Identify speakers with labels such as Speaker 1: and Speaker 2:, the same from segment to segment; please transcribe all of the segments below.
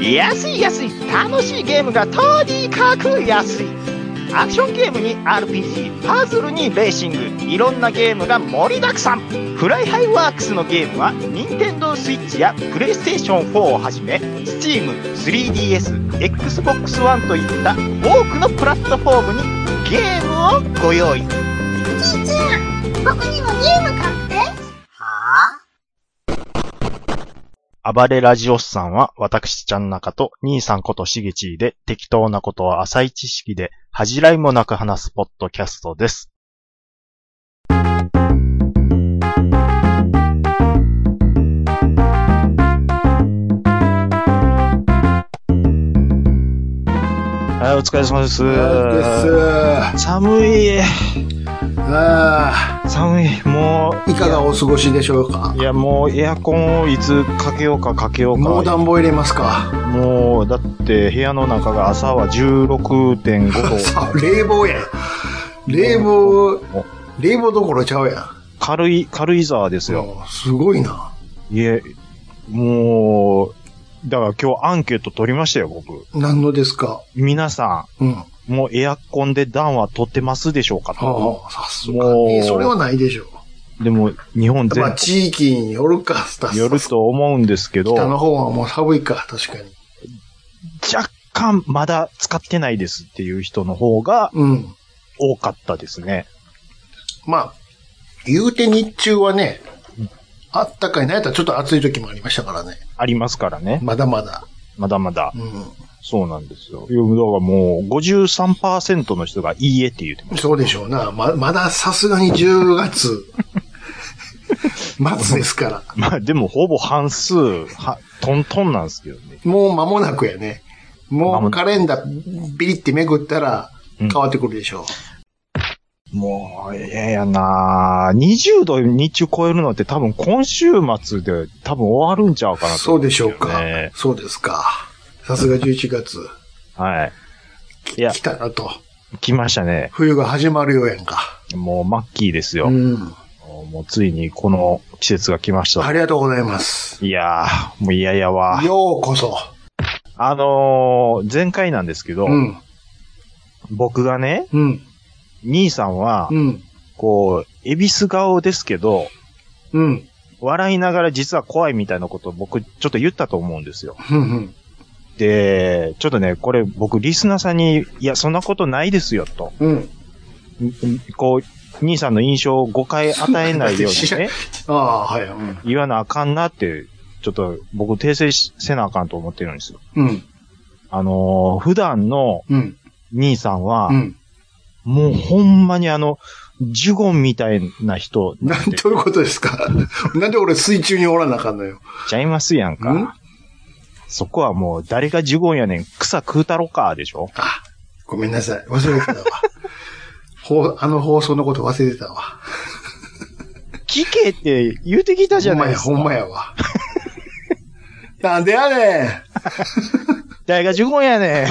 Speaker 1: 安い安い楽しいゲームがとにかく安いアクションゲームに RPG パズルにレーシングいろんなゲームが盛りだくさんフライハイワークスのゲームは NintendoSwitch や PlayStation4 をはじめ Steam3DSXbox One といった多くのプラットフォームにゲームをご用意
Speaker 2: じいちゃん、僕にもゲーム買って。は
Speaker 1: 暴れラジオスさんは、私ちゃん中と、兄さんことしげちーで、適当なことは浅い知識で、恥じらいもなく話すポッドキャストです。はい、お疲れ様です。
Speaker 3: です。
Speaker 1: 寒い、
Speaker 3: あ
Speaker 1: 寒い、も
Speaker 3: あ、いかがお過ごしでしょうか
Speaker 1: う、いやもうエアコンをいつかけようかかけようか。
Speaker 3: もう暖房入れますか
Speaker 1: もう、だって部屋の中が朝は16.5 度。
Speaker 3: さあ、冷房やん。冷房、冷房どころちゃうやん。
Speaker 1: 軽い、軽井沢ですよ。
Speaker 3: もうすごいな。
Speaker 1: いえ、もう、だから今日アンケート取りましたよ、僕。
Speaker 3: 何のですか
Speaker 1: 皆さ
Speaker 3: うん。は
Speaker 1: ん、もうエアコンで暖は取ってますでしょうか
Speaker 3: あ
Speaker 1: と。
Speaker 3: はあ、さすがに、それはないでしょ
Speaker 1: でも、日本
Speaker 3: う。ま
Speaker 1: 全
Speaker 3: あ、地域によるか、スタッ
Speaker 1: 部
Speaker 3: フ。
Speaker 1: よると思うんですけど、
Speaker 3: 北の
Speaker 1: 若
Speaker 3: 方はもう寒いか、確かに。
Speaker 1: 干まだ使ってないですっていう人の方が
Speaker 3: うん。
Speaker 1: 多かったですね。
Speaker 3: まあ、言うて日中はね、あったかいなやったらちょっと暑い時もありましたからね。
Speaker 1: ありますからね。
Speaker 3: まだまだ。
Speaker 1: まだまだ。
Speaker 3: う
Speaker 1: そうなんですよ。いやだからもう53%の人がいいえって言ってま
Speaker 3: ん。そうでしょうな。ま、まださすがに10月末ですから。
Speaker 1: まあでもほぼ半数、は、トントンなんですけどね。
Speaker 3: もう間もなくやね。
Speaker 1: 間
Speaker 3: も
Speaker 1: も
Speaker 3: う
Speaker 1: なく
Speaker 3: カレンダービリってめくったら
Speaker 1: うん
Speaker 3: 変わってくるでしょ
Speaker 1: もう、いやいやなぁ20度日中超えるのって多分今週末で多分終わるんちゃうか
Speaker 3: う。
Speaker 1: なと
Speaker 3: そ
Speaker 1: 思
Speaker 3: うんですし
Speaker 1: けど
Speaker 3: ょ
Speaker 1: ね
Speaker 3: うか。そうですか。さすが11月。
Speaker 1: はい。いや
Speaker 3: 来たなと。
Speaker 1: 来ましたね。
Speaker 3: 冬が始まるようやんか。
Speaker 1: もうマッキーですよ。
Speaker 3: うん。
Speaker 1: もうついにこの季節が来ました。
Speaker 3: ありがとうございます。
Speaker 1: いやー、もう嫌やわ。
Speaker 3: ようこそ。
Speaker 1: あのー、前回なんですけど、
Speaker 3: うん。
Speaker 1: 僕がね、
Speaker 3: うん。
Speaker 1: 兄さんは
Speaker 3: う、ん。
Speaker 1: こう、エビス顔ですけど、
Speaker 3: うん。
Speaker 1: 笑いながら実は怖いみたいなことを僕ちょっと言ったと思うんですよ。
Speaker 3: うん。うん。
Speaker 1: で、ちょっとね、これ僕リスナーさんに、いや、そんなことないですよと。
Speaker 3: うん。
Speaker 1: んんこう、兄さんの印象を誤解与え ないようにね、
Speaker 3: ああ、はい。うん。
Speaker 1: 言わなあかんなって、ちょっと僕訂正しせなあかんと思ってるんですよ。
Speaker 3: うん。
Speaker 1: あのー普段の
Speaker 3: うん。
Speaker 1: 兄さんは、
Speaker 3: うん。
Speaker 1: もうほんまにあの、ジュゴンみたいな人な
Speaker 3: なん
Speaker 1: て
Speaker 3: んということですか なんで俺水中におらなあかんのよ。
Speaker 1: ちゃいますやん
Speaker 3: ん
Speaker 1: か。そこはもう誰がジュゴンやねん、草食うたろかでしょ
Speaker 3: あ、ごめんなさい。忘れてたわ。 ほうあの放送のこと忘れてたわ。
Speaker 1: 聞けって言うてきたじ
Speaker 3: ほ
Speaker 1: ゃ
Speaker 3: ん
Speaker 1: な
Speaker 3: ま
Speaker 1: いで
Speaker 3: や、
Speaker 1: す
Speaker 3: ほん
Speaker 1: か。
Speaker 3: まやわ。なんでやねん
Speaker 1: 誰が呪言や ねん。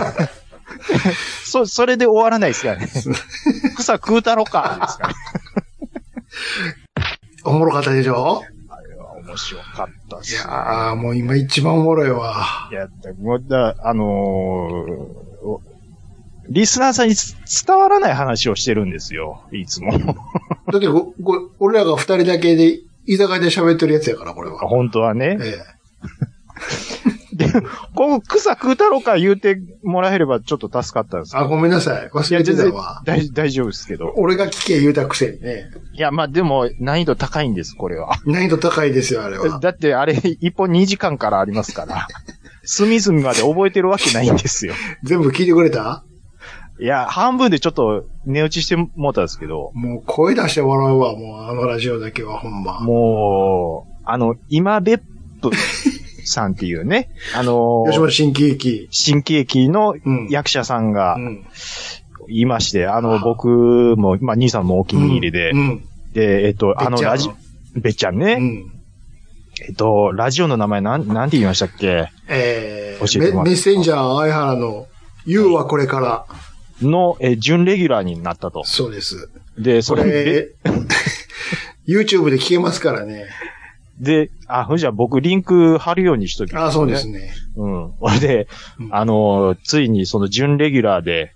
Speaker 1: そ、それで終わらないですからね。草食うたろか、ですから。
Speaker 3: おもろかったでしょ
Speaker 1: あれは面白かったっ
Speaker 3: い
Speaker 1: す。
Speaker 3: やー、もう今一番おもろいわ。
Speaker 1: いや、だもうだあのーおリスナーさんにつ伝わらない話をしてるんですよ、いつも。
Speaker 3: だってご、ご、俺らが二人だけで、居酒屋で喋ってるやつやから、これは。
Speaker 1: 本当はね。
Speaker 3: え
Speaker 1: で、この草食うたろか言うてもらえればちょっと助かったんです
Speaker 3: え。あ、ごめんなさい。忘
Speaker 1: いや、
Speaker 3: れて
Speaker 1: 全
Speaker 3: た
Speaker 1: 然
Speaker 3: わ。
Speaker 1: 大大丈夫ですけど。
Speaker 3: 俺が聞け言うたくせにね。
Speaker 1: いや、まあでも難易度高いんです、これは。
Speaker 3: 難易度高いですよ、あれ は。
Speaker 1: だってあれ、一本2時間からあります から。隅々まで覚えてるわけないんですよ。
Speaker 3: 全部聞いてくれた
Speaker 1: いや、半分でちょっと寝落ちしてもうたんですけど、
Speaker 3: もう声出して笑うわ、もうあのラジオだけはほんま。
Speaker 1: もう、あの、今別府さんっていう ね、あの、
Speaker 3: 吉本新喜劇。
Speaker 1: 新喜劇の
Speaker 3: うん。
Speaker 1: 役者さんが
Speaker 3: うん。
Speaker 1: いまして、あの、
Speaker 3: あ
Speaker 1: 僕も、まあ、兄さんもお気に入りで
Speaker 3: う、ん。
Speaker 1: で、えっと、あの、ラジ
Speaker 3: オ。、
Speaker 1: べっちゃん
Speaker 3: う
Speaker 1: ね、
Speaker 3: ん。
Speaker 1: えっと、ラジオの名前なん、なんて言いましたっけ
Speaker 3: え
Speaker 1: 教
Speaker 3: ー、
Speaker 1: えて
Speaker 3: メ
Speaker 1: もらって
Speaker 3: メッセンジャー相原の、You はこれから。
Speaker 1: の、え、準レギュラーになったと。
Speaker 3: そうです。
Speaker 1: で、そ
Speaker 3: こ
Speaker 1: れ、で
Speaker 3: れ、YouTube で聞けますからね。
Speaker 1: で、あ、ほんじゃ僕リンク貼るようにしときます、
Speaker 3: あ、そうです。ね。
Speaker 1: うん。これで
Speaker 3: う、ん
Speaker 1: あのーついにその準レギュラーで、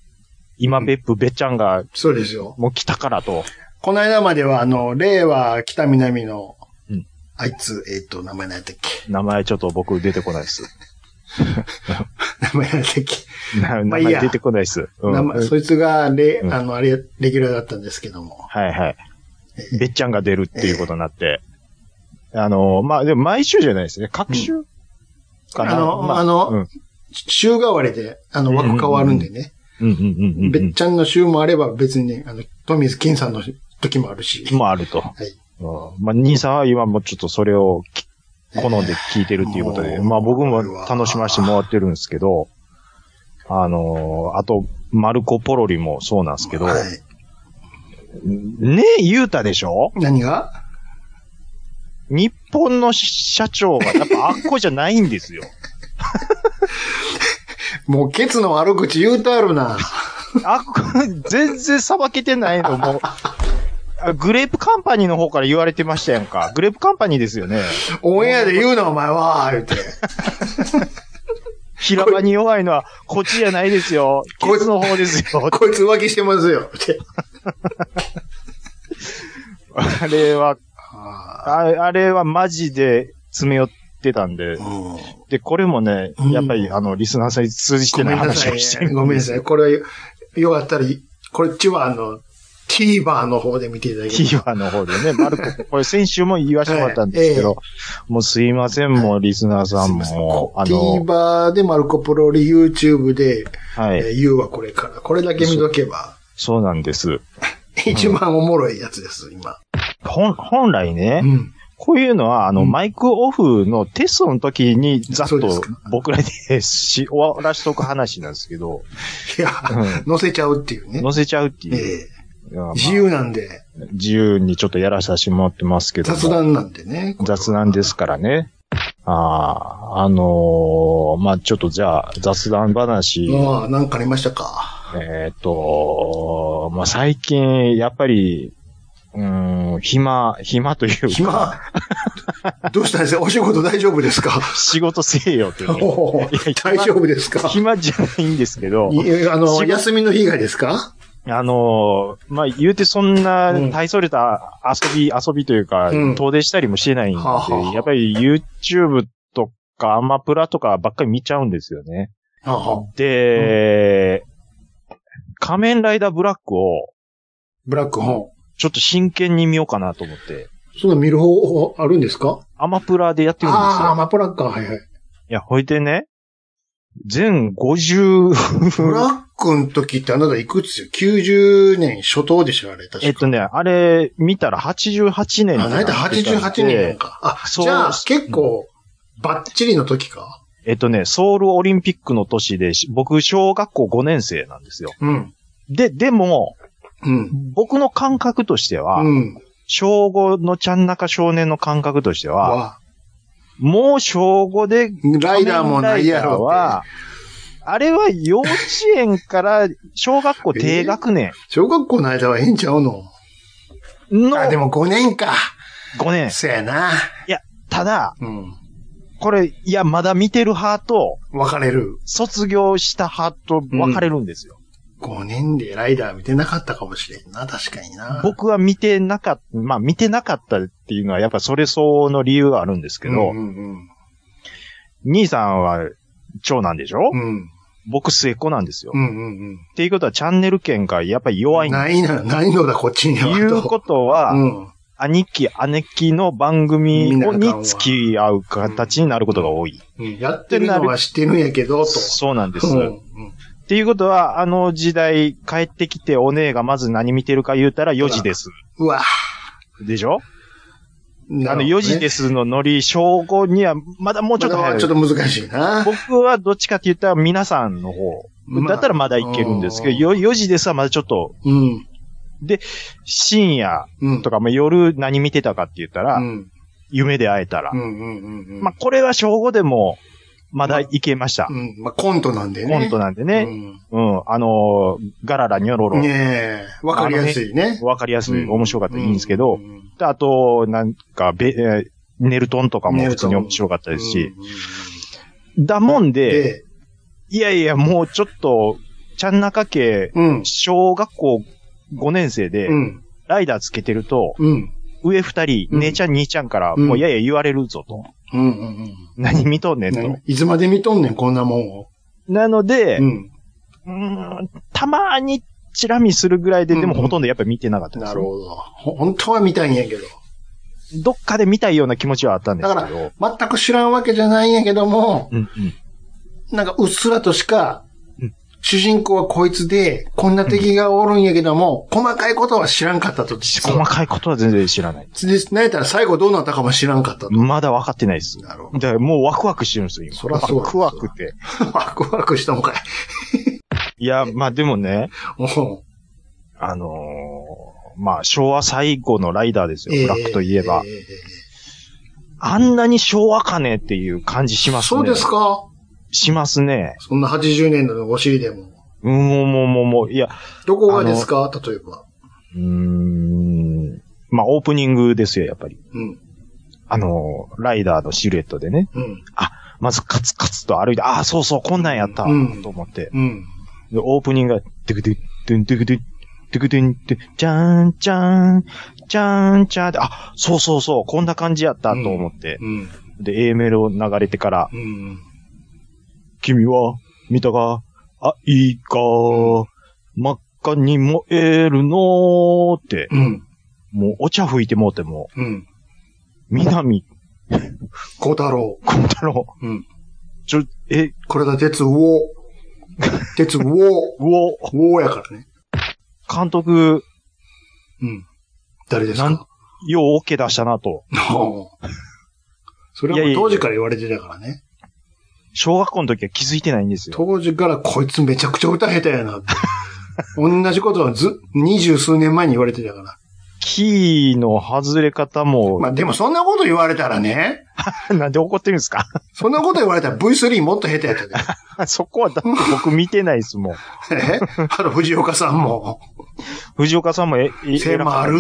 Speaker 1: 今別府べっちゃんが、
Speaker 3: そうですよ。
Speaker 1: もう来たからと。
Speaker 3: この間までは、あの、令和北南の
Speaker 1: うん、
Speaker 3: あいつ、えっ、と、名前何やったっけ
Speaker 1: 名前ちょっと僕出てこない です。
Speaker 3: 名前何やったっけ
Speaker 1: 名
Speaker 3: まあ
Speaker 1: 前
Speaker 3: いいや
Speaker 1: 出てこないです。うん
Speaker 3: 名前そいつが、れ、
Speaker 1: うん
Speaker 3: あの、あれ、レギュラーだったんですけども。
Speaker 1: はいはい。べっちゃんが出るっていうことになって。あのーまあ、でも毎週じゃないですね。各週かな。
Speaker 3: あの
Speaker 1: ま
Speaker 3: あの
Speaker 1: うん
Speaker 3: 週替わりで、あの、枠変わるんでね。
Speaker 1: うんうんうんうん
Speaker 3: べっちゃんの週もあれば別にね、あの、富水金さんの時もあるし。
Speaker 1: うん。もあると。
Speaker 3: い
Speaker 1: うんまあ、兄さんは今もちょっとそれをき好んで聞いてるっていうことで、
Speaker 3: もう
Speaker 1: まあ僕も楽しませてもらってるんですけど、あのーあと、マルコ・ポロリもそうなんですけど、
Speaker 3: はい。
Speaker 1: ねえ、言うたでしょ
Speaker 3: 何が
Speaker 1: 日本の社長がやっぱあっこじゃないんです よ。
Speaker 3: もうケツの悪口言うてある な。
Speaker 1: あっこ、全然さばけてないの、もう。あグレープカンパニーの方から言われてましたやんか。グレープカンパニーですよね。
Speaker 3: オンエアで言うな、お前は、言 うて。
Speaker 1: 平場に弱いのはこっちじゃないですよ。
Speaker 3: こ
Speaker 1: ケ
Speaker 3: い
Speaker 1: ツの方ですよ。
Speaker 3: こいつ浮気してますよ、って。
Speaker 1: あれは
Speaker 3: あ
Speaker 1: ああれはマジで詰め寄ってたんで
Speaker 3: ー、うん
Speaker 1: で、これもね
Speaker 3: うん、
Speaker 1: やっぱり、あの、リスナーさんに通じて
Speaker 3: ご
Speaker 1: な
Speaker 3: め
Speaker 1: い
Speaker 3: んなさ
Speaker 1: 話
Speaker 3: い
Speaker 1: をして
Speaker 3: ね。
Speaker 1: る。
Speaker 3: ごめんなさい。これ、よかったら、こっちはあの、TVer の方で見ていただけ
Speaker 1: キ
Speaker 3: れ
Speaker 1: ーワーの方でね、マルコ、これ先週も言わせてもらったんですけ
Speaker 3: は
Speaker 1: ど、もうすいません、もうリスナーさ
Speaker 3: ば
Speaker 1: ん
Speaker 3: すい
Speaker 1: も、あ
Speaker 3: ません
Speaker 1: の、
Speaker 3: TVer でマルコポロリ YouTube で、
Speaker 1: は
Speaker 3: え
Speaker 1: い、
Speaker 3: ー、言うはこれから。これだけ見とけば、
Speaker 1: そうなんです。
Speaker 3: 一番おもろいやつです、今。
Speaker 1: 本、本来ね
Speaker 3: う、ん。
Speaker 1: こういうのは、あの、
Speaker 3: うん
Speaker 1: マイクオフのテストの時に、ざっ
Speaker 3: そうで
Speaker 1: と
Speaker 3: すか
Speaker 1: 僕らで し終わらしとく話なんですけど、
Speaker 3: いや、
Speaker 1: う
Speaker 3: 載せちゃうっていうね。
Speaker 1: 載せちゃうって
Speaker 3: え
Speaker 1: いう。
Speaker 3: え
Speaker 1: いやまあ
Speaker 3: 自由なんで、
Speaker 1: 自由にちょっとやらさせてもらってますけども。
Speaker 3: 雑談なんでね。
Speaker 1: 雑談ですからね。ああ、あのーまあ、ちょっとじゃあ、雑談話、
Speaker 3: ああ、なんかありましたか。
Speaker 1: えっ、と、まあ、最近、やっぱり、うーん、暇、暇というか、
Speaker 3: 暇どうしたんですかお仕事大丈夫ですか
Speaker 1: 仕事せえよって、ね、
Speaker 3: おお
Speaker 1: いや暇
Speaker 3: 大丈夫ですか
Speaker 1: 暇じゃないんですけど、
Speaker 3: いえあ
Speaker 1: 仕
Speaker 3: の、
Speaker 1: 事
Speaker 3: 休みの日以外ですか
Speaker 1: あのーまあ、言うてそんな大それた遊び、遊びというか、
Speaker 3: うん
Speaker 1: 遠出したりもしてないんで、
Speaker 3: はあはあ
Speaker 1: やっぱり YouTube とかアマプラとかばっかり見ちゃうんですよね。
Speaker 3: ああ
Speaker 1: で、仮面ライダーブラックを、
Speaker 3: ブラックホ
Speaker 1: ちょっと真剣に見ようかなと思って、
Speaker 3: ン。そんな見る方法あるんですか
Speaker 1: アマプラでやってるんです
Speaker 3: ああ、
Speaker 1: よ。
Speaker 3: マプラッカー、はいはい。
Speaker 1: いや、ほいでね、全50、
Speaker 3: ブラックの時ってあなたいくつよ ?90 年初頭でしょあれ、確か。
Speaker 1: えっとね、あれ見たら88年
Speaker 3: あ、な
Speaker 1: っ
Speaker 3: ん
Speaker 1: て
Speaker 3: だ
Speaker 1: なってたんで
Speaker 3: 88年なんか。あ、
Speaker 1: そう
Speaker 3: じゃあ、結構、バッチリの時か。
Speaker 1: えっとね、ソウルオリンピックの年で、し僕、小学校5年生なんですよ。
Speaker 3: うん。
Speaker 1: で、でも、
Speaker 3: うん。
Speaker 1: 僕の感覚としては、
Speaker 3: うん。
Speaker 1: 小5のちゃん中少年の感覚としては、
Speaker 3: わ
Speaker 1: もう小5で
Speaker 3: ライダーもないやろって。
Speaker 1: は、あれは幼稚園から小学校低学年
Speaker 3: 小学校の間はええんちゃうの
Speaker 1: の
Speaker 3: あ、で
Speaker 1: 5
Speaker 3: も5年か。
Speaker 1: 年。
Speaker 3: そやな。
Speaker 1: ただ、
Speaker 3: うん。
Speaker 1: これ、いや、まだ見てる派と、
Speaker 3: 別れる。
Speaker 1: 卒業した派と分かれるんですよ。
Speaker 3: 5年でライダー見てなかったかもしれんな。確かにな。
Speaker 1: 僕は見てなかった、まあ見てなかったっていうのはやっぱそれ相応の理由があるんですけど、
Speaker 3: うんうん
Speaker 1: 兄さんは長男でしょ、
Speaker 3: うん。うん。
Speaker 1: 僕末っ子なんですよ、
Speaker 3: う
Speaker 1: っ
Speaker 3: んうんうん。
Speaker 1: ていうことはチャンネル権がやっぱり弱いんだ。
Speaker 3: ないな、ないのだ、こっちには。
Speaker 1: いうことは、
Speaker 3: うん。
Speaker 1: 兄貴、姉貴の番組をに付き合う形になることが多い。
Speaker 3: うんやってるのは知ってるんやけど、と。
Speaker 1: そうなんです。
Speaker 3: うん
Speaker 1: っ。ていうことは、あの時代、帰ってきてお姉がまず何見てるか言うたら4時です。
Speaker 3: うんうわ。
Speaker 1: でしょ、あ
Speaker 3: な
Speaker 1: の
Speaker 3: るほどね
Speaker 1: 4時ですのノリ、小5にはまだもうちょっと
Speaker 3: ま
Speaker 1: 早
Speaker 3: だ
Speaker 1: い。
Speaker 3: ちょっと難しいな。
Speaker 1: 僕はどっちかって言ったら皆さんの方。
Speaker 3: まあ
Speaker 1: だったらまだいけるんですけど、よ 4, 時ですはまだちょっと
Speaker 3: うん。
Speaker 1: 深夜
Speaker 3: うん。
Speaker 1: とか、まあ、夜何見てたかって言ったら、
Speaker 3: うん。
Speaker 1: 夢で会えたら。
Speaker 3: うん。うん。うんうん。
Speaker 1: まあ、これは小5でもまだいけました
Speaker 3: う。ん。まあ、コントなんでね。
Speaker 1: コントなんでね。うん。あのーガララニョロ
Speaker 3: うん。
Speaker 1: ロ。
Speaker 3: ねえ。わかりやすいね。
Speaker 1: わかりやすい、面白かった、いいんですけど
Speaker 3: う。ん
Speaker 1: であと、なんか、べ、えーネルトンとかも普通に面白かったですし。だもんで、
Speaker 3: で、
Speaker 1: いやいや、もうちょっと、ちゃん中家、
Speaker 3: うん。
Speaker 1: 小学校5年生で
Speaker 3: う、ん。
Speaker 1: ライダーつけてると、
Speaker 3: うん。
Speaker 1: 上二人、
Speaker 3: うん
Speaker 1: 姉ちゃん、兄ちゃんから、
Speaker 3: うん
Speaker 1: もういやいや言われるぞと。
Speaker 3: うん。うん。
Speaker 1: 何見とんねん
Speaker 3: 何
Speaker 1: と。
Speaker 3: いつまで見とんねん、こんなもんを。
Speaker 1: なので、
Speaker 3: うん。
Speaker 1: うーんたまにチラ見するぐらいで、でも
Speaker 3: うん
Speaker 1: ほとんどやっぱ見てなかったで
Speaker 3: な
Speaker 1: す、
Speaker 3: るほど。ほ本当は見たいんやけど。
Speaker 1: どっかで見たいような気持ちはあったんですけ
Speaker 3: だか
Speaker 1: ど。
Speaker 3: 全く知らんわけじゃないんやけども、
Speaker 1: うんうん
Speaker 3: なんかうっすらとしか
Speaker 1: うん、
Speaker 3: 主人公はこいつで、こんな敵がおるんやけども、細かいことは知らんかったと、実
Speaker 1: 細
Speaker 3: は。
Speaker 1: かいことは全然知らない。
Speaker 3: 実なんやったら最後どうなったかも知らんかったと。
Speaker 1: まだ分かってないです。
Speaker 3: なるほど。
Speaker 1: だからもうワクワクしてるんですよ、今。
Speaker 3: そらそう
Speaker 1: ワ
Speaker 3: です
Speaker 1: ク
Speaker 3: よ
Speaker 1: ワクって。
Speaker 3: ワクワクしたのかい。
Speaker 1: いや、まあでもね、
Speaker 3: お
Speaker 1: あのーまあ昭和最後のライダーですよ、ブラックといえば。
Speaker 3: ええええ
Speaker 1: あんなに昭和かねっていう感じしますね。
Speaker 3: そうですか
Speaker 1: しますね。
Speaker 3: そんな80年代のお尻でも。
Speaker 1: うん、もうもうもうもう、いや、
Speaker 3: どこがですか例えば。
Speaker 1: うーん、まあオープニングですよ、やっぱり。
Speaker 3: うん。
Speaker 1: あのーライダーのシルエットでね。
Speaker 3: うん。
Speaker 1: まずカツカツと歩いて、ああ、そうそう、こんなんやった、
Speaker 3: うん
Speaker 1: と思って。
Speaker 3: うん。
Speaker 1: で、オープニングが、ドゥクドゥ、ドゥンドゥクドゥ、ドゥクドゥンドゥ、じゃーん、じゃーん、じゃーん、じゃーんって、あ、そうそうそう、こんな感じやった、と思って。
Speaker 3: うん。
Speaker 1: で、A メロを流れてから、
Speaker 3: うん。
Speaker 1: 君は見たか愛が真っ赤に燃えるのーって、
Speaker 3: うん。
Speaker 1: もうお茶吹いてもうても、
Speaker 3: うん。
Speaker 1: 南
Speaker 3: 小太郎。
Speaker 1: 小太郎、
Speaker 3: うん。
Speaker 1: ちょ、え、
Speaker 3: これだ、鉄魚。鉄魚。
Speaker 1: うお、
Speaker 3: 魚やからね。
Speaker 1: 監督、
Speaker 3: うん。誰です
Speaker 1: なん
Speaker 3: か
Speaker 1: よう OK 出したなと。
Speaker 3: おう それはもう当時から言われてたからね。
Speaker 1: 小学校の時は気づいてないんですよ。
Speaker 3: 当時からこいつめちゃくちゃ歌下手やなって。 同じことはず、二十数年前に言われてたから。
Speaker 1: キーの外れ方も、
Speaker 3: まあでもそんなこと言われたらね、
Speaker 1: なんで怒ってるんですか
Speaker 3: そんなこと言われたら V3 もっと下手やったで。
Speaker 1: そこはだって僕見てないですもん。
Speaker 3: え あの藤岡さんも、
Speaker 1: 藤岡さんもえ、え、
Speaker 3: せまる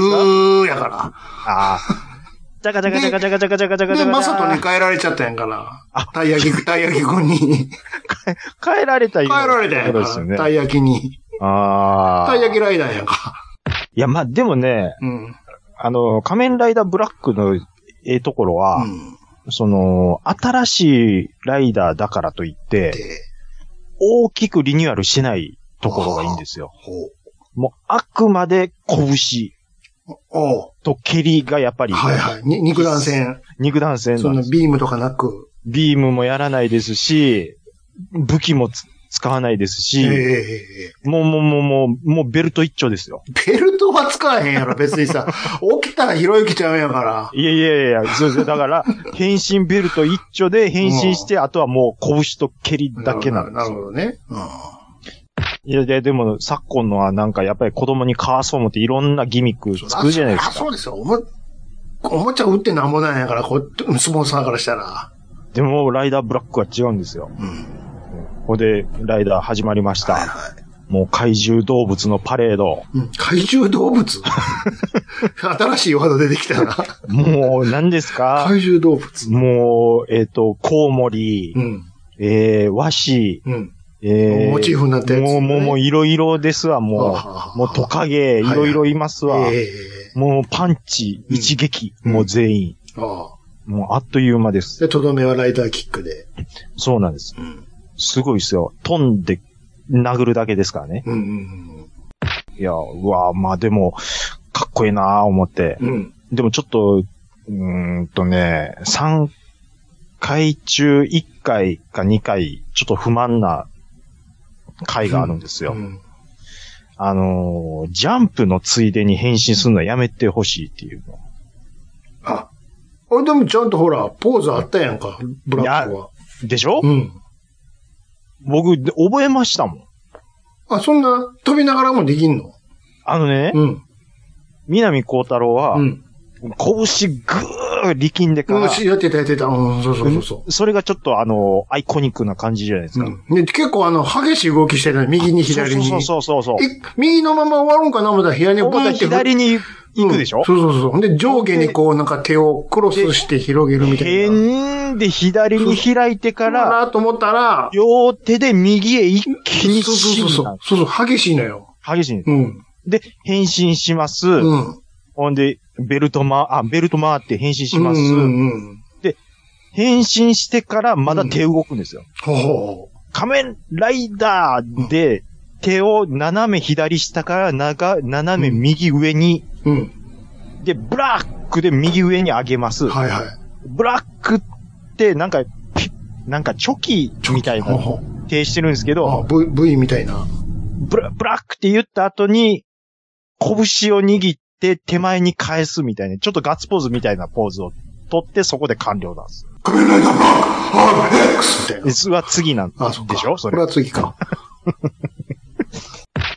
Speaker 3: やか
Speaker 1: ああ。じゃかじゃかじゃかじゃかじゃかじゃかじゃ
Speaker 3: ら。
Speaker 1: かじ
Speaker 3: で、
Speaker 1: ゃか。
Speaker 3: まさとね、帰られちゃったやんから
Speaker 1: あ。
Speaker 3: たい焼 き、たい焼き君に。
Speaker 1: 帰られた
Speaker 3: 帰られたやん
Speaker 1: ことです
Speaker 3: か
Speaker 1: よ
Speaker 3: ら。
Speaker 1: ね。
Speaker 3: たい焼きに。
Speaker 1: ああ。
Speaker 3: たい焼きライダーやんか。
Speaker 1: いや、まあ、でもね、
Speaker 3: うん。
Speaker 1: あの、仮面ライダーブラックのええところは、
Speaker 3: うん。
Speaker 1: その、新しいライダーだからといって、
Speaker 3: で、
Speaker 1: 大きくリニューアルしてないところがいいんですよ。
Speaker 3: ほう。
Speaker 1: もう、あくまで拳
Speaker 3: おう
Speaker 1: と蹴りがやっぱり、
Speaker 3: はいはい。に肉弾戦。
Speaker 1: 肉弾戦
Speaker 3: そ
Speaker 1: の
Speaker 3: のビームとかなく。
Speaker 1: ビームもやらないですし、武器もつ使わないです
Speaker 3: ええ
Speaker 1: し、
Speaker 3: ええええ
Speaker 1: もうもうもうもう、もうベルト一丁ですよ。
Speaker 3: ベルトは使わへんやろ、別に さ。起きたらひろゆきちゃうんやから。
Speaker 1: いやいやいやいや、そうですよだ から、変身ベルト一丁で変身して、あとはもう拳と蹴りだけなんで
Speaker 3: な
Speaker 1: す
Speaker 3: るほ
Speaker 1: よ。
Speaker 3: どね。うん。
Speaker 1: いやいや、でも昨今のはなんかやっぱり子供に買わそう思っていろんなギミック作るじゃないです
Speaker 3: あ
Speaker 1: か。
Speaker 3: そうですよ。おも、おもちゃ売ってなんぼなんやから、こう、スポンサーからしたら。
Speaker 1: でも、ライダーブラックは違うんですよ。
Speaker 3: うん。
Speaker 1: ここで、ライダー始まりまし
Speaker 3: はい
Speaker 1: た。
Speaker 3: はい。
Speaker 1: もう怪獣動物のパレード。
Speaker 3: うん怪獣 動物新しいワード出てきたな。
Speaker 1: もう、何ですか
Speaker 3: 怪獣動物。
Speaker 1: もう、えっ、と、コウモリ
Speaker 3: う、ん。
Speaker 1: えー、和紙、
Speaker 3: うん。
Speaker 1: えー、
Speaker 3: モチーフになったやつ
Speaker 1: もう、もう、もう、いろいろですわ、も
Speaker 3: はあはあ
Speaker 1: う。もう、トカゲ、いろいろいますわ。
Speaker 3: ええ
Speaker 1: もう、パンチ、
Speaker 3: うん
Speaker 1: 一撃、
Speaker 3: うん
Speaker 1: もう全員。
Speaker 3: ああ。
Speaker 1: もう、あっという間です。
Speaker 3: で、とどめはライダーキックで。
Speaker 1: そうなんです。
Speaker 3: うん。
Speaker 1: すごいですよ。飛んで、殴るだけですからね。
Speaker 3: うんうん
Speaker 1: いや、うわまあでも、かっこいいなぁ、思って。
Speaker 3: うん。うん。
Speaker 1: でもちょっと、うーんとね、3回中1回か2回、ちょっと不満な回があるんですよ。
Speaker 3: うん
Speaker 1: あのージャンプのついでに変身するのはやめてほしいっていうの。
Speaker 3: あ、俺でもちゃんとほら、ポーズあったやんか、ブラックは。
Speaker 1: でしょ、
Speaker 3: うん。
Speaker 1: 僕、で覚えましたもん。
Speaker 3: あ、そんな、飛びながらもできんの
Speaker 1: あのね、
Speaker 3: うん。
Speaker 1: 南光太郎は、
Speaker 3: うん。
Speaker 1: 拳ぐーー力んでか
Speaker 3: うん、
Speaker 1: ら、
Speaker 3: しやってた、やってた。うん、そうそうそうそ
Speaker 1: それがちょっとあの、アイコニックな感じじゃないです
Speaker 3: う。
Speaker 1: か。
Speaker 3: うん、で結構あの、激しい動きしてたね。右に左に。
Speaker 1: そうそうそうそうそう。
Speaker 3: い右のまま終わるんかな思ったら左にボタンって。
Speaker 1: 左に行くでしょ、
Speaker 3: うんそうそうそう。ほんで、上下にこう、なんか手をクロスして広げるみたいな。
Speaker 1: 変で左に開いてか
Speaker 3: だ
Speaker 1: ら、
Speaker 3: なと思ったら、
Speaker 1: 両手で右へ一気に
Speaker 3: そうそう
Speaker 1: 進
Speaker 3: そ
Speaker 1: む
Speaker 3: うそう。そうそう、激しいのよ。
Speaker 1: 激しいんで
Speaker 3: うん。
Speaker 1: す。で、変身します。
Speaker 3: うん。
Speaker 1: ほんで、ベルトま、あ、ベルト回って変身します。
Speaker 3: うんうんうん。
Speaker 1: 変身してからまだ手動くんですよ。
Speaker 3: ほうほ
Speaker 1: 仮面ライダーで、手を斜め左下から長、斜め右上に、
Speaker 3: う。うん。
Speaker 1: で、ブラックで右上に上げます。
Speaker 3: はいはい。
Speaker 1: ブラックって、なんか、ピッなんかチョキみたい
Speaker 3: ほう
Speaker 1: な
Speaker 3: ほう
Speaker 1: 手してるんですけど、
Speaker 3: あ、V、V みたいな。
Speaker 1: ブラブラックって言った後に、拳を握って手前に返すみたいな、ちょっとガッツポーズみたいなポーズを取って、そこで完了なんです。
Speaker 3: 仮面ライダーブラック RX みたいな。
Speaker 1: 実は次なん
Speaker 3: あ、そうか。
Speaker 1: でしょそ
Speaker 3: これ
Speaker 1: れ。
Speaker 3: は次か。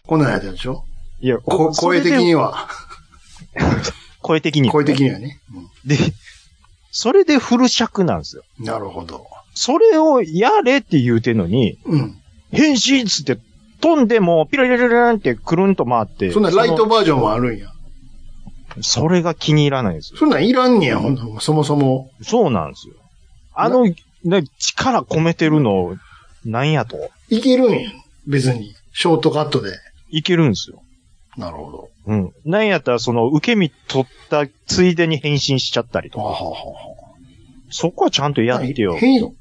Speaker 3: こんなんやったでしょ
Speaker 1: いや、
Speaker 3: こ
Speaker 1: そ
Speaker 3: 声
Speaker 1: れで
Speaker 3: 的。には。
Speaker 1: 声的に。
Speaker 3: 声的にはね。
Speaker 1: で、それでフル尺なんですよ。
Speaker 3: うんなるほど。
Speaker 1: それをやれって言うてんのに、
Speaker 3: うん。
Speaker 1: 変身っつって飛んでも、ピラリラリランってくるんと回って。
Speaker 3: そんなライ
Speaker 1: そ
Speaker 3: トバージョンもあるんや。
Speaker 1: のそれが気に入らないんですよ。
Speaker 3: そんなんいらんねや、ほんとそもそも。
Speaker 1: そうなんですよ。あの、ね、力込めてるの、なんやと。
Speaker 3: いけるんや。別に。ショートカットで。
Speaker 1: いけるんですよ。
Speaker 3: なるほど。
Speaker 1: うん。なんやったら、その、受け身取ったついでに変身しちゃったりと
Speaker 3: は
Speaker 1: か。
Speaker 3: はは
Speaker 1: そこはちゃんとやってよ。
Speaker 3: 変、ん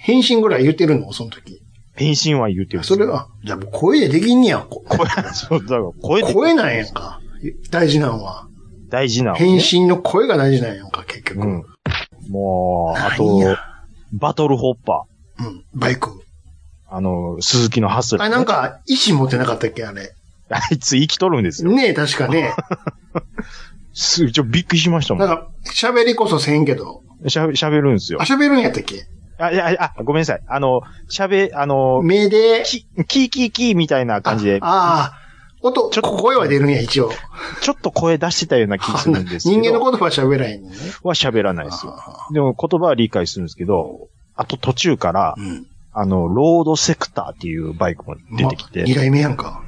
Speaker 3: 変身ぐらい言ってるのその時。
Speaker 1: 変身は言うてる。
Speaker 3: それ。は、じゃあもう声でできんねや。こ
Speaker 1: 声、そう、だから声で
Speaker 3: 声なんやんか。大事なんは。
Speaker 1: 大事なのね、
Speaker 3: 変身の声が大事なんやんか、結局。
Speaker 1: う
Speaker 3: うん
Speaker 1: ん。もう、あ
Speaker 3: 何
Speaker 1: と
Speaker 3: や、
Speaker 1: バトルホッパ
Speaker 3: バイク。
Speaker 1: ー。あの、鈴木のハスラ
Speaker 3: あ、
Speaker 1: ーね
Speaker 3: なんか、意志持ってなかったっけ、あれ。
Speaker 1: あいつ生きとるんですよ。
Speaker 3: ねえ、確かね。
Speaker 1: す、ちょ、びっくりしましたも
Speaker 3: なん
Speaker 1: ん。
Speaker 3: か、喋りこそせんけど。
Speaker 1: しゃ、喋るんですよ
Speaker 3: あ、。喋るんやったっけ
Speaker 1: あ、いや、あ、ごめんなさい。あの、喋、あの、
Speaker 3: 目で。
Speaker 1: キ、キーキーキーみたいな感じで、
Speaker 3: ああ。音、
Speaker 1: ちょっと
Speaker 3: 声は出るんや、一応。
Speaker 1: ちょっと声出してたような気するんですけ
Speaker 3: 人
Speaker 1: ど。
Speaker 3: 間の言葉は喋らへんのね。
Speaker 1: は喋らないですよ。
Speaker 3: あ
Speaker 1: でも言葉は理解するんですけど、あと途中から
Speaker 3: あ、うん。
Speaker 1: あの、ロードセクターっていうバイクも出てき
Speaker 3: ま二
Speaker 1: て、
Speaker 3: 代目やんか。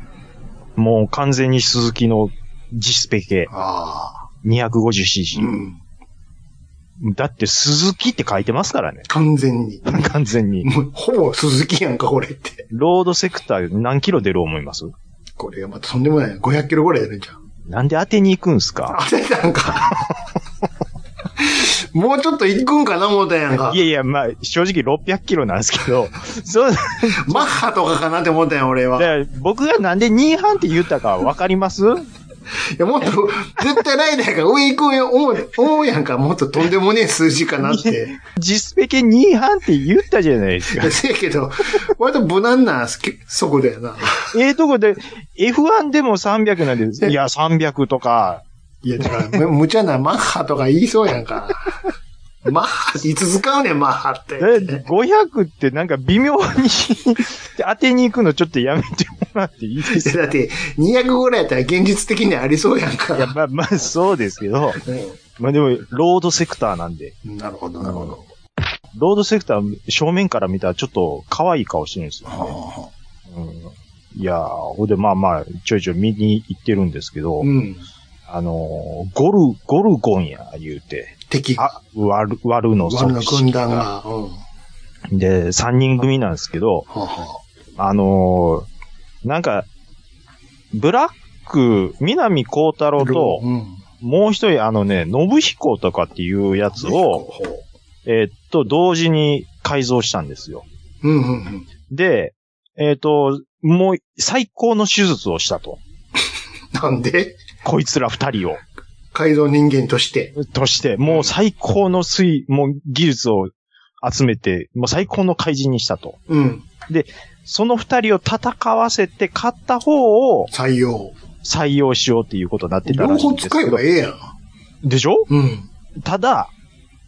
Speaker 1: もう完全に鈴木の実スペ系
Speaker 3: ああ。う
Speaker 1: 250cc。
Speaker 3: ん。
Speaker 1: だって鈴木って書いてますからね。
Speaker 3: 完全に。
Speaker 1: 完全に。
Speaker 3: もうほぼ鈴木やんか、これって。
Speaker 1: ロードセクター何キロ出る思います
Speaker 3: これがまたとんでもない。500キロぐらい出るんじゃん。
Speaker 1: なんで当てに行くんすか
Speaker 3: あ、出たんか。もうちょっと行くんかな、思ったやんか
Speaker 1: い。やいや、まあ、正直600キロなんですけど、 そう、だか
Speaker 3: マッハとかかなって思ったやん、俺は。い
Speaker 1: ら僕がなんで2班って言ったかわかります
Speaker 3: や、もっと、絶対ライダーが上行くよ、思う、思うやんか。もっととんでもねえ数字かなって。
Speaker 1: 実スペ系2班って言ったじゃないです
Speaker 3: い
Speaker 1: か
Speaker 3: や。せやけど、割と無難な速度やな。
Speaker 1: ええとこで、F1 でも300なんです。いや、300とか、
Speaker 3: いや、だから、む無茶なマッハとか言いそうやんか。マッハっていつ使うねん、マッハって。
Speaker 1: え500ってなんか微妙に 当てに行くのちょっとやめてもらっていいです
Speaker 3: いやだって、200ぐらいやったら現実的にありそうやんか。
Speaker 1: いや、まあまあ、そうですけど、まあでも、ロードセクターなんで、
Speaker 3: うんなるほど、なるほど。
Speaker 1: ロードセクター正面から見たらちょっと可愛い顔してるんですよ。
Speaker 3: は
Speaker 1: うん、いやー、ほんでまあまあ、ちょいちょい見に行ってるんですけ
Speaker 3: あ
Speaker 1: ど、
Speaker 3: うん。
Speaker 1: あのーゴル、ゴルゴンや、言うて、
Speaker 3: 敵、
Speaker 1: あ、割る、割るの
Speaker 3: ワルの
Speaker 1: 組織
Speaker 3: 軍団が。うん。は
Speaker 1: で、3人組なんですけど、
Speaker 3: あは
Speaker 1: あのーなんか、ブラック、南光太
Speaker 3: あ
Speaker 1: 郎と、
Speaker 3: うん。
Speaker 1: もう一人、あのね、信彦とかっていうやつを、えーっと、同時に改造したんですよ。
Speaker 3: うんうんうん。
Speaker 1: で、えーっと、もう、最高の手術をしたと。
Speaker 3: なんで
Speaker 1: こいつら二人を、
Speaker 3: 改造人間として。
Speaker 1: として、もう最高の水、もう技術を集めて、もう最高の怪人にしたと。
Speaker 3: うん。
Speaker 1: その二人を戦わせて、勝った方を
Speaker 3: 採用。
Speaker 1: 採用しようっていうことになってた
Speaker 3: 両
Speaker 1: らしい
Speaker 3: 方
Speaker 1: んですけど。
Speaker 3: 使えばええやん。
Speaker 1: でしょ
Speaker 3: うん。
Speaker 1: ただ、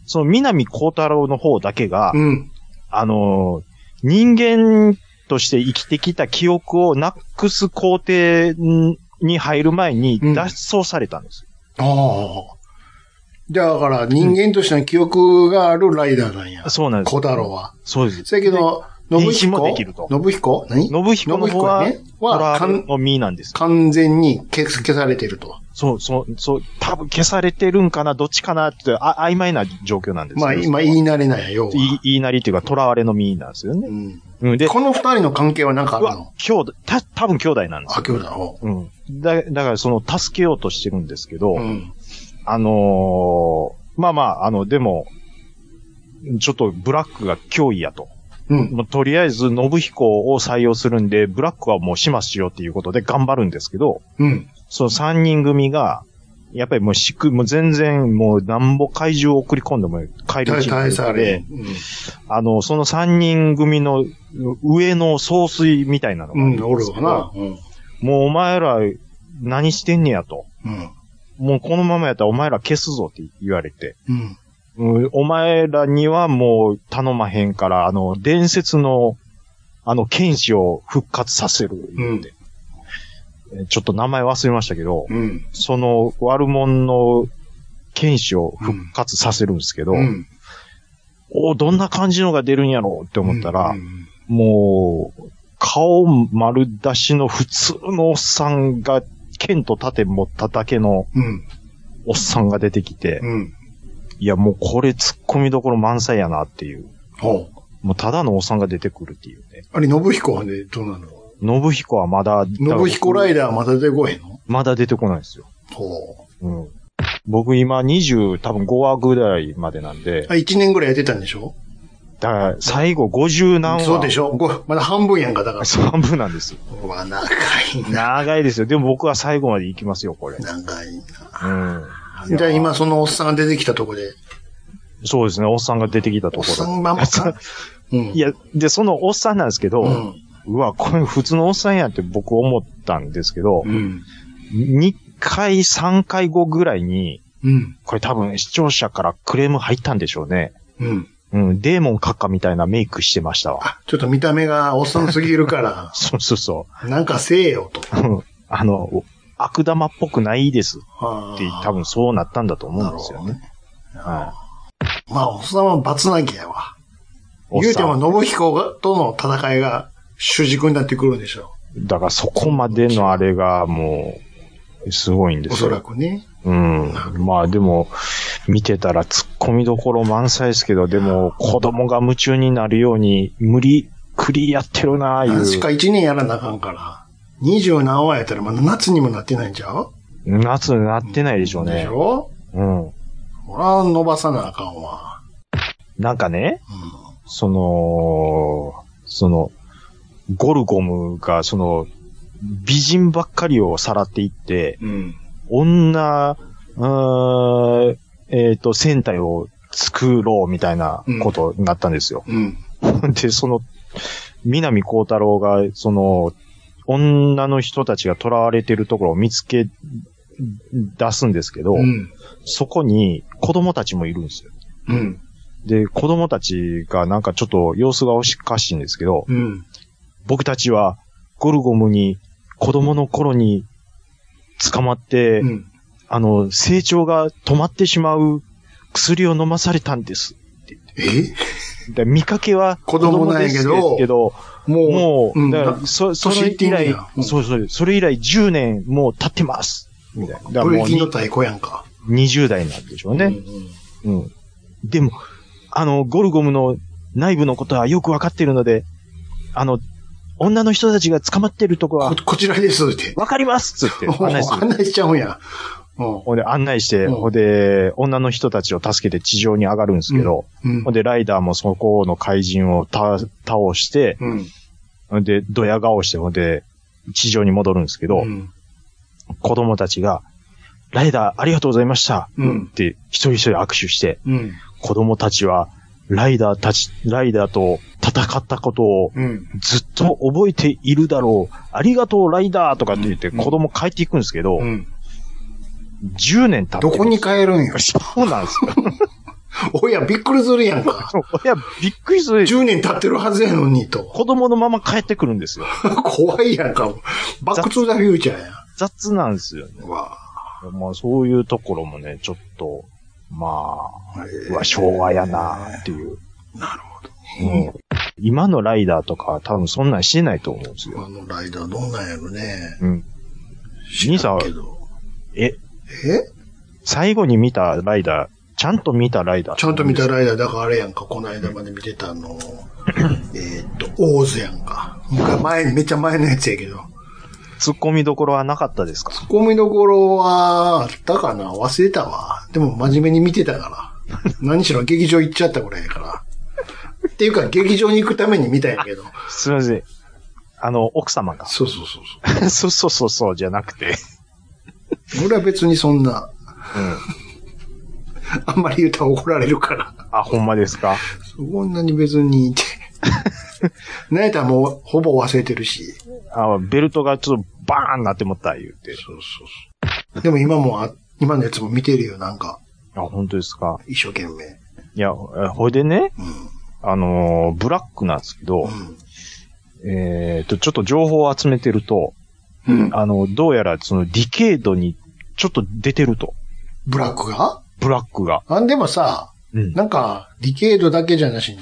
Speaker 1: その南光太郎の方だけが、
Speaker 3: うん。
Speaker 1: あのー人間として生きてきた記憶をなくす工程に入る前に
Speaker 3: うん
Speaker 1: 脱走されたんですよ。
Speaker 3: ああ。じゃあ、だから人間としての記憶があるライダーなんや。
Speaker 1: そうなんです。
Speaker 3: 小太郎は。
Speaker 1: そうです。
Speaker 3: せやけど、
Speaker 1: で
Speaker 3: 信
Speaker 1: 認識も
Speaker 3: 彦
Speaker 1: できると
Speaker 3: 信彦何
Speaker 1: 信彦の方は、
Speaker 3: 信彦は
Speaker 1: は、
Speaker 3: かん
Speaker 1: の実なんです。
Speaker 3: 完全に消す消されてると。
Speaker 1: そう、そう、そう、多分消されてるんかな、どっちかなって、あ曖昧な状況なんです
Speaker 3: まあ、今
Speaker 1: い
Speaker 3: 言い慣れないよ、要
Speaker 1: い
Speaker 3: は。、
Speaker 1: 言いなりっていうか、囚われの身なんですよ
Speaker 3: う
Speaker 1: ね。
Speaker 3: ん、
Speaker 1: うん、で、
Speaker 3: この二人の関係はなんかあ
Speaker 1: う
Speaker 3: る
Speaker 1: わ
Speaker 3: の、
Speaker 1: 兄弟、た、多分兄弟なんです
Speaker 3: あ、
Speaker 1: よ。
Speaker 3: 今日だろ
Speaker 1: うん。だ、だからその、助けようとしてるんですけど、
Speaker 3: う。うん。
Speaker 1: あのーまあまあ、あの、でも、ちょっとブラックが脅威やと。
Speaker 3: うん。
Speaker 1: もうとりあえず、信彦を採用するんで、ブラックはもう始末しようっていうことで頑張るんですけど、
Speaker 3: うん。
Speaker 1: その三人組が、やっぱりもうしく、もう全然もうなんぼ怪獣を送り込んでも帰る
Speaker 3: 大
Speaker 1: チー
Speaker 3: 大
Speaker 1: ムな
Speaker 3: 差あ
Speaker 1: ので
Speaker 3: れ。、う
Speaker 1: あの、その三人組の上の総帥みたいなのが
Speaker 3: ん。
Speaker 1: い
Speaker 3: うん、
Speaker 1: る
Speaker 3: お
Speaker 1: んで
Speaker 3: る
Speaker 1: すけ
Speaker 3: わ
Speaker 1: ど
Speaker 3: な。うん。
Speaker 1: もうお前ら何してんねやと。
Speaker 3: うん。
Speaker 1: もうこのままやったらお前ら消すぞって言われて。
Speaker 3: うん。
Speaker 1: うんお前らにはもう頼まへんから、あの、伝説の、あの、剣士を復活させる言って、えちょっと名前忘れましたけど、
Speaker 3: うん。
Speaker 1: その悪者の剣士を復活させるんですけど、
Speaker 3: うん。
Speaker 1: おどんな感じのが出るんやろうって思ったら、
Speaker 3: うん
Speaker 1: もう、顔丸出しの普通のおっさんが、剣と盾持っただけの
Speaker 3: うん。
Speaker 1: おっさんが出てきて、
Speaker 3: うん。
Speaker 1: いやもうこれ突っ込みどころ満載やなっていう。
Speaker 3: ほう。
Speaker 1: もうただのおっさんが出てくるっていうね。
Speaker 3: あれ、信彦はね、どうなの
Speaker 1: 信彦はまだ、
Speaker 3: 信彦ライ
Speaker 1: ダー
Speaker 3: ダーまた出てこへんの
Speaker 1: まだ出てこないんですよ。
Speaker 3: ほ
Speaker 1: うん。僕今20、多分5話ぐらいまでなんで
Speaker 3: う。、あ、一年ぐらいやってたんでしょ
Speaker 1: だから最後50何話。
Speaker 3: そうでし
Speaker 1: ょ。
Speaker 3: ょごまだ半分やんか、だから。
Speaker 1: 半分なんですよ。
Speaker 3: うわ、長いな。
Speaker 1: 長いですよ。でも僕は最後まで行きますよ、これ。
Speaker 3: 長い
Speaker 1: うん。
Speaker 3: な。じゃあ今そのおっさんが出てきたとこで。
Speaker 1: そうですね、おっさんが出てきたと
Speaker 3: おっ
Speaker 1: こ
Speaker 3: さ
Speaker 1: ろ。
Speaker 3: んばまか。うん。
Speaker 1: いや、で、そのおっさんなんですけど、
Speaker 3: う。
Speaker 1: うんわ、これ普通のおっさんやって僕思ったんですけど、
Speaker 3: うん。
Speaker 1: 2回、3回後ぐらいに、
Speaker 3: うん。
Speaker 1: これ多分視聴者からクレーム入ったんでしょうね。
Speaker 3: うん。
Speaker 1: うん、デーモン閣下みたいなメイクしてましたわ。
Speaker 3: あ、ちょっと見た目がおっさんすぎるか
Speaker 1: そうそうそ
Speaker 3: ら、なんかせえよと。
Speaker 1: ううん。あの、悪玉っぽくないです
Speaker 3: は
Speaker 1: って、多分そうなったんだと思うんですよ
Speaker 3: なる
Speaker 1: ね。は
Speaker 3: まあ、おっさんは罰なきゃやわ。
Speaker 1: い。
Speaker 3: 言うて
Speaker 1: お
Speaker 3: も
Speaker 1: っ、
Speaker 3: 信彦がとの戦いが主軸になってくるんでしょ
Speaker 1: さんだからそこまでのあれがもう、すごいんで
Speaker 3: う。お
Speaker 1: す
Speaker 3: そ
Speaker 1: よ。
Speaker 3: らくね。
Speaker 1: うん。まあでも、見てたら突っ込みどころ満載ですけど、でも、子供が夢中になるように、無理、くりやってるなあいう。
Speaker 3: 確か一年やらなあかんから。二十何話やったらまだ夏にもなってないんちゃう
Speaker 1: 夏になってないでしょう
Speaker 3: でし
Speaker 1: ね。
Speaker 3: ょ
Speaker 1: うん。
Speaker 3: ほら、伸ばさなあかんわ。
Speaker 1: なんかね、
Speaker 3: う
Speaker 1: その、その、ゴルゴムが、その、美人ばっかりをさらっていって、
Speaker 3: ん。うん。
Speaker 1: 女、うーんえっ、と、戦隊を作ろうみたいなことになったんですよ。
Speaker 3: うん。
Speaker 1: で、その、南光太郎が、その、女の人たちが囚われてるところを見つけ出すんですけど、
Speaker 3: うん。
Speaker 1: そこに子供たちもいるんですよ。
Speaker 3: うん。
Speaker 1: で、子供たちがなんかちょっと様子がおかしいんですけど、
Speaker 3: うん。
Speaker 1: 僕たちはゴルゴムに子供の頃に捕まって、
Speaker 3: うん。
Speaker 1: あの、成長が止まってしまう薬を飲まされたんです。
Speaker 3: え
Speaker 1: で見かけは
Speaker 3: 子供なんやけど
Speaker 1: ですけど、
Speaker 3: もう、
Speaker 1: も
Speaker 3: うん
Speaker 1: う、だか
Speaker 3: な
Speaker 1: ら、そ、そ
Speaker 3: 年
Speaker 1: れ
Speaker 3: いって
Speaker 1: 以
Speaker 3: んね
Speaker 1: 来
Speaker 3: やう、ん
Speaker 1: そうそう、それ以来10年もう経ってます。みたいな。だから
Speaker 3: ブレ
Speaker 1: も
Speaker 3: ー
Speaker 1: う
Speaker 3: キ
Speaker 1: に
Speaker 3: の太鼓やんか。
Speaker 1: 20代なんでしょう
Speaker 3: う
Speaker 1: ね。
Speaker 3: ん
Speaker 1: うん。でも、あの、ゴルゴムの内部のことはよくわかってるので、あの、女の人たちが捕まってるとこは
Speaker 3: こ、こちらですって。
Speaker 1: わかりますっつって
Speaker 3: お
Speaker 1: 案内す
Speaker 3: 案
Speaker 1: る。
Speaker 3: 内しちゃうんや。うん
Speaker 1: ほんで、案内して、
Speaker 3: うん
Speaker 1: ほんで、女の人たちを助けて地上に上がるんですけど、
Speaker 3: うん
Speaker 1: ほんで、ライダーもそこの怪人をた倒して、
Speaker 3: うん。
Speaker 1: ほんで、ドヤ顔して、ほんで、地上に戻るんですけど、
Speaker 3: うん
Speaker 1: 子供たちが、ライダーありがとうございました。
Speaker 3: うん
Speaker 1: って、一人一人握手して、
Speaker 3: うん。
Speaker 1: 子供たちは、ライダーたち、ライダーと戦ったことを
Speaker 3: うん。
Speaker 1: ずっと覚えているだろう。ありがとう、ライダーとかって言って、
Speaker 3: うん
Speaker 1: 子供帰っていくんですけど、
Speaker 3: うん。
Speaker 1: 10年経って
Speaker 3: ど
Speaker 1: る。
Speaker 3: こに帰るんや。
Speaker 1: そうなんですよ。
Speaker 3: 親びっくりするやんか。
Speaker 1: いや、びっくりする。
Speaker 3: 10年経ってるはずやのにと。
Speaker 1: 子供のまま帰ってくるんですよ。
Speaker 3: 怖いやんか。バックトゥーザフューチャーや
Speaker 1: 雑なんですよね。
Speaker 3: ん。わ
Speaker 1: まあ、そういうところもね、ちょっと、まあ、うわ、昭和やなっていう。
Speaker 3: なるほど。
Speaker 1: うん今のライダーとかは多分そんなんしてないと思うんですよ。
Speaker 3: あのライダーどうなんやろね。
Speaker 1: うん。
Speaker 3: 知らんけど。
Speaker 1: え、
Speaker 3: え
Speaker 1: 最後に見たライダー、ちゃんと見たライダー。
Speaker 3: ちゃんと見たライダー、だからあれやんか、この間まで見てたあの、えーっと、オーズやんか。昔前、めっちゃ前のやつやけど。
Speaker 1: 突っ込みどころはなかったですか
Speaker 3: ツッコミどころは、あったかな忘れたわ。でも真面目に見てたから。何しろ劇場行っちゃったぐらいやから。っていうか、劇場に行くために見たんやけど。
Speaker 1: すみません。あの、奥様が。
Speaker 3: そうそうそうそ う。
Speaker 1: そうそうそうそうじゃなくて。
Speaker 3: 俺は別にそんな、あんまり言うたら怒られるから。
Speaker 1: あ、ほんまですか
Speaker 3: そんなに別にって。なんやったらもう、ほぼ忘れてるし。
Speaker 1: あベルトがちょっとバーンなってもった言うて。
Speaker 3: そうそうそう。でも今もあ、今のやつも見てるよ、なんか。
Speaker 1: あ、本当ですか
Speaker 3: 一生懸命。
Speaker 1: いや、えほいでね、あのーブラックなんですけど、えっと、ちょっと情報を集めてると、
Speaker 3: うん。うん。
Speaker 1: あの、どうやらそのディケードにちょっと出てると。
Speaker 3: ブラックが
Speaker 1: ブラックが。
Speaker 3: あ、でもさ、
Speaker 1: うん
Speaker 3: なんか、ディケードだけじゃなしに、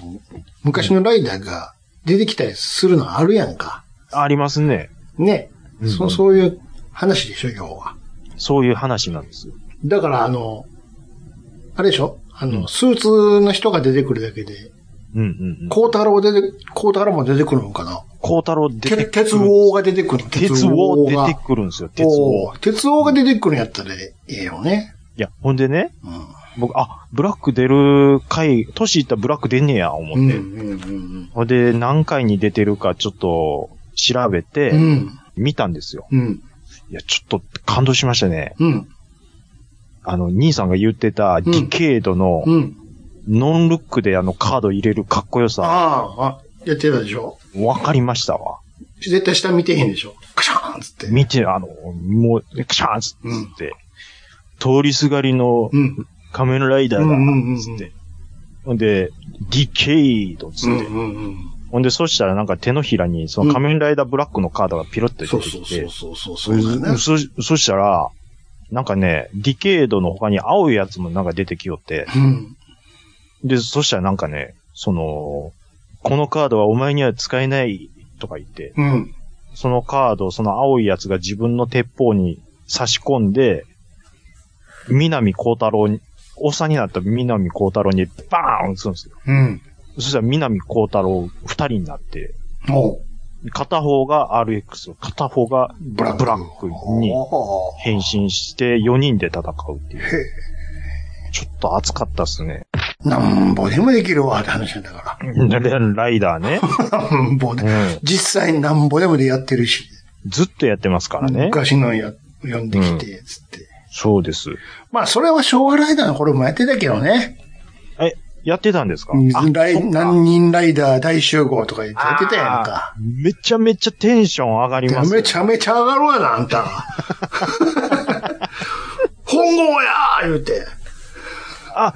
Speaker 3: 昔のライダーが出てきたりするのあるやんか。
Speaker 1: ありますね。
Speaker 3: ね。
Speaker 1: うん
Speaker 3: そそういう話でしょ、要は。
Speaker 1: そういう話なんですよ。
Speaker 3: だから、あの、あれでしょあの、スーツの人が出てくるだけで、
Speaker 1: うんうんうん。
Speaker 3: コータロー出て、コータローも出てくるのかな
Speaker 1: コータロ出てく
Speaker 3: 鉄
Speaker 1: る。
Speaker 3: 鉄王が出てくるの
Speaker 1: 鉄王
Speaker 3: が
Speaker 1: 出てくるんですよ、鉄
Speaker 3: お
Speaker 1: 王。
Speaker 3: ー鉄王が出てくるんやったらええよね。
Speaker 1: いや、ほんでね、
Speaker 3: うん。
Speaker 1: 僕、あ、ブラック出る回、年いったらブラック出んねや、思
Speaker 3: う
Speaker 1: っ
Speaker 3: んう
Speaker 1: て。
Speaker 3: んうん
Speaker 1: ほんで、何回に出てるかちょっと調べて
Speaker 3: う、ん。
Speaker 1: 見たんですよ。
Speaker 3: うん。
Speaker 1: いや、ちょっと感動しましたね。
Speaker 3: うん。
Speaker 1: あの、兄さんが言ってた、ディケードの
Speaker 3: うん。
Speaker 1: ノンルックであのカード入れるかっこよさ、
Speaker 3: ああ、あ、やってたでしょ
Speaker 1: わかりましたわ。
Speaker 3: 絶対下見てへんでしょカシャーンっつって。
Speaker 1: 見て、あの、もう、クシャーンっつって、通りすがりの
Speaker 3: うん。
Speaker 1: 仮面ライダー
Speaker 3: うんうんうん
Speaker 1: だ、
Speaker 3: うん
Speaker 1: つって。ほんで、ディケイド、つ
Speaker 3: うん
Speaker 1: って。
Speaker 3: うん
Speaker 1: ほんで、そしたらなんか手のひらに、その仮面ライダーブラックのカードがピロって出
Speaker 3: うん。そう
Speaker 1: て
Speaker 3: そう
Speaker 1: きて
Speaker 3: そう、そうそう。そうだね。
Speaker 1: そ、そしたら、なんかね、ディケードの他に青いやつもなんか出てきよって、
Speaker 3: うん。
Speaker 1: で、そしたらなんかね、その、このカードはお前には使えないとか言って、
Speaker 3: うん。
Speaker 1: そのカード、その青いやつが自分の鉄砲に差し込んで、南光太郎に、おっさんになった南光太郎にバーン打つんですよ。
Speaker 3: うん。
Speaker 1: そしたら南光太郎二人になって、
Speaker 3: おう
Speaker 1: 片方が RX、片方がブラックに
Speaker 3: おう
Speaker 1: 変身して4人で戦うっていう。
Speaker 3: へ
Speaker 1: ちょっと熱かったっすね。
Speaker 3: え。なんぼでもできるわって話なんだか
Speaker 1: ラライダーね。
Speaker 3: ら。なんぼ
Speaker 1: う
Speaker 3: で。
Speaker 1: ん
Speaker 3: 実際なんぼでもでやってるし。
Speaker 1: ずっとやってますからね。
Speaker 3: 昔のや、読んできて、つって。
Speaker 1: そうです。
Speaker 3: まあ、それは昭和ライダーの頃もやってたけどね。
Speaker 1: え、やってたんですかあ
Speaker 3: ライ
Speaker 1: そっか
Speaker 3: 何人ライダー大集合とか言ってやってたやんか。
Speaker 1: めちゃめちゃテンション上がります、
Speaker 3: めちゃめちゃ上がるわな、あ んた。本郷やー言うて。
Speaker 1: あ、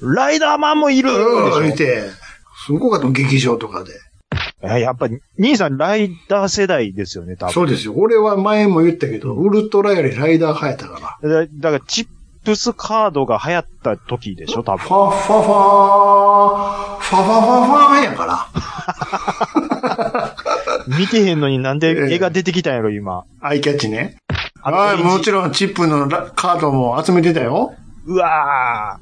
Speaker 1: ライダーマンもいる
Speaker 3: うん、言う。
Speaker 1: でして
Speaker 3: すごかった、劇場とかで。
Speaker 1: ょえやっぱり、兄さんライダー世代ですよね、多分。
Speaker 3: そうですよ。俺は前も言ったけど、ウルトラよりライダー生えたから。
Speaker 1: だだから、チップスカードが流行った時でしょ、多分
Speaker 3: フ。ァッファファー、ファファファファーやから。
Speaker 1: 見てへんのになんで絵が出てきたんやろ、今。
Speaker 3: アイキャッチね。
Speaker 1: あの
Speaker 3: は
Speaker 1: オ
Speaker 3: い、
Speaker 1: レンジ
Speaker 3: もちろんチップのラカードも集めてたよ。
Speaker 1: うわー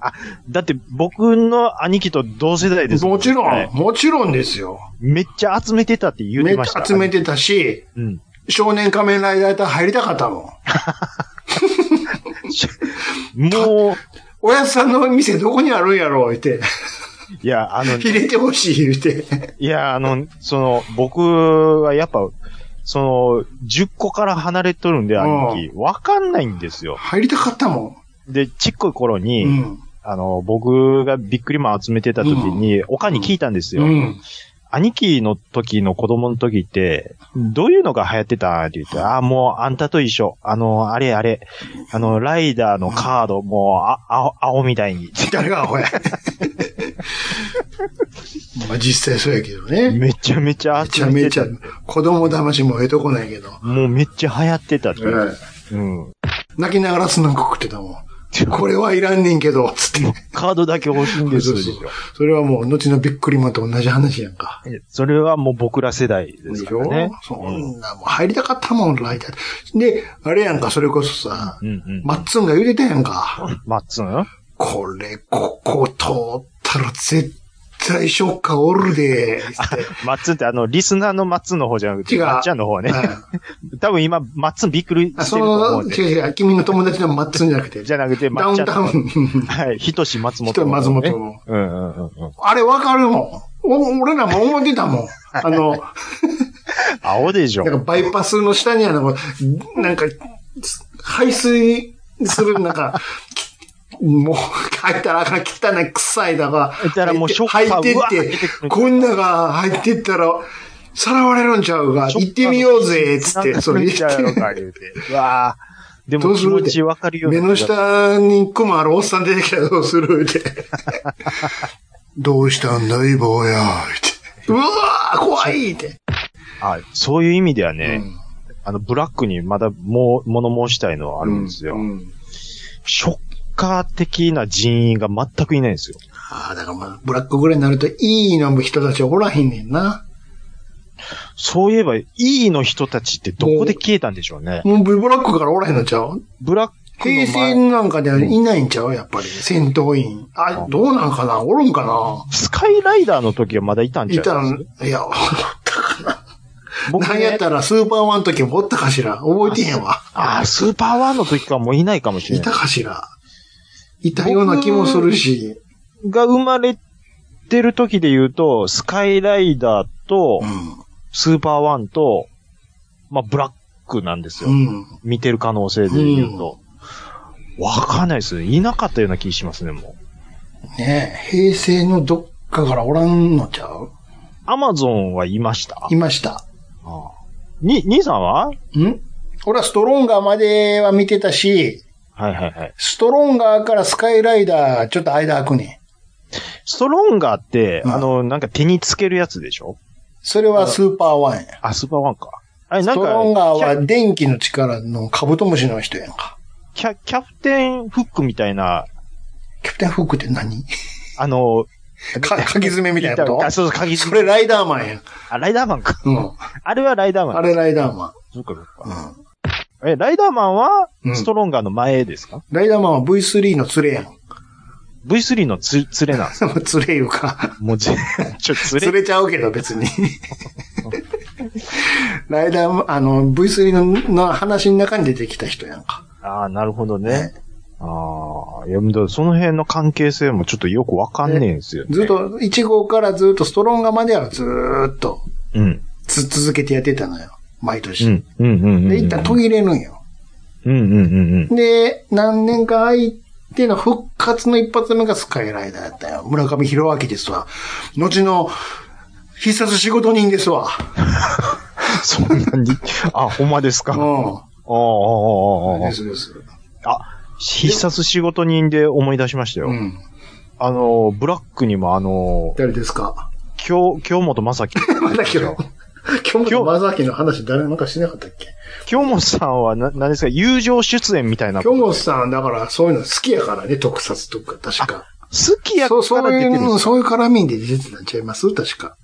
Speaker 1: あ、だって僕の兄貴と同世代ですん
Speaker 3: もちろ
Speaker 1: はい
Speaker 3: ん、もちろんですよ。
Speaker 1: めっちゃ集めてたって言っ
Speaker 3: め
Speaker 1: て
Speaker 3: っ
Speaker 1: まし
Speaker 3: ち
Speaker 1: た。
Speaker 3: ゃ集めてたし、
Speaker 1: うん。
Speaker 3: 少年仮面ライダーと入りたかったもん。
Speaker 1: もう、
Speaker 3: おやつさんの店どこにあるんやろう言って。
Speaker 1: いや、あの、
Speaker 3: 入れてほしい言って。
Speaker 1: いや、あの、その、僕はやっぱ、その、10個から離れとるんで、兄貴、わかんないんですよ。
Speaker 3: 入りたかったも
Speaker 1: で、ちっこい頃
Speaker 3: ん。
Speaker 1: に、
Speaker 3: うん。
Speaker 1: あの、僕がびっくりマン集めてた時に、おかに聞いたんですよ。
Speaker 3: うん。
Speaker 1: 兄貴の時の子供の時って、どういうのが流行ってたって言って、ああ、もうあんたと一緒。あの、あれあれ、あの、ライダーのカード、もう、あ、青、青みたい に。
Speaker 3: 誰がこれ。まあ実際そうやけどね。
Speaker 1: めちゃめちゃ
Speaker 3: めち
Speaker 1: 集
Speaker 3: ゃ
Speaker 1: め
Speaker 3: め
Speaker 1: て
Speaker 3: ち
Speaker 1: た
Speaker 3: ゃ。、子供騙しもええとこないけど。
Speaker 1: もうめっちゃ流行ってたって。うん。
Speaker 3: 泣きながらスナック食ってたもん。これはいらんねんけど、つって。
Speaker 1: カードだけ欲しいんですでしょ。
Speaker 3: それはもう、後のビックリマンと同じ話やんか。
Speaker 1: えそれはもう僕ら世代で
Speaker 3: です
Speaker 1: か
Speaker 3: しょ
Speaker 1: らね。
Speaker 3: そんな、もう入りたかったもん、ライター。で、あれやんか、それこそさ、
Speaker 1: うんうん。
Speaker 3: マッツンが言うてたやんか。
Speaker 1: マッツン
Speaker 3: これ、ここ通ったら絶対ショッカーおるで、つって。
Speaker 1: マッツンってあの、リスナーのマッツンの方じゃなくて、
Speaker 3: 違う
Speaker 1: マッチャンの方ね。
Speaker 3: はい
Speaker 1: 多分今、マッツンびっくりして
Speaker 3: あ
Speaker 1: る
Speaker 3: そ
Speaker 1: と思
Speaker 3: の、
Speaker 1: うん
Speaker 3: 違う
Speaker 1: で。
Speaker 3: 違う、君の友達のマッツンじゃなくて、
Speaker 1: じゃなくて、
Speaker 3: ダ
Speaker 1: マ
Speaker 3: ウ
Speaker 1: ッチャ
Speaker 3: ン
Speaker 1: ン
Speaker 3: タウ
Speaker 1: の。
Speaker 3: ン。
Speaker 1: はい。ひとし松本。
Speaker 3: ひとし松本。
Speaker 1: うんうんうんうん。
Speaker 3: あれわかるもん。お俺らも思ってたもん。あの、
Speaker 1: 青でしょ
Speaker 3: なん。かバイパスの下にあの、なんか、排水する、なんか、もう、入ったらあかん、汚い、臭いだが、
Speaker 1: 入ったらもうショッカー
Speaker 3: 入って
Speaker 1: うわー入
Speaker 3: っ
Speaker 1: ってて
Speaker 3: っ
Speaker 1: く
Speaker 3: て、
Speaker 1: る
Speaker 3: こんなが入ってったら、さらわれるんちゃうが、
Speaker 1: ショッカー
Speaker 3: 行ってみようぜ、つっ
Speaker 1: な
Speaker 3: て、
Speaker 1: ん
Speaker 3: それ
Speaker 1: か来ち
Speaker 3: 言
Speaker 1: ゃ
Speaker 3: っ
Speaker 1: うの
Speaker 3: て、
Speaker 1: か、言うて。うわーで
Speaker 3: ど
Speaker 1: も
Speaker 3: うす
Speaker 1: 気
Speaker 3: る
Speaker 1: 持ちわかるような
Speaker 3: 目
Speaker 1: 気が
Speaker 3: の下に雲あるおっさん出てきたらどうする って。どうしたんだい、坊や。ってうわー怖いって。
Speaker 1: あ、そういう意味ではね、
Speaker 3: うん
Speaker 1: あの、ブラックにまだもう、物申したいのはあるんですよ。
Speaker 3: うん
Speaker 1: ショッカー的な人員が全くいないんですよ。
Speaker 3: ああ、だからまあ、ブラックぐらいになると、いいの人たちはおらへんねんな。
Speaker 1: そういえば、E の人たちってどこで消えたんでしょうね。
Speaker 3: もうブラックからおらへんのちゃう
Speaker 1: ブラック
Speaker 3: 平
Speaker 1: の
Speaker 3: 成
Speaker 1: 前、
Speaker 3: なんかではいないんちゃうやっぱり。戦闘員。あ、どうなんかなおるんかな
Speaker 1: スカイライダーの時はまだいたんじ
Speaker 3: い
Speaker 1: ゃない
Speaker 3: た
Speaker 1: です
Speaker 3: ん、いや、
Speaker 1: 僕ね
Speaker 3: なんやったらスーパーワンの時もおったかしら覚えてへんわ。
Speaker 1: ああ、スーパーワンの時からもういないかもしれ
Speaker 3: い
Speaker 1: な
Speaker 3: た
Speaker 1: い。
Speaker 3: かしらいたような気もするし。
Speaker 1: が生まれてる時で言うと、スカイライダーと
Speaker 3: う、
Speaker 1: スーパーワンと、まあ、ブラックなんですよ。
Speaker 3: ん。うん。
Speaker 1: 見てる可能性で言うと。わかんないですね。いなかったような気しますね、もう。
Speaker 3: ねえ、平成のどっかからおらんのちゃう
Speaker 1: アマゾンはいました。
Speaker 3: いました。
Speaker 1: ああに、兄さんは
Speaker 3: ん俺はストロンガーまでは見てたし、
Speaker 1: はいはいはい。
Speaker 3: ストロンガーからスカイライダー、ちょっと間空くねん。
Speaker 1: ストロンガーって、
Speaker 3: うん
Speaker 1: あの、なんか手につけるやつでしょ
Speaker 3: それはスーパーワンや。
Speaker 1: あ、スーパーワンか。あれ、
Speaker 3: ス
Speaker 1: なん
Speaker 3: ト
Speaker 1: か
Speaker 3: ロンガー
Speaker 1: キャ、
Speaker 3: は電気の力のカブトムシの人やんか。
Speaker 1: キャ、キャプテンフックみたいな、
Speaker 3: キャプテンフックって何
Speaker 1: あの、
Speaker 3: か、かき爪みたいなこ
Speaker 1: あ、
Speaker 3: と
Speaker 1: そうそう、鍵
Speaker 3: それライダーマンやん。
Speaker 1: あ、ライダーマンか。
Speaker 3: うん。
Speaker 1: あれはライダーマン。
Speaker 3: あれライダーマ
Speaker 1: そうかそうか。
Speaker 3: ン。うん。
Speaker 1: え、ライダーマンは
Speaker 3: う、ん
Speaker 1: ストロンガーの前ですか、
Speaker 3: ライダーマンは V3 の連れやん。
Speaker 1: ?V3 のつ、連れなんですよ。
Speaker 3: 連れいうか。
Speaker 1: もうぜ、ちょ、 連
Speaker 3: 連
Speaker 1: れ。
Speaker 3: れちゃうけど別に。 ライダーマン、あの、V3 のの話の中に出てきた人やんか。
Speaker 1: ああ、なるほどね。ああ、いや、だからその辺の関係性もちょっとよくわかんねえんですよ、ね。
Speaker 3: ずっ。と、1号からずっとストロンガまではずーっと
Speaker 1: うん。
Speaker 3: つ続けてやってたのよ。毎
Speaker 1: う
Speaker 3: 年。
Speaker 1: ん。うん。うんうん。うん
Speaker 3: で、一旦途切れるんよ。
Speaker 1: うんうんうん うん。
Speaker 3: で、何年か空いての復活の一発目がスカイライダーやったよ。村上博明ですわ。後の必殺仕事人で すわ。
Speaker 1: そんなに、 あ、ほんまですか。ああ、あ
Speaker 3: う
Speaker 1: あ
Speaker 3: ん。
Speaker 1: ああ
Speaker 3: で、すです。
Speaker 1: 必殺仕事人で思い出しましたよ。
Speaker 3: うん。
Speaker 1: あの、ブラックにもあの、
Speaker 3: 誰ですか
Speaker 1: 京、京本正樹。
Speaker 3: まだけど。今日も正樹の話誰なんかしなかったっけ
Speaker 1: 京本さんはな、何ですか友情出演みたいな。
Speaker 3: 京本さん、だからそういうの好きやからね、特撮とか、確か。
Speaker 1: 好きやか
Speaker 3: そう、そう
Speaker 1: ら出
Speaker 3: い
Speaker 1: てるんです
Speaker 3: う、うん
Speaker 1: よ
Speaker 3: そういう絡みで出てたんちゃいます確か。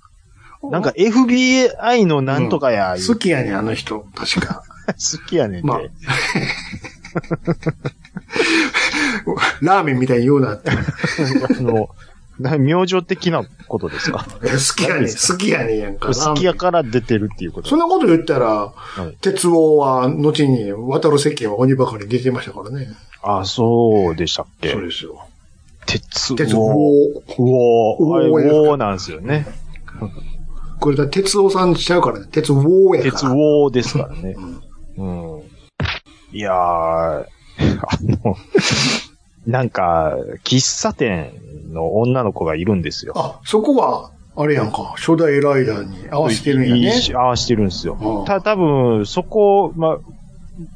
Speaker 1: なんか FBI のなんとかや、
Speaker 3: 好きやねん、あの人。確か。
Speaker 1: 好きやねんて。
Speaker 3: まあラーメンみたいに言うなっ て。
Speaker 1: あの、な明星的なことですか
Speaker 3: いや好きやねん、好きやねんやんか。
Speaker 1: 好きや
Speaker 3: ラーメン
Speaker 1: から出てるっていうこと。
Speaker 3: そんなこと言ったら
Speaker 1: い、
Speaker 3: 鉄王は、後に、渡る世間は鬼ばかり出てましたからね。
Speaker 1: あ、そうでしたっけ
Speaker 3: そうですよ。
Speaker 1: 鉄王。
Speaker 3: 鉄
Speaker 1: う
Speaker 3: 王。
Speaker 1: おー。あれ
Speaker 3: うおーや
Speaker 1: うおーなんですよね。
Speaker 3: これだ、鉄王さんちゃうからね。鉄王や
Speaker 1: 鉄
Speaker 3: から。
Speaker 1: 王ですからね。うん。いやー、あの、なんか、喫茶店の女の子がいるんですよ。
Speaker 3: あ、そこは、あれやんか。初代ライダーに合わせてるんや
Speaker 1: いい
Speaker 3: ね。
Speaker 1: しああ、してるんです
Speaker 3: うん
Speaker 1: よ。た、多分そこ、まあ、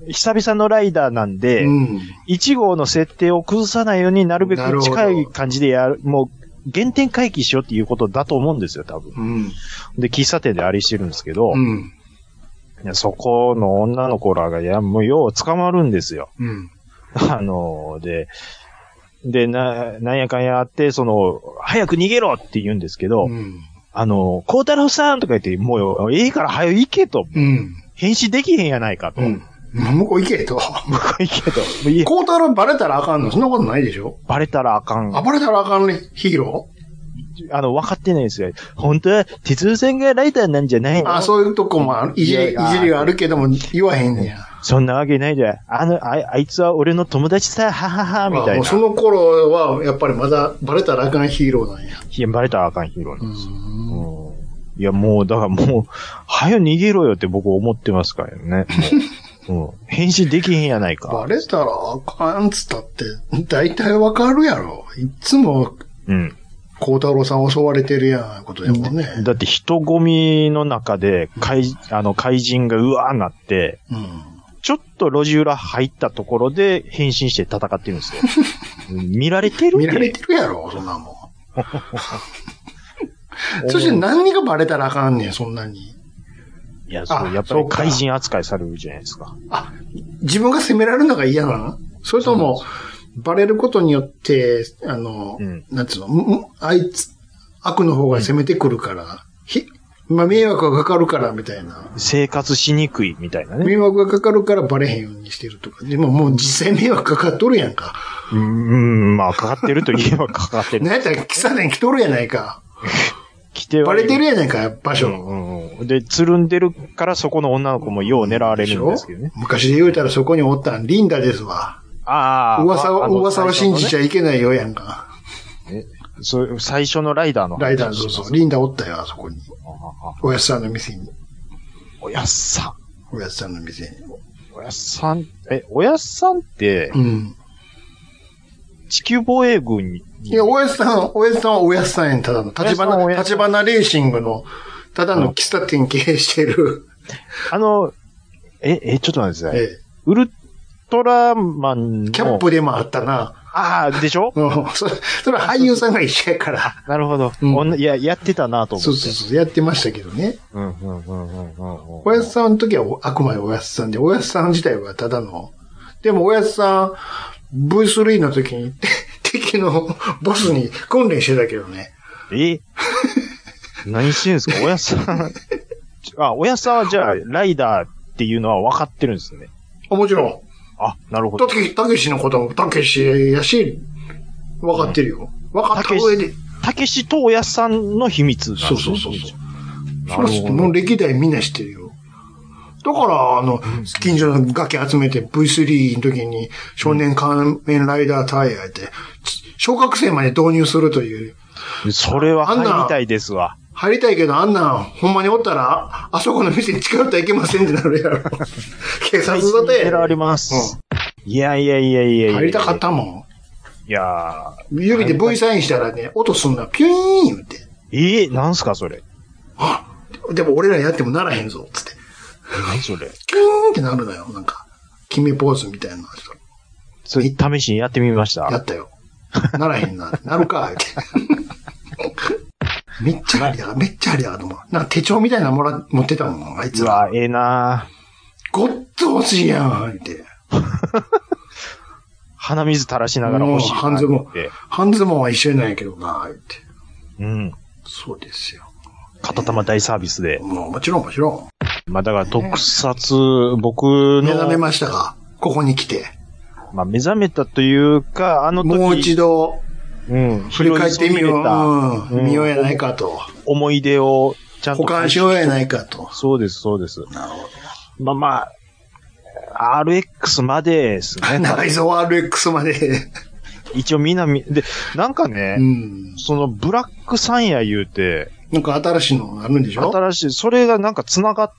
Speaker 1: 久々のライダーなんで、
Speaker 3: うん。
Speaker 1: 1号の設定を崩さないようになるべ
Speaker 3: なる
Speaker 1: く
Speaker 3: ほど
Speaker 1: 近い感じでやる、もう、原点回帰しようっていうことだと思うんですよ、多分。
Speaker 3: うん。
Speaker 1: で、喫茶店であれしてるんですけど、
Speaker 3: うん。
Speaker 1: いやそこの女の子らが、いや、もうよう捕まるんですよ。
Speaker 3: うん。
Speaker 1: あの、で、で、な、なんやかんやあって、その、早く逃げろって言うんですけど、
Speaker 3: うん。
Speaker 1: あの、孝太郎さんとか言って、もう、ええから早い行けと。
Speaker 3: うん。
Speaker 1: 返信できへんやないかと。
Speaker 3: う
Speaker 1: 向
Speaker 3: ん。向こう行けと。
Speaker 1: こう 行けと。もういや
Speaker 3: 孝太郎バレたらあかんのそんなことないでしょ
Speaker 1: バレたらあかん。
Speaker 3: あ、バレたらあかんね、ヒーロ
Speaker 1: あの、分かってないんですよ。本当は、鉄道線がライターなんじゃない
Speaker 3: ー
Speaker 1: の
Speaker 3: あ、そういうとこもあるいじり、
Speaker 1: い
Speaker 3: い
Speaker 1: や
Speaker 3: じりがあるけども言わへんねや。
Speaker 1: そんなわけないじゃん。あの、あ、あいつは俺の友達さ、ははは、み
Speaker 3: まあ
Speaker 1: たい
Speaker 3: もう
Speaker 1: な。
Speaker 3: その頃は、やっぱりまだバレたらあかんヒーローなんや。
Speaker 1: いや、バレたらあかんヒーロー
Speaker 3: う
Speaker 1: なんですよ。
Speaker 3: ん。
Speaker 1: うんいや、もう、だからもう、早よ逃げろよって僕思ってますからね。 もううん、返信できへんやないか。
Speaker 3: バレたらあかんっつったって、だいたいわかるやろ。いつも、
Speaker 1: うん。
Speaker 3: 孝太郎さん襲われてるやん、ことやもんね。
Speaker 1: だって人混みの中で、怪、あの、怪人がうわーなって、
Speaker 3: うん。
Speaker 1: ちょっと路地裏入ったところで変身して戦ってるんです よ。うん見られてる
Speaker 3: 見られ
Speaker 1: って
Speaker 3: るやろ、そ んなもん。そして何がバレたらあかんねん、そんなに。
Speaker 1: いや、そう、
Speaker 3: あ
Speaker 1: やっぱり
Speaker 3: そうか
Speaker 1: 怪人扱いされるじゃないですか。
Speaker 3: あ、自分が責められるのが嫌なのそれとも、バレることによって、あの、
Speaker 1: うん
Speaker 3: なんつうの、んんあいつ、悪の方が攻めてくるから、ひ、まあ、迷惑がかかるから、みたいな。
Speaker 1: 生活しにくいみたいなね。
Speaker 3: 迷惑がかかるからバレへんようにしてるとか。でももう実際迷惑かかっとるやんか。
Speaker 1: うん、うんまあ、かかってると言えばかかってる。
Speaker 3: なんやったら喫茶店来とるやないか。
Speaker 1: 来ては
Speaker 3: バ
Speaker 1: い
Speaker 3: レてるやないか、場
Speaker 1: う
Speaker 3: 所。
Speaker 1: んうんうん。で、つるんでるからそこの女の子もよう狙われ
Speaker 3: でし
Speaker 1: るん
Speaker 3: ょ
Speaker 1: ですけどね。
Speaker 3: 昔で言うたらそこにおったん、リンダですわ。
Speaker 1: ああ。
Speaker 3: 噂
Speaker 1: あ
Speaker 3: を、
Speaker 1: の
Speaker 3: 噂を信じちゃいけないよやんか。
Speaker 1: 最初のねそう最初のライダーの話。
Speaker 3: ライダー、そうそう。リンダおったよ、あそこに。
Speaker 1: あああ
Speaker 3: おやっさんの店に。
Speaker 1: おやっさ
Speaker 3: おやっさんの店に。
Speaker 1: ん。おやっさん、え、おやっさんって
Speaker 3: う、ん。
Speaker 1: 地球防衛軍に。
Speaker 3: いや、おやっさん、おやっさんはおやっさんやん、ただの。立
Speaker 1: おやっさんはお
Speaker 3: 花、
Speaker 1: やっ
Speaker 3: 立花レーシングの、ただの喫茶店経営してる。
Speaker 1: あの、え、え、ちょっと待ってください。
Speaker 3: え
Speaker 1: ウルトラマンの。
Speaker 3: えキャップでもあったな。
Speaker 1: ああ、でしょ
Speaker 3: うん。 それ、それは俳優さんが一緒やから。
Speaker 1: なるほど、
Speaker 3: うん
Speaker 1: おん。いや、やってたなと思って。
Speaker 3: そうそうそう、やってましたけどね。
Speaker 1: うんうんうんうんうん
Speaker 3: おやっ
Speaker 1: ん。
Speaker 3: さんの時はおあくまでおやっさんで、おやっさん自体はただの。でもおやっさん、V3 の時に、 て敵のボスに訓練してたけどね。
Speaker 1: え何してんですかおやっさん。あ、おやっさんはじゃあ、ライダーっていうのは分かってるんですね。
Speaker 3: あもちろん、
Speaker 1: あ、なるほ
Speaker 3: た
Speaker 1: ど。
Speaker 3: け、たけしのこともたけしやし、分かってるよ。分かった上で。
Speaker 1: たけしとおやっさんの秘密なんです
Speaker 3: そ
Speaker 1: ね
Speaker 3: うそうそうそう。
Speaker 1: な
Speaker 3: そ
Speaker 1: る
Speaker 3: れはも
Speaker 1: ほ
Speaker 3: う
Speaker 1: ど。
Speaker 3: 歴代みんな知ってるよ。だから、あの、近所のガキ集めて V3 の時に少年仮面ライダータイヤって、ち小学生まで導入するという。
Speaker 1: それは入りたいですわ。
Speaker 3: 入りたいけど、あんなん、ほんまにおったら、ああそこの店に近寄ったらいけませんってなるや ろ。警察
Speaker 1: 狙
Speaker 3: だ
Speaker 1: われ
Speaker 3: って。
Speaker 1: ます。いやいやいやいやいや。
Speaker 3: 入りたかったも
Speaker 1: いや
Speaker 3: ん。指で V サインしたらね、音すんな、ピュイーン言うて。
Speaker 1: ー。えー、なんすかそれ。
Speaker 3: あ、でも俺らやってもならへんぞ、つって。
Speaker 1: 何それ。
Speaker 3: キューンってなるのよ、なんか。決めポーズみたいなの
Speaker 1: それ、試しにやってみまし
Speaker 3: や
Speaker 1: た。
Speaker 3: ったよ。ならへんな。なるか、言うて。 めっちゃありや、めっちゃありやと思う。なんか手帳みたいなのもら、持ってたもん、あいうつら。
Speaker 1: わ、ええなー
Speaker 3: ごっつ欲しいやん、言うて。
Speaker 1: 鼻水垂らしながら欲しいな。
Speaker 3: もう半ズボン
Speaker 1: って
Speaker 3: 半ズボンは一緒なんやけどな、言うて。
Speaker 1: うん。
Speaker 3: そうですよ。
Speaker 1: 片玉大サービスで。
Speaker 3: もうもちろんもちろん。
Speaker 1: まあだから特撮、僕の、
Speaker 3: 目覚めましたかここに来て。
Speaker 1: まあ目覚めたというか、あの時、
Speaker 3: もう一度
Speaker 1: うん、
Speaker 3: 振り返ってみ
Speaker 1: 拾い
Speaker 3: よ
Speaker 1: 下げ
Speaker 3: う。
Speaker 1: た
Speaker 3: うん。見ようやないかと。
Speaker 1: 思い出をちゃんと
Speaker 3: 保管しようやないかと。
Speaker 1: そうです、そうです。
Speaker 3: なるほ
Speaker 1: まあまあ、RX までです
Speaker 3: ど。
Speaker 1: ね。
Speaker 3: 内蔵 RX まで。
Speaker 1: 一応南、で、なんかね、
Speaker 3: うん。
Speaker 1: そのブラックサンや言うて、
Speaker 3: なんか新しいのあるんでしょ
Speaker 1: 新しい、それがなんか繋がっ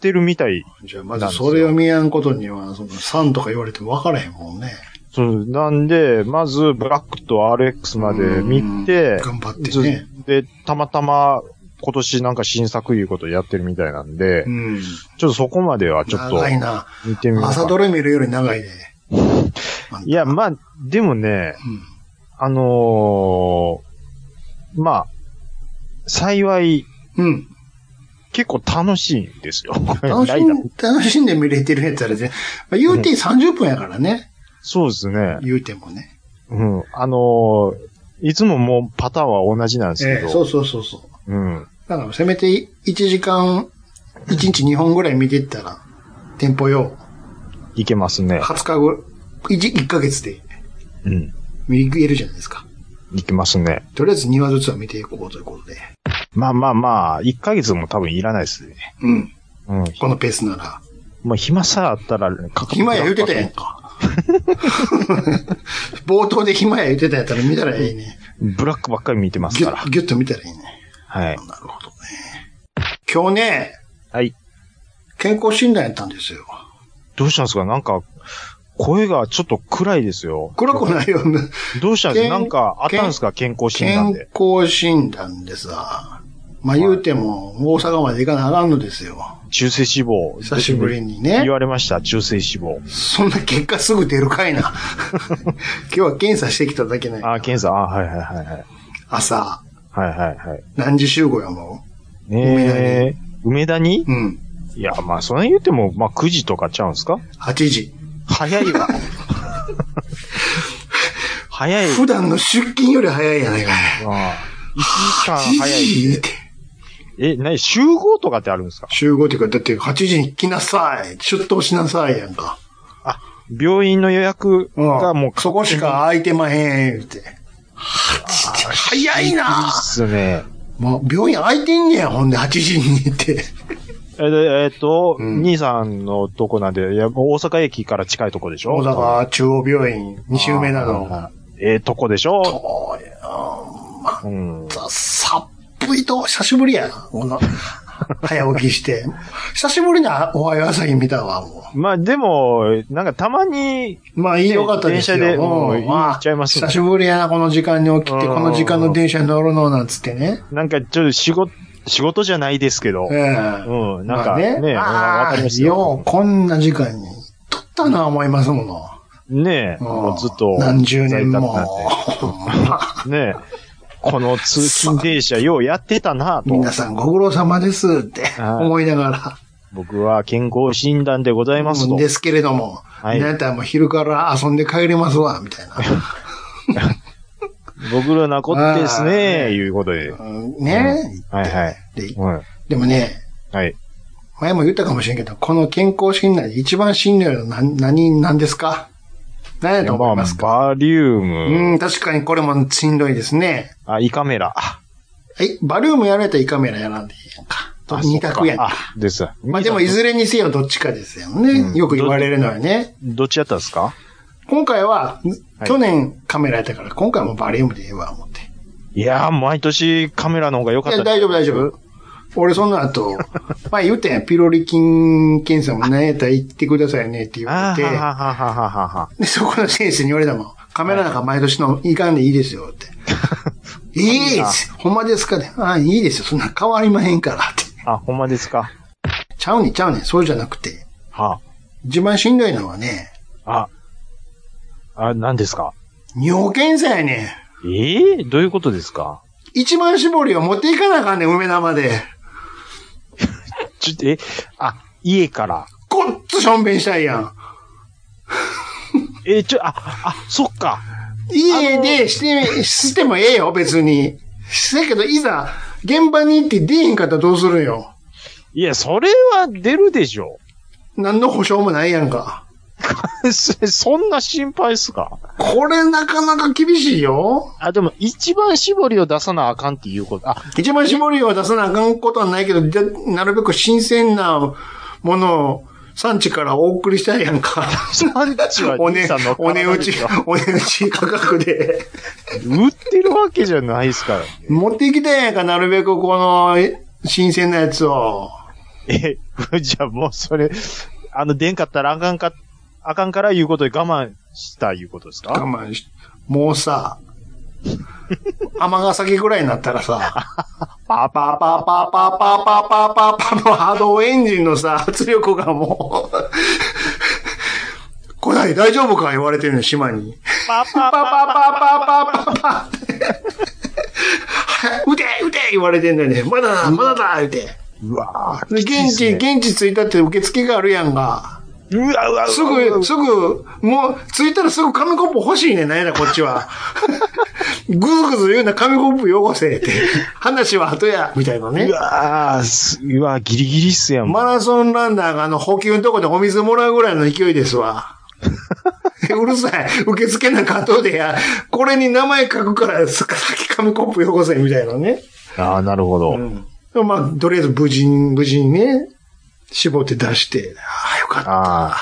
Speaker 1: てるみたい。
Speaker 3: じゃあまずそれを見やんことには、その3とか言われても分からへんもんね。
Speaker 1: そうなんで、まずブラックと RX まで見て、
Speaker 3: うん頑張ってね。
Speaker 1: で、たまたま今年なんか新作いうことやってるみたいなんで、
Speaker 3: うん。
Speaker 1: ちょっとそこまではちょっと
Speaker 3: 長いな。
Speaker 1: 見てみよう
Speaker 3: 朝
Speaker 1: か
Speaker 3: ドラ見るより長いね。
Speaker 1: いや、まあ、でもね、
Speaker 3: うん。
Speaker 1: あのーまあ、幸い、
Speaker 3: うん。
Speaker 1: 結構楽しいんですよ。
Speaker 3: 楽
Speaker 1: ライ
Speaker 3: し
Speaker 1: ダ
Speaker 3: ん
Speaker 1: ー
Speaker 3: 楽しんで見れてるやつあれで、まあ、言うて30分やからね。
Speaker 1: そうですね。
Speaker 3: 言うてもね。
Speaker 1: うん。あのーいつももうパターンは同じなんですけ
Speaker 3: え
Speaker 1: ど。
Speaker 3: え、そうそうそうそ
Speaker 1: う
Speaker 3: う。
Speaker 1: ん。
Speaker 3: だからせめて1時間、1日2本ぐらい見てったら、店舗用、
Speaker 1: いけますね。
Speaker 3: 20日後、1, 1ヶ月で
Speaker 1: うん。
Speaker 3: 見えるじゃないですか。
Speaker 1: いけますね。
Speaker 3: とりあえず2話ずつは見ていこうということで。
Speaker 1: まあまあまあ、1ヶ月も多分いらないですね。
Speaker 3: うん。
Speaker 1: うん。
Speaker 3: このペースなら。
Speaker 1: もう暇さえあったら、かか
Speaker 3: 暇や言うてたやんか。 冒頭で暇や言うてたやったら見たらいいね。
Speaker 1: ブラックばっかり見てます
Speaker 3: ぎゅ
Speaker 1: から。
Speaker 3: ぎゅっと見たらいいね。
Speaker 1: はい。
Speaker 3: なるほどね。今日ね、
Speaker 1: はい。
Speaker 3: 健康診断やったんですよ。
Speaker 1: どうしたんですかなんか、声がちょっと暗いですよ。
Speaker 3: 暗くないよね。
Speaker 1: どうしたんです
Speaker 3: 健
Speaker 1: かなんかあったんですか健康診断
Speaker 3: 健
Speaker 1: で。
Speaker 3: 康診断でさ、まあ言うても大阪まで行かなあかんのですよ。
Speaker 1: 中性脂肪。
Speaker 3: 久しぶりにね
Speaker 1: 言。われました、中性脂肪。
Speaker 3: そんな結果すぐ出る かいな。今日は検査してきただけない。
Speaker 1: あー、検査、あーはいはいはいはい。
Speaker 3: 朝、
Speaker 1: はいはいはい。
Speaker 3: 何時集合やも
Speaker 1: ねえ。梅田に
Speaker 3: う。うん。
Speaker 1: いや、まあ、それ言っても、まあ、9時とかちゃうんですか
Speaker 3: 8時。
Speaker 1: 早 いわ。早い。
Speaker 3: 普段の出勤より早いやないかい。
Speaker 1: ああ1時間
Speaker 3: 8
Speaker 1: 早い
Speaker 3: 時
Speaker 1: っ
Speaker 3: って
Speaker 1: て。。え、なに、集合とかってあるんですか
Speaker 3: 集合っていうか、だって8時に来なさい。出頭しなさいやんか。
Speaker 1: あ、病院の予約
Speaker 3: うん。
Speaker 1: がもう、
Speaker 3: そこしか空いてまへん、言うて。早い
Speaker 1: いいっ
Speaker 3: な
Speaker 1: すね。
Speaker 3: もう病院空いてんねや、ほんで8時にって。
Speaker 1: え、でえっと、
Speaker 3: うん
Speaker 1: 兄さんのとこなんで、いや大阪駅から近いとこでしょ
Speaker 3: 大阪中央病院2周目な
Speaker 1: はい
Speaker 3: の。
Speaker 1: はいええとこでしょ
Speaker 3: おいあ
Speaker 1: うん。
Speaker 3: ーさっぷりと、久しぶりやな。この早起きして。 久しぶりにあおはよう朝日見たわ、も
Speaker 1: まあ、でも、なんかたまに、
Speaker 3: う。まあ、いいよかったですよ。
Speaker 1: 電車で
Speaker 3: うん
Speaker 1: うん行っちゃいますね
Speaker 3: あ久しぶりやな、この時間に起きて、
Speaker 1: うん
Speaker 3: この時間の電車に乗るの、なんつってね。
Speaker 1: なんかちょっと仕事、仕事じゃないですけど、
Speaker 3: ええ
Speaker 1: うん、なんかね、うん
Speaker 3: あ
Speaker 1: わ
Speaker 3: あ
Speaker 1: かります
Speaker 3: よ
Speaker 1: よ
Speaker 3: う、。こんな時間に撮ったな、思いますもの。
Speaker 1: ねえ、
Speaker 3: うん
Speaker 1: もうずっと、
Speaker 3: 何十年も。
Speaker 1: 在宅なんでねえ、この通勤電車ようやってたなと。
Speaker 3: 皆さんご苦労様ですって
Speaker 1: はい
Speaker 3: 思いなが
Speaker 1: 僕は健康診断でございま
Speaker 3: ら。
Speaker 1: すと。
Speaker 3: ですけれども、
Speaker 1: い
Speaker 3: なんやったらもう昼から遊んで帰れますわ、みたいな。
Speaker 1: 僕らなこってです
Speaker 3: あー
Speaker 1: ね、いうことで。
Speaker 3: うんね、
Speaker 1: はいはい。
Speaker 3: で
Speaker 1: うん
Speaker 3: でもね、
Speaker 1: はい。
Speaker 3: 前も言ったかもしれんけど、この健康診断で一番信頼の何、何なんですか何やと思いますか、
Speaker 1: バリウ
Speaker 3: う
Speaker 1: ム、
Speaker 3: ん、確かにこれもしんどいですね。
Speaker 1: あ、胃カメラ。
Speaker 3: はい、バリウムやられたら胃カメラやらんでいいやんか。と
Speaker 1: あ
Speaker 3: 二択やん
Speaker 1: そっ
Speaker 3: か
Speaker 1: か。あ、です。
Speaker 3: まあでもいずれにせよどっちかですよね。
Speaker 1: うん
Speaker 3: よく言われるのはね。
Speaker 1: どっちやったんですか
Speaker 3: 今回は、
Speaker 1: はい
Speaker 3: 去年カメラやったから、今回もバリウムでええわ、思って。
Speaker 1: いやー、毎年カメラの方が良か
Speaker 3: い
Speaker 1: った。
Speaker 3: や、大丈夫、大丈夫。俺そ の後、まあ言ったやん、ピロリ菌検査も何やったら行ってくださいねって言わ
Speaker 1: あー
Speaker 3: れ
Speaker 1: は
Speaker 3: て、
Speaker 1: はははははは。
Speaker 3: で、そこの先生に言われたもん。カメラなんか毎年のいかんでいいです よって。いいです。ほんまですかね。ああ、いいですよ。そんな変わりまへんからって。
Speaker 1: あ、ほんまですか
Speaker 3: ちゃうねんちゃうねんそうじゃなくて。
Speaker 1: は
Speaker 3: 一番しんどいのはね、
Speaker 1: あ。あ、あ、何ですか
Speaker 3: 尿検査やねん。
Speaker 1: ええどういうことですか
Speaker 3: 一番絞りを持っていかなあかんねん、梅田まで。
Speaker 1: ちょっと、え、あ、家から。
Speaker 3: こっつしょんべんしたいやん。
Speaker 1: え、ちょ、あ、あ、そっか。
Speaker 3: 家でして、してもええよ、別に。せやけど、いざ、現場に行って出えへんかったらどうするんよ。
Speaker 1: いや、それは出るでしょ。
Speaker 3: 何の保証もないやんか。
Speaker 1: そそんな心配っすか
Speaker 3: これなかなか厳しいよ。
Speaker 1: あ、でも、一番絞りを出さなあかんっていうこと。あ、
Speaker 3: 一番絞りを出さなあかんことはないけど、じゃなるべく新鮮なものを産地からお送りしたいやんか。
Speaker 1: 産地は
Speaker 3: お
Speaker 1: 兄
Speaker 3: 値
Speaker 1: さんの、
Speaker 3: お値打ち
Speaker 1: 体でしょ、
Speaker 3: お値打ち価格で。
Speaker 1: 売ってるわけじゃないっすから。
Speaker 3: 持ってきたやんか、なるべくこの、新鮮なやつを。
Speaker 1: え、じゃあもうそれ、あの、出んかったらあかんか、あかんからいうことで我慢したいうことです
Speaker 3: 我
Speaker 1: か
Speaker 3: 慢し、もうさ、天崎ぐらいになったらさ、パーパーパーパーパーパーパーパーパーパーの波動エンジンのさ、圧力がもう、こない大丈夫か言われてるの、島に。
Speaker 1: パ
Speaker 3: パ
Speaker 1: パ
Speaker 3: ーパーパーパーパーパーパーって。撃て撃て言われてんのに、まだだ、まだだ言うて。
Speaker 1: うわぁ、
Speaker 3: で現地、
Speaker 1: きついっすね
Speaker 3: 現地着いたって受付があるやんが。
Speaker 1: うわうわうわ
Speaker 3: すぐ、すぐ、もう、着いたらすぐ紙コップ欲しいねん、なんやな、こっ ちは。ぐずぐず言うな、紙コップ汚せ、って。話は後や、みたいなね
Speaker 1: う。わーすうわギリギリっすやん。
Speaker 3: マラソンランナーがあの、補給のとこでお水もらうぐらいの勢いで すわ。うるさい。受付なんか後でや、これに名前書くから、さっき紙コップ汚せ、みたいなね。
Speaker 1: ああ、なるほど。
Speaker 3: うん。まあ、とりあえず無事に、無事にね、絞って出して、ああ、よかった。
Speaker 1: ああ。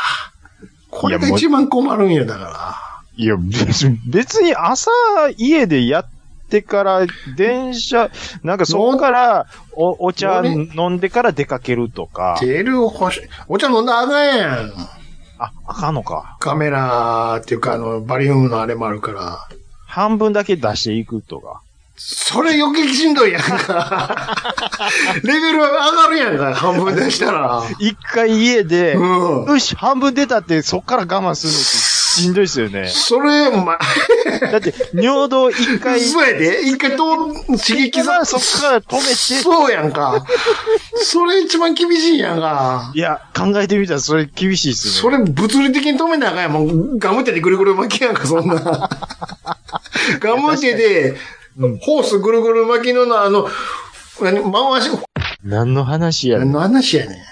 Speaker 3: これが一番困るんや、だか
Speaker 1: いや、別に別に朝家でやってから電車、なんかそこからおお茶
Speaker 3: もう。、
Speaker 1: 飲んでから出かけるとから
Speaker 3: ジェル欲しい。お茶飲んだらあかんやん。
Speaker 1: あ、あかんのか。
Speaker 3: カメラっていうか、あの、バリウムのあれもあるから。
Speaker 1: 半分だけ出していくとか。
Speaker 3: それ余計しんどいや んか。レベル上がるやんか、半分出したら。
Speaker 1: 一回家で、
Speaker 3: うん。
Speaker 1: よし、半分出たってそっから我慢するのってしんどいっすよね。
Speaker 3: それ、お前、
Speaker 1: だって、尿道一回、
Speaker 3: そうやで。一回と、刺激さ、
Speaker 1: そっから止めて、
Speaker 3: そうやんか。それ一番厳しいやんか。
Speaker 1: いや、考えてみたらそれ厳しいっすね。
Speaker 3: それ物理的に止めなあかんやん。もう、ガムテでぐるぐる巻きやんか、そ んな。ガムテで、ホースぐるぐる巻きのな、あの、何回し、
Speaker 1: 何の話やね
Speaker 3: 何
Speaker 1: ん。
Speaker 3: の話やね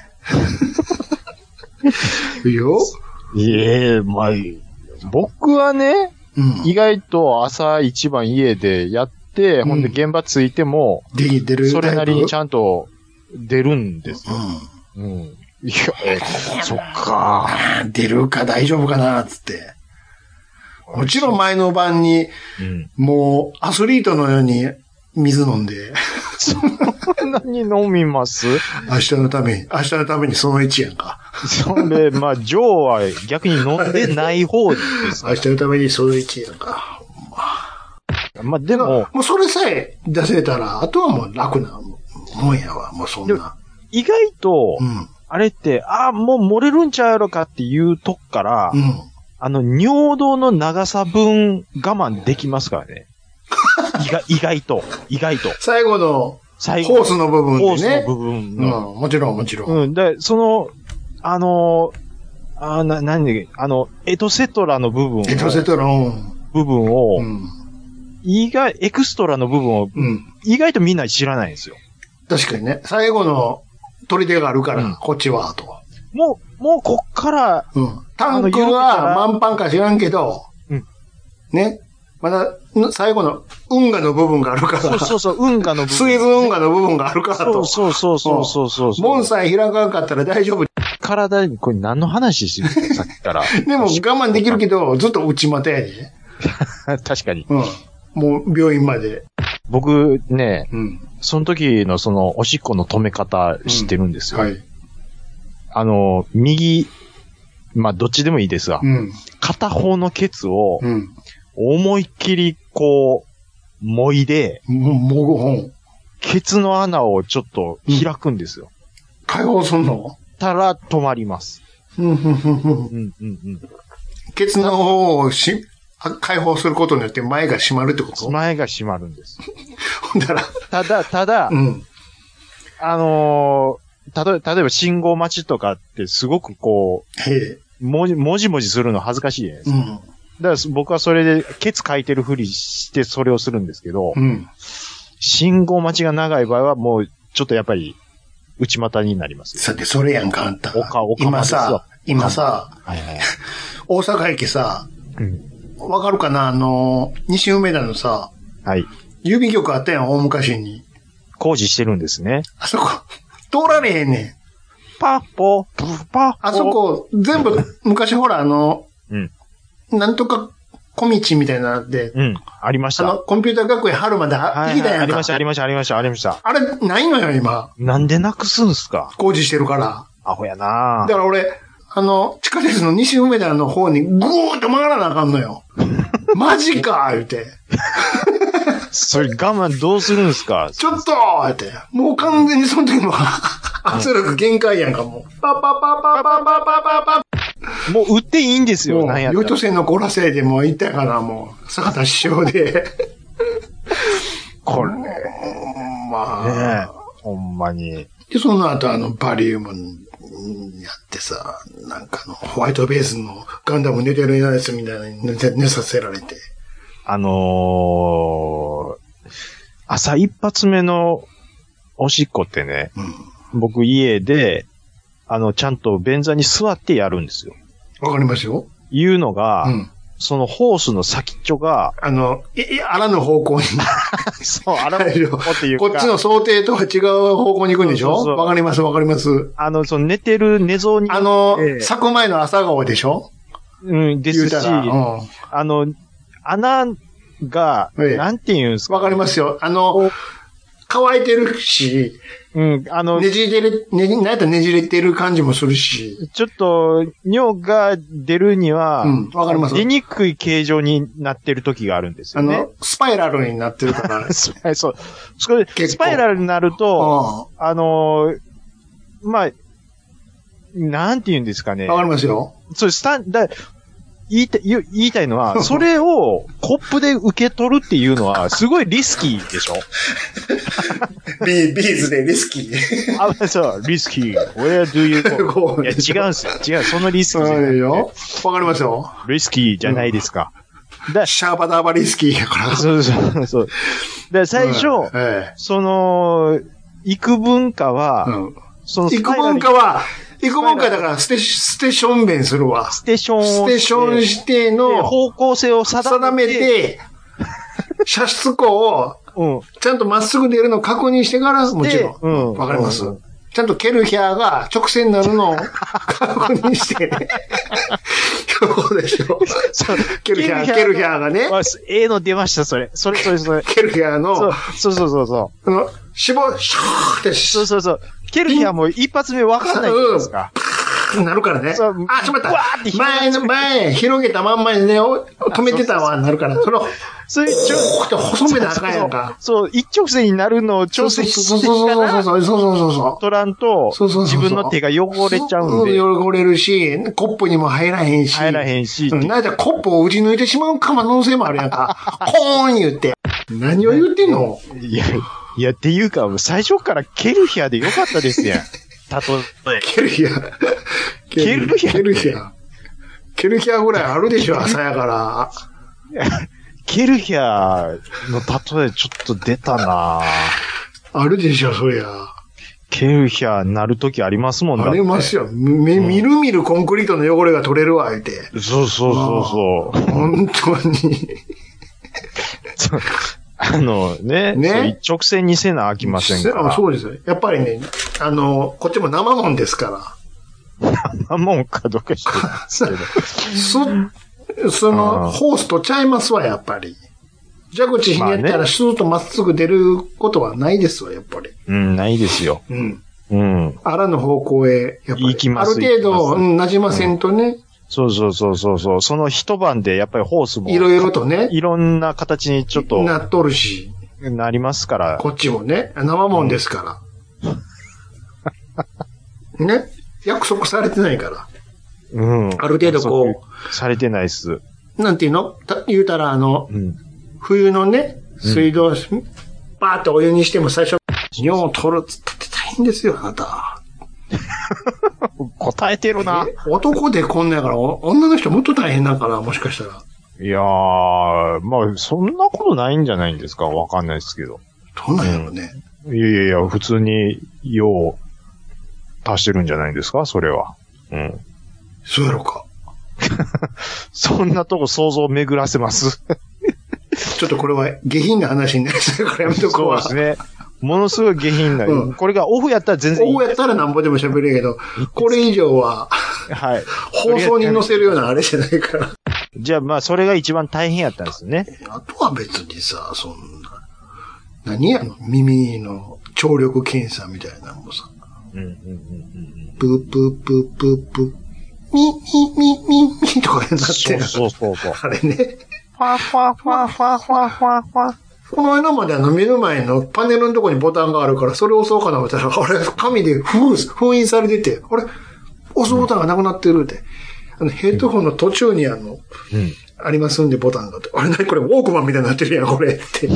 Speaker 3: ん。いいよ。
Speaker 1: いえ、まあ、僕はね、
Speaker 3: うん。
Speaker 1: 意外と朝一番家でやって、
Speaker 3: うん
Speaker 1: ほんで現場着いても、
Speaker 3: できてる
Speaker 1: それなりにち
Speaker 3: ゃ
Speaker 1: ゃんと出るんです
Speaker 3: う
Speaker 1: よ。
Speaker 3: ん。
Speaker 1: うん。いや、えそっか。
Speaker 3: あー出るか大丈夫かな、つって。もちろん前の晩に、
Speaker 1: うん。
Speaker 3: もう、アスリートのように、水飲んで、
Speaker 1: そんなに飲みます
Speaker 3: 明日のために、明日のためにその1やんか。
Speaker 1: そんで、まあ、ジョーは逆に飲んでない方ですか
Speaker 3: 明日のためにその1やんか。
Speaker 1: ら。まあ、でも、
Speaker 3: もうそれさえ出せたら、あとはもう楽なもんやわ、もうそんな。
Speaker 1: 意外と
Speaker 3: う、ん。
Speaker 1: あれって、ああ、もう漏れるんちゃうやろかっていうとこから
Speaker 3: う、ん。
Speaker 1: あの、尿道の長さ分我慢できますから ね。意外意外と、意外と。
Speaker 3: 最後の、
Speaker 1: 最後
Speaker 3: ホースの部
Speaker 1: ホ
Speaker 3: 分
Speaker 1: ー
Speaker 3: で
Speaker 1: スの
Speaker 3: ね。
Speaker 1: 部分
Speaker 3: うん
Speaker 1: の。、
Speaker 3: もちろん、もちろん。
Speaker 1: うん。で、その、あのー、あーな、何で、あの、エトセトラの部分を、
Speaker 3: エトセトロン。
Speaker 1: 部分を、
Speaker 3: うん。
Speaker 1: 意外、エクストラの部分を、
Speaker 3: うん。
Speaker 1: 意外とみんな知らないんですよ。
Speaker 3: 確かにね。最後の取り手があるか
Speaker 1: うん
Speaker 3: ら、こっちは、と。
Speaker 1: もう、もうこっから、
Speaker 3: うん。タンク
Speaker 1: あ
Speaker 3: は
Speaker 1: の
Speaker 3: 満パンか知らんけど、
Speaker 1: うん
Speaker 3: ね。まだ、ん最後の運河の部分があるから、
Speaker 1: そうそうそう、運河の部分。
Speaker 3: スエズ運河の部分があるから
Speaker 1: そ
Speaker 3: と
Speaker 1: う。そうそうそうそうそうそう。
Speaker 3: 門さえ開かんかったら大丈夫。
Speaker 1: 体に、これ何の話してるのさっきから。
Speaker 3: でも我慢できるけど、ずっと内股やで。
Speaker 1: 確かに。
Speaker 3: うん。もう病院まで。
Speaker 1: 僕ね、
Speaker 3: うん。
Speaker 1: その時のその、おしっこの止め方知ってるんですよ。
Speaker 3: はい。
Speaker 1: あの、右、まあ、どっちでもいいですが、
Speaker 3: うん。
Speaker 1: 片方のケツを
Speaker 3: うん。
Speaker 1: 思いっきりこう、もいで、
Speaker 3: ももごほん。
Speaker 1: ケツの穴をちょっと開くんですよ。
Speaker 3: 解放すんの
Speaker 1: たら止まります。
Speaker 3: うん、ふん、ふん、ふん。
Speaker 1: うん、うん、うん。
Speaker 3: ケツの方をし、あ解放することによって前が閉まるってこと
Speaker 1: 前が閉まるんです。
Speaker 3: ほんだら、
Speaker 1: ただ、ただ、
Speaker 3: うん。
Speaker 1: あのー、例えば、例えば信号待ちとかってすごくこ
Speaker 3: へえ。
Speaker 1: う、もじ、もじもじするの恥ずかしいじゃないです
Speaker 3: う
Speaker 1: か。
Speaker 3: ん。
Speaker 1: だから僕はそれで、ケツ書いてるふりしてそれをするんですけど、
Speaker 3: うん。
Speaker 1: 信号待ちが長い場合はもう、ちょっとやっぱり、内股になりますよ。
Speaker 3: さて、それやんか、あんた。
Speaker 1: おかおかま
Speaker 3: 今
Speaker 1: ですわ
Speaker 3: さ、今さ、
Speaker 1: はいはい。
Speaker 3: 大阪駅さ、
Speaker 1: うん
Speaker 3: わかるかなあの、西梅田のさ、
Speaker 1: はい。
Speaker 3: 郵便局あったやん、大昔に。
Speaker 1: 工事してるんですね。
Speaker 3: あそこ、通られへんねん。
Speaker 1: パッポ、プパッポ。
Speaker 3: あそ。こ、全部、昔ほら、あの、
Speaker 1: うん
Speaker 3: なんとか小道みたいなのあって、
Speaker 1: うん。ありまし
Speaker 3: あ
Speaker 1: た。
Speaker 3: の、コンピューター学園春まで
Speaker 1: は
Speaker 3: 行
Speaker 1: い
Speaker 3: き
Speaker 1: はい、
Speaker 3: た
Speaker 1: あ
Speaker 3: やん
Speaker 1: り
Speaker 3: か
Speaker 1: ました、ありました、ありました、ありました。
Speaker 3: あれ、ないのよ、今。
Speaker 1: なんでなくすんすか
Speaker 3: 工事してるから。
Speaker 1: アホやな
Speaker 3: だから俺、あの、地下鉄の西梅田の方にぐーっと回らなあかんのよ。マジか言うて。
Speaker 1: それ我慢どうするんすか
Speaker 3: ちょっとって。もう完全にその時も圧力限界やんか、もう。パパパパパパパパパ
Speaker 1: もう売っていいんですよ、
Speaker 3: も
Speaker 1: なんや
Speaker 3: う、
Speaker 1: った
Speaker 3: ヨ
Speaker 1: ら
Speaker 3: トセのコラセでもう行ったから、もう、坂田師匠で。
Speaker 1: これね。
Speaker 3: まあ。
Speaker 1: ほんまに。
Speaker 3: で、その後、あの、バリウムやってさ、なんかの、ホワイトベースのガンダム寝てるやつみたいなのに寝て寝させられて。
Speaker 1: あのー、朝一発目のおしっこってね、
Speaker 3: うん。
Speaker 1: 僕家で、あの、ちゃんと便座に座ってやるんですよ。
Speaker 3: わかりますよ。
Speaker 1: いうのが、
Speaker 3: うん。
Speaker 1: そのホースの先っちょが、
Speaker 3: あの、い、い、あらぬ方向に。
Speaker 1: そう、あら
Speaker 3: 大丈夫
Speaker 1: っていうか、
Speaker 3: こっちの想定とは違う方向に行くんでし
Speaker 1: そ
Speaker 3: ょ
Speaker 1: うそうそう
Speaker 3: わかります、わかります。
Speaker 1: あの、その寝てる寝相に、
Speaker 3: あの、
Speaker 1: ええ
Speaker 3: 咲く前の朝顔でしょ
Speaker 1: うん、で
Speaker 3: 言
Speaker 1: す
Speaker 3: う
Speaker 1: し、
Speaker 3: たら。うん。
Speaker 1: あの、穴が、
Speaker 3: ええ
Speaker 1: なんて言うんですか、
Speaker 3: わかりますよ。あの
Speaker 1: お、
Speaker 3: 乾いてるし、
Speaker 1: うん、あの、
Speaker 3: ねじれてる、ね、なんやったらねじれてる感じもするし。
Speaker 1: ちょっと、尿が出るには、
Speaker 3: うん、わかります。
Speaker 1: 出にくい形状になってる時があるんです
Speaker 3: あ
Speaker 1: よね。
Speaker 3: の、スパイラルになって るから。
Speaker 1: スパイそう。それ
Speaker 3: 構
Speaker 1: スパイラルになると、
Speaker 3: う
Speaker 1: あのーまあ、なんて言うんですかね
Speaker 3: ん。わ。かりますよ。
Speaker 1: そう、スタン、だ、言いたい、言う言いたいの は、それをコップで受け取るっていうのは、すごいリスキーでしょ
Speaker 3: ビー、ビーズでリスキー。
Speaker 1: あ、そう、リスキー。Where do you go?
Speaker 3: こう
Speaker 1: いや、違うんですよ。違う、そのリスキ
Speaker 3: そ
Speaker 1: ーじゃな
Speaker 3: う
Speaker 1: い
Speaker 3: よ。わかりますよ。
Speaker 1: リスキーじゃないですか。だ、
Speaker 3: シャーバダーバリスキーやから。
Speaker 1: そうそうそう。で、最初、
Speaker 3: うんえ
Speaker 1: その、幾分か
Speaker 3: え。
Speaker 1: は、
Speaker 3: うん。
Speaker 1: そのス
Speaker 3: 幾
Speaker 1: パイラル
Speaker 3: 分かは、幾分かだからステ、ステーション弁するわ。
Speaker 1: ステーションをして、
Speaker 3: ステーションして
Speaker 1: で
Speaker 3: の、
Speaker 1: 方向性を
Speaker 3: 定
Speaker 1: 定め
Speaker 3: め
Speaker 1: て、
Speaker 3: て、射出口を、
Speaker 1: うん。
Speaker 3: ちゃんとまっすぐ出るのを確認してから、もちろん。
Speaker 1: うん
Speaker 3: わかります
Speaker 1: うん。
Speaker 3: ちゃんとケルヒャーが直線になるのを 確認して、ね。そうでしょ。
Speaker 1: そう
Speaker 3: ケルヒャー、ケルヒャーがね、
Speaker 1: あすええの出ました、それ。それ、それ、それ。
Speaker 3: ケルヒャー
Speaker 1: そ
Speaker 3: の
Speaker 1: う、そうそうそうそ
Speaker 3: あの、絞、シューって
Speaker 1: う。そうそうそう。ケルヒャーも一発目わかんないじゃないですか。
Speaker 3: なるからね。あ、し
Speaker 1: そう
Speaker 3: まっ
Speaker 1: わ
Speaker 3: た
Speaker 1: ーって広。がっ
Speaker 3: 前の、前、広げたまんまにね、お止めてたわ、なるから。それを、こ
Speaker 1: それ、ちょ、
Speaker 3: うやって細めなあかんやんか。
Speaker 1: そう、一直線になるのを調整
Speaker 3: そう
Speaker 1: して
Speaker 3: そう
Speaker 1: いか
Speaker 3: そう
Speaker 1: ら、
Speaker 3: そうそうそうそうそう。
Speaker 1: 取らんと
Speaker 3: そうそう、そ
Speaker 1: 自
Speaker 3: うそう
Speaker 1: 分の手が汚れちゃうんで、
Speaker 3: そう汚れるし、コップにも入らへんし。
Speaker 1: 入らへんし
Speaker 3: う、んなんじゃコップを打ち抜いてしまう可能性もあるや んか。コーン言って。何を言ってんの
Speaker 1: いや、いや、っていうか、最初からケルヒャーでよかったですやん。たとえ。
Speaker 3: ケルヒャー。
Speaker 1: ケルヒャー
Speaker 3: ケルヒャー。ケルヒャーぐらいあるで しょ、朝やから。
Speaker 1: ケルヒャーの例えちょっと出たなぁ
Speaker 3: あるでしょ、そりゃ。
Speaker 1: ケルヒャーなるときありますもんだっ
Speaker 3: あ
Speaker 1: て
Speaker 3: りますよ。み、みるみるコンクリートの汚れが取れるわ、言うて。
Speaker 1: そうそうそうそう。
Speaker 3: 本当に。
Speaker 1: そうあのね、
Speaker 3: ね
Speaker 1: そう一直線にせなあきませんから。
Speaker 3: あそうですよ。やっぱりね、あの、こっちも生もんですか
Speaker 1: なもんかどうかしてるんですけど。
Speaker 3: ら。そ、その、
Speaker 1: あー
Speaker 3: ホースとちゃいますわ、やっぱり。蛇口ひねった
Speaker 1: まあ
Speaker 3: ら、
Speaker 1: ね
Speaker 3: スーッとまっすぐ出ることはないですわ、やっぱり。
Speaker 1: うん、ないですよ。
Speaker 3: うん。
Speaker 1: うん。
Speaker 3: あらぬ方向へ、やっぱり。
Speaker 1: 行きます
Speaker 3: ある
Speaker 1: 行
Speaker 3: 程度、
Speaker 1: きます
Speaker 3: うん、馴染ませんとね、
Speaker 1: そうそうそうそうそう。その一晩でやっぱりホースも
Speaker 3: いろいろとね、
Speaker 1: いろんな形にちょっと
Speaker 3: なっとるし、
Speaker 1: なりますから。
Speaker 3: こっちもね、生もんです から。ね。約束されてないから。
Speaker 1: うん。
Speaker 3: ある程度こう
Speaker 1: う。されてないっす。
Speaker 3: なんていうのた言うたら、あの、
Speaker 1: うん。
Speaker 3: 冬のね、水道、バーってお湯にしても最初、尿を取るっつったって大変ですよ、あなた。
Speaker 1: 答えてるな。
Speaker 3: え男でこんなんやから、お女の人もっと大変なんかな、もしかしたら。
Speaker 1: いやー、まあ、そんなことないんじゃないんですかわかんないですけど。
Speaker 3: どうなんやろうね。
Speaker 1: いやいやいや、普通に用を足してるんじゃないんですかそれは。うん。
Speaker 3: そうやろか。
Speaker 1: そんなとこ想像を巡らせます。
Speaker 3: ちょっとこれは下品な話になりそうやからやめとこう
Speaker 1: そう
Speaker 3: わ
Speaker 1: です。ね。ものすごい下品な。
Speaker 3: うん
Speaker 1: これがオフやったら全然いい。
Speaker 3: こうやったらなんぼでも喋れるけど、これ以上は
Speaker 1: はい。
Speaker 3: 放送に載せるようなあれじゃない から。
Speaker 1: じゃあまあ、それが一番大変やったんですね。
Speaker 3: あとは別にさ、そんな、何やの耳の聴力検査みたいなのもさ、
Speaker 1: うん、うん、うん、
Speaker 3: プープープープープー、ミミミミミとかに
Speaker 1: うん。
Speaker 3: なって
Speaker 1: そう
Speaker 3: る。
Speaker 1: そうそうそう。
Speaker 3: あれね。
Speaker 1: ファファファファファファファ。
Speaker 3: この間まであの目の前のパネルのとこにボタンがあるから、それを押そうかな思ったら、あれ、紙で封封印されてて、あれ、押すボタンがなくなってるって。あの、ヘッドホンの途中にあの、
Speaker 1: うん。
Speaker 3: ありますんで、ボタンがって。あれ、なにこれ、ウォークマンみたいになってるやん、これって。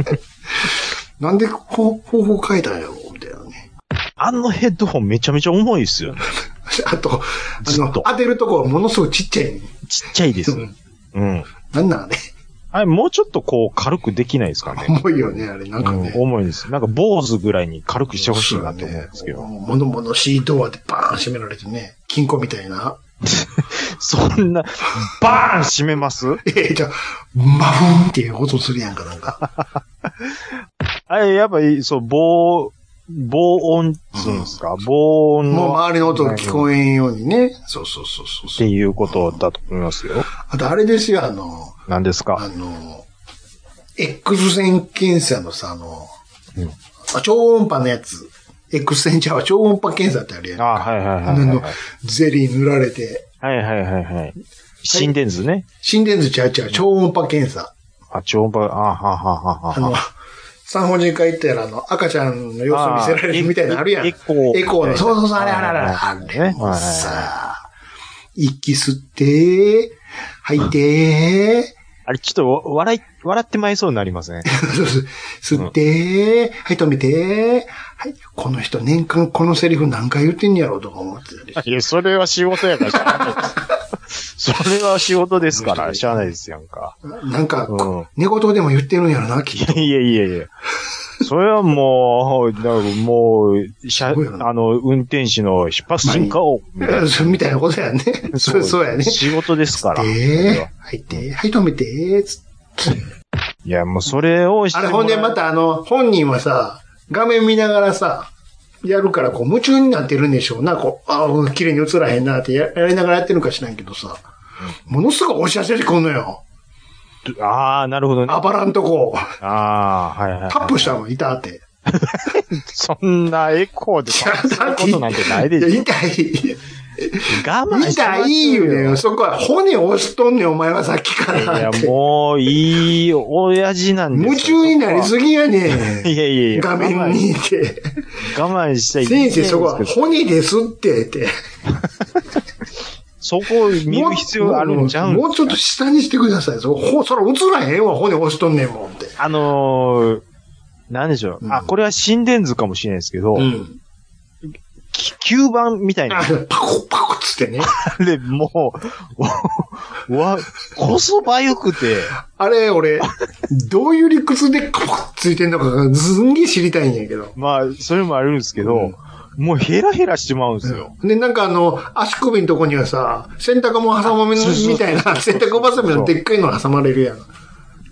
Speaker 3: なんで、こう、方法変えたんやろみたいなね。
Speaker 1: あのヘッドホンめちゃめちゃ重いですよね。
Speaker 3: あと、あ
Speaker 1: ずっ
Speaker 3: の、
Speaker 1: と
Speaker 3: 当てるとこはものすごいちっちゃいね。
Speaker 1: ちっちゃいです。
Speaker 3: う
Speaker 1: うんん。
Speaker 3: なんなんあれ。
Speaker 1: あれ、もうちょっとこう軽くできないですかね。
Speaker 3: 重いよね、あれ。なんかね。
Speaker 1: うん重いです。なんか坊主ぐらいに軽くしてほしいなって思うんですけど。
Speaker 3: 物々しいドアでバーン閉められてね、金庫みたいな。
Speaker 1: そんな、バーン閉めます
Speaker 3: ええ、じゃあ、マフンっていう音するやんか、なんか。
Speaker 1: あれ、やっぱり、そう、防、防音っつうんですか、防音
Speaker 3: も
Speaker 1: の、
Speaker 3: う
Speaker 1: っ
Speaker 3: 周りの音が聞こえんようにね。そうそうそうそうそ
Speaker 1: て
Speaker 3: う。
Speaker 1: いうことだと思いますよ。
Speaker 3: あと、あれですよ、あの、
Speaker 1: 何です
Speaker 3: あ
Speaker 1: か
Speaker 3: の、X 線検査のさ、あの、
Speaker 1: うん
Speaker 3: あ超音波のやつ。X 線ちゃうわ超音波検査ってあるや
Speaker 1: あ
Speaker 3: ん。
Speaker 1: はいはいはい
Speaker 3: あ
Speaker 1: はい
Speaker 3: のゼリー塗られて、
Speaker 1: はい。はいはいはいはい。心電図ね。
Speaker 3: 心電図ちゃうちゃう、超音波検査。
Speaker 1: あ、超音波、あははは
Speaker 3: あの
Speaker 1: は。、
Speaker 3: 産婦人科行ったら、あの、赤ちゃんの様子を見せられるみたいなのあるやん。
Speaker 1: エコー
Speaker 3: エコーの。そうそうそう、あれ
Speaker 1: はい
Speaker 3: あれあれあ
Speaker 1: はい
Speaker 3: れ。あれもう
Speaker 1: はい
Speaker 3: さ、息吸って、吐いて、
Speaker 1: あれ、ちょっとわ、笑い、笑ってまいそうになりません
Speaker 3: そうそう吸って、はい、止めて、はい、この人年間このセリフ何回言ってんやろうとか思ってたりし て。
Speaker 1: いや、それは仕事やから、しゃあないです。 それは仕事ですから、しゃあないですやんか。
Speaker 3: なんか、
Speaker 1: うん
Speaker 3: こ寝言でも言ってるんやろな、きっと。
Speaker 1: いやいやいや。それはもう、だからもう、車、あ
Speaker 3: すごいな
Speaker 1: の、運転手の出発進化を、みたいな
Speaker 3: そう みたいなことやね。 そう、そうやね。
Speaker 1: 仕事ですから。
Speaker 3: で、入って、はい、止めて、つって
Speaker 1: いや、もうそれをして
Speaker 3: あ
Speaker 1: も
Speaker 3: れ、
Speaker 1: ら
Speaker 3: ほんでま。たあの、本人はさ、画面見ながらさ、やるから、こう、夢中になってるんでしょうな、こう、ああ、綺麗に映らへんなってややりながらやってるのか知らんけどさ、ものすごい押し寄せてくんのよ。
Speaker 1: ああ、なるほどね。
Speaker 3: あばらんとこ、
Speaker 1: ああ、はいはいはい。
Speaker 3: タップしたの、いたって。
Speaker 1: そんなエコーでパッすることなんてないで
Speaker 3: いや
Speaker 1: しょ。
Speaker 3: 痛い。
Speaker 1: 我慢して
Speaker 3: 痛いよね。そこは骨押しとんねん、お前はさっきか
Speaker 1: いや
Speaker 3: ら。、
Speaker 1: もう、いい、親父なんです
Speaker 3: 夢中になりすぎや
Speaker 1: ぎ。い
Speaker 3: ね
Speaker 1: やいやい
Speaker 3: ん。
Speaker 1: や。
Speaker 3: 画面にいて。
Speaker 1: 我慢。我慢したい。
Speaker 3: 先生、そこは骨ですって、って。
Speaker 1: そこを見る必要あるんちゃうん
Speaker 3: も
Speaker 1: で
Speaker 3: うもう
Speaker 1: す
Speaker 3: ち
Speaker 1: か
Speaker 3: ょっと下にしてください。そほそら映らへんわ、骨押しとんねんもんって。
Speaker 1: あのー、なんでしょう。あ、
Speaker 3: うん
Speaker 1: これは心電図かもしれないですけど、
Speaker 3: うん。
Speaker 1: き吸盤みたい
Speaker 3: あ
Speaker 1: な。
Speaker 3: パコパコっつってね。
Speaker 1: あれ、もう、わ、こそばゆくて、
Speaker 3: あれ、俺、どういう理屈でカパコッついてんのかがすんげえ知りたいんやけど。
Speaker 1: まあ、それもあるんですけど、もうヘラヘラしてまうんですよ。
Speaker 3: で、なんかあの、足首のとこにはさ、洗濯も挟まめ
Speaker 1: そうそうそう
Speaker 3: みたいな、洗濯ばさみのでっかいの挟まれるやん。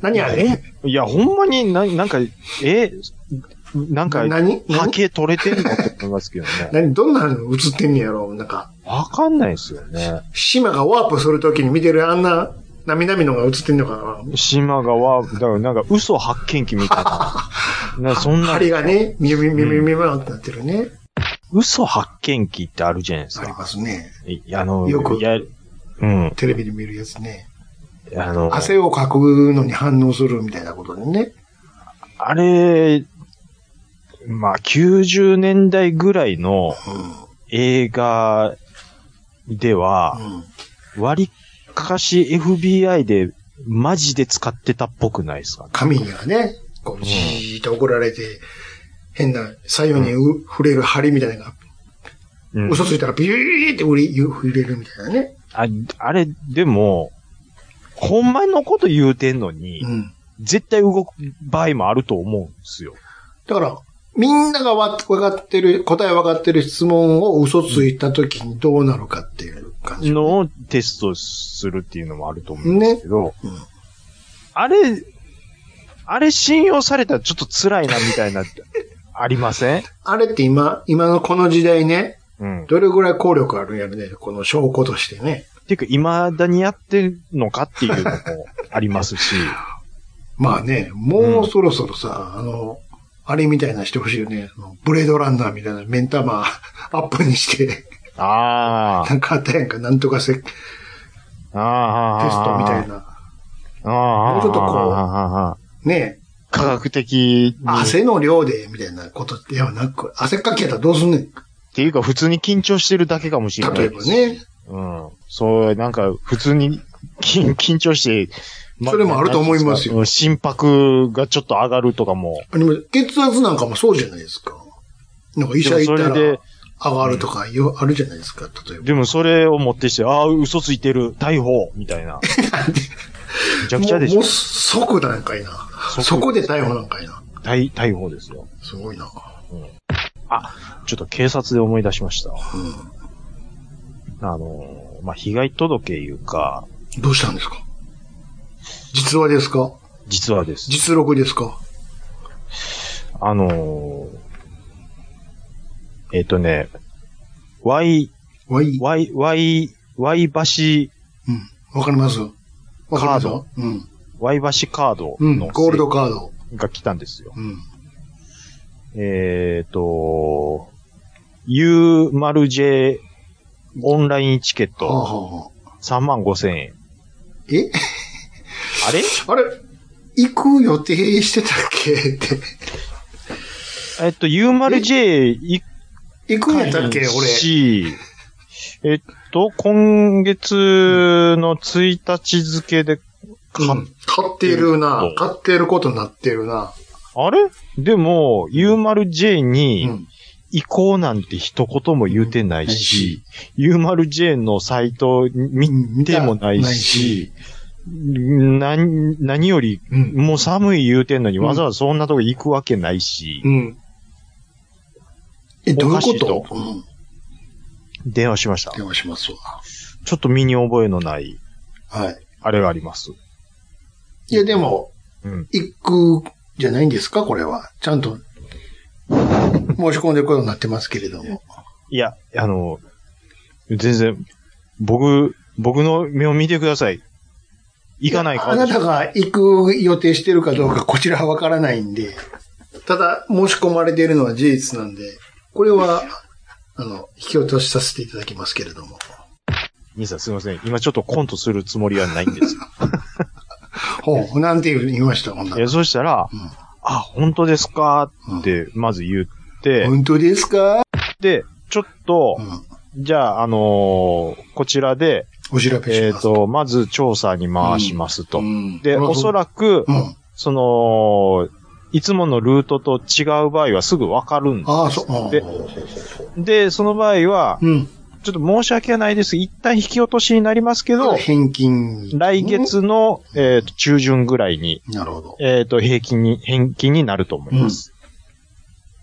Speaker 3: 何あれ
Speaker 1: いや、ほんまにな、なんか、え、なんか、
Speaker 3: 何
Speaker 1: 波形取れてるのと思いますけどね。
Speaker 3: 何どんなの映ってんねやろなんか、
Speaker 1: わかんないですよね。
Speaker 3: 島がワープするときに見てるあんな、なみなみのが映ってんのか
Speaker 1: 島がワープ、だからなんか嘘発見器みたい な。なそん
Speaker 3: な
Speaker 1: な、
Speaker 3: 針がね、みみみみみみってなってるね。
Speaker 1: 嘘発見器ってあるじゃないです
Speaker 3: あり
Speaker 1: か。
Speaker 3: ますね。
Speaker 1: いあの、
Speaker 3: よく
Speaker 1: や、うん。
Speaker 3: テレビで見るやつね。
Speaker 1: あの、
Speaker 3: 汗をかくのに反応するみたいなことでね。
Speaker 1: あれ、まあ、90年代ぐらいの
Speaker 3: う
Speaker 1: 映画では、
Speaker 3: ん。うん。
Speaker 1: 割かし FBI でマジで使ってたっぽくないですか
Speaker 3: 紙にはね、こう、じーっと怒られて、変な左右にう触れる針みたいなのが、
Speaker 1: うん
Speaker 3: 嘘ついたらビューって振り振れるみたいなね。
Speaker 1: ああれ、でも、ほんまのこと言うてんのに、
Speaker 3: うん。
Speaker 1: 絶対動く場合もあると思うんですよ。
Speaker 3: だから、みんながわ分かってる、答え分かってる質問を嘘ついた時にどうなるかっていう感じ。
Speaker 1: のをテストするっていうのもあると思うんですけど、
Speaker 3: うん
Speaker 1: あれ、あれ信用されたらちょっと辛いなみたいな、ありません
Speaker 3: あれって今、今のこの時代ね、
Speaker 1: うん。
Speaker 3: どれぐらい効力あるんやろね、この証拠としてね。
Speaker 1: ていうか、未だにやってるのかっていうのもあります し、
Speaker 3: まあね、もうそろそろさ、あの、あれみたいなしてほしいよね。あのブレードランナーみたいな目ん玉 アップにして、
Speaker 1: あ
Speaker 3: なんかあったやんか、なんとかせテス
Speaker 1: あ、ああ、
Speaker 3: トみたい
Speaker 1: な。
Speaker 3: な。
Speaker 1: ああ、
Speaker 3: もうちょっとこう
Speaker 1: こ
Speaker 3: ね
Speaker 1: う、科学的に、っ
Speaker 3: 汗の量で、みたいなことではなく、汗かきやったらどうすんねん。
Speaker 1: ていうか普通に緊張してるだけかもしれない。
Speaker 3: 例えば。ね。
Speaker 1: うん。そう、なんか普通に緊緊張して、ま
Speaker 3: それもあると思い
Speaker 1: なんていうん
Speaker 3: ますよ
Speaker 1: ですかうん心拍がちょっと上がるとかも。
Speaker 3: あれも血圧なんかもそうじゃないですか。なんか医者行った
Speaker 1: でもそれ
Speaker 3: ら
Speaker 1: で、
Speaker 3: 上がるとかいう、あるじゃないですか、例えば。
Speaker 1: でもそれを持ってして、ああ、嘘ついてる、逮捕みたい な。めちゃくちゃで
Speaker 3: も
Speaker 1: し
Speaker 3: う
Speaker 1: ょ
Speaker 3: もう。即なんかいな。
Speaker 1: 即
Speaker 3: そこで逮捕なんかいな。
Speaker 1: 逮、逮捕ですよ。
Speaker 3: すごいな。
Speaker 1: ちょっと警察で思い出しました。
Speaker 3: う
Speaker 1: あのー、まあ、被害届いうか、
Speaker 3: ん。どうしたんですか実話ですか
Speaker 1: 実はです。
Speaker 3: 実録ですか
Speaker 1: あのー、えっ、とね、ワイ、
Speaker 3: わい。
Speaker 1: ワイ、ワイ、ワイ橋、
Speaker 3: うん。わかりますわかります
Speaker 1: カード
Speaker 3: うん。
Speaker 1: ワイ橋カード
Speaker 3: うん。
Speaker 1: の、
Speaker 3: ゴールドカード。
Speaker 1: が来たんですよ。
Speaker 3: うん。
Speaker 1: えっ、と、U マル J オンラインチケッ
Speaker 3: はあ、
Speaker 1: ト
Speaker 3: はあはあ、
Speaker 1: 3万5千円。
Speaker 3: え
Speaker 1: あれ
Speaker 3: あれ行く予定してたっけって。
Speaker 1: えっと、U マル J 一
Speaker 3: 行くんやったっけ俺。
Speaker 1: し、えっと、今月の1日付で、
Speaker 3: うん
Speaker 1: か
Speaker 3: 買ってるな
Speaker 1: うん。
Speaker 3: 買ってることになってるな。
Speaker 1: あれでも、U マル J
Speaker 3: う
Speaker 1: に
Speaker 3: ん。
Speaker 1: 移行なんて一言も言うてないし、U マル J のサイト見
Speaker 3: 見
Speaker 1: てもないし、、何、何より、
Speaker 3: うん。
Speaker 1: もう寒い言うてんのに
Speaker 3: うん
Speaker 1: わざわざそんなとこ行くわけないし、
Speaker 3: うん。え、どういう
Speaker 1: おかしい
Speaker 3: こととうん。
Speaker 1: 電話しました。
Speaker 3: 電話しますわ。
Speaker 1: ちょっと身に覚えのない、
Speaker 3: はい。
Speaker 1: あれがあります。
Speaker 3: いや、でも、
Speaker 1: うん。
Speaker 3: 行くじゃないんですかこれは。ちゃんと、申し込んでいくことになってますけれども。
Speaker 1: いや、あの、全然、僕、僕の目を見てください。行かないか
Speaker 3: あなたが行く予定してるかどうか、こちらはわからないんで、ただ、申し込まれているのは事実なんで、これは、あの、引き落としさせていただきますけれども。
Speaker 1: 兄さんすいません。今ちょっとコントするつもりはないんですよ。
Speaker 3: ほう、なんて いう言いました、ほんない
Speaker 1: や、
Speaker 3: ら。
Speaker 1: そうしたら、
Speaker 3: うん
Speaker 1: あ、本当ですかって、まず言って、
Speaker 3: 本当ですか
Speaker 1: で、ちょっと
Speaker 3: う、ん。
Speaker 1: じゃあ、あのーこちらで、
Speaker 3: お調べし
Speaker 1: えっ、
Speaker 3: ます。
Speaker 1: と、まず調査に回しますと。
Speaker 3: うん
Speaker 1: で、おそらく
Speaker 3: う、ん。
Speaker 1: その、いつものルートと違う場合はすぐわかるんで
Speaker 3: ああ、そう。うん
Speaker 1: でで、その場合は、
Speaker 3: うん。
Speaker 1: ちょっと申し訳はないです。一旦引き落としになりますけど、
Speaker 3: 返金。
Speaker 1: 来月の、えーと中旬ぐらいに、
Speaker 3: なるほど。
Speaker 1: えっ、と、平均に、返金になると思います。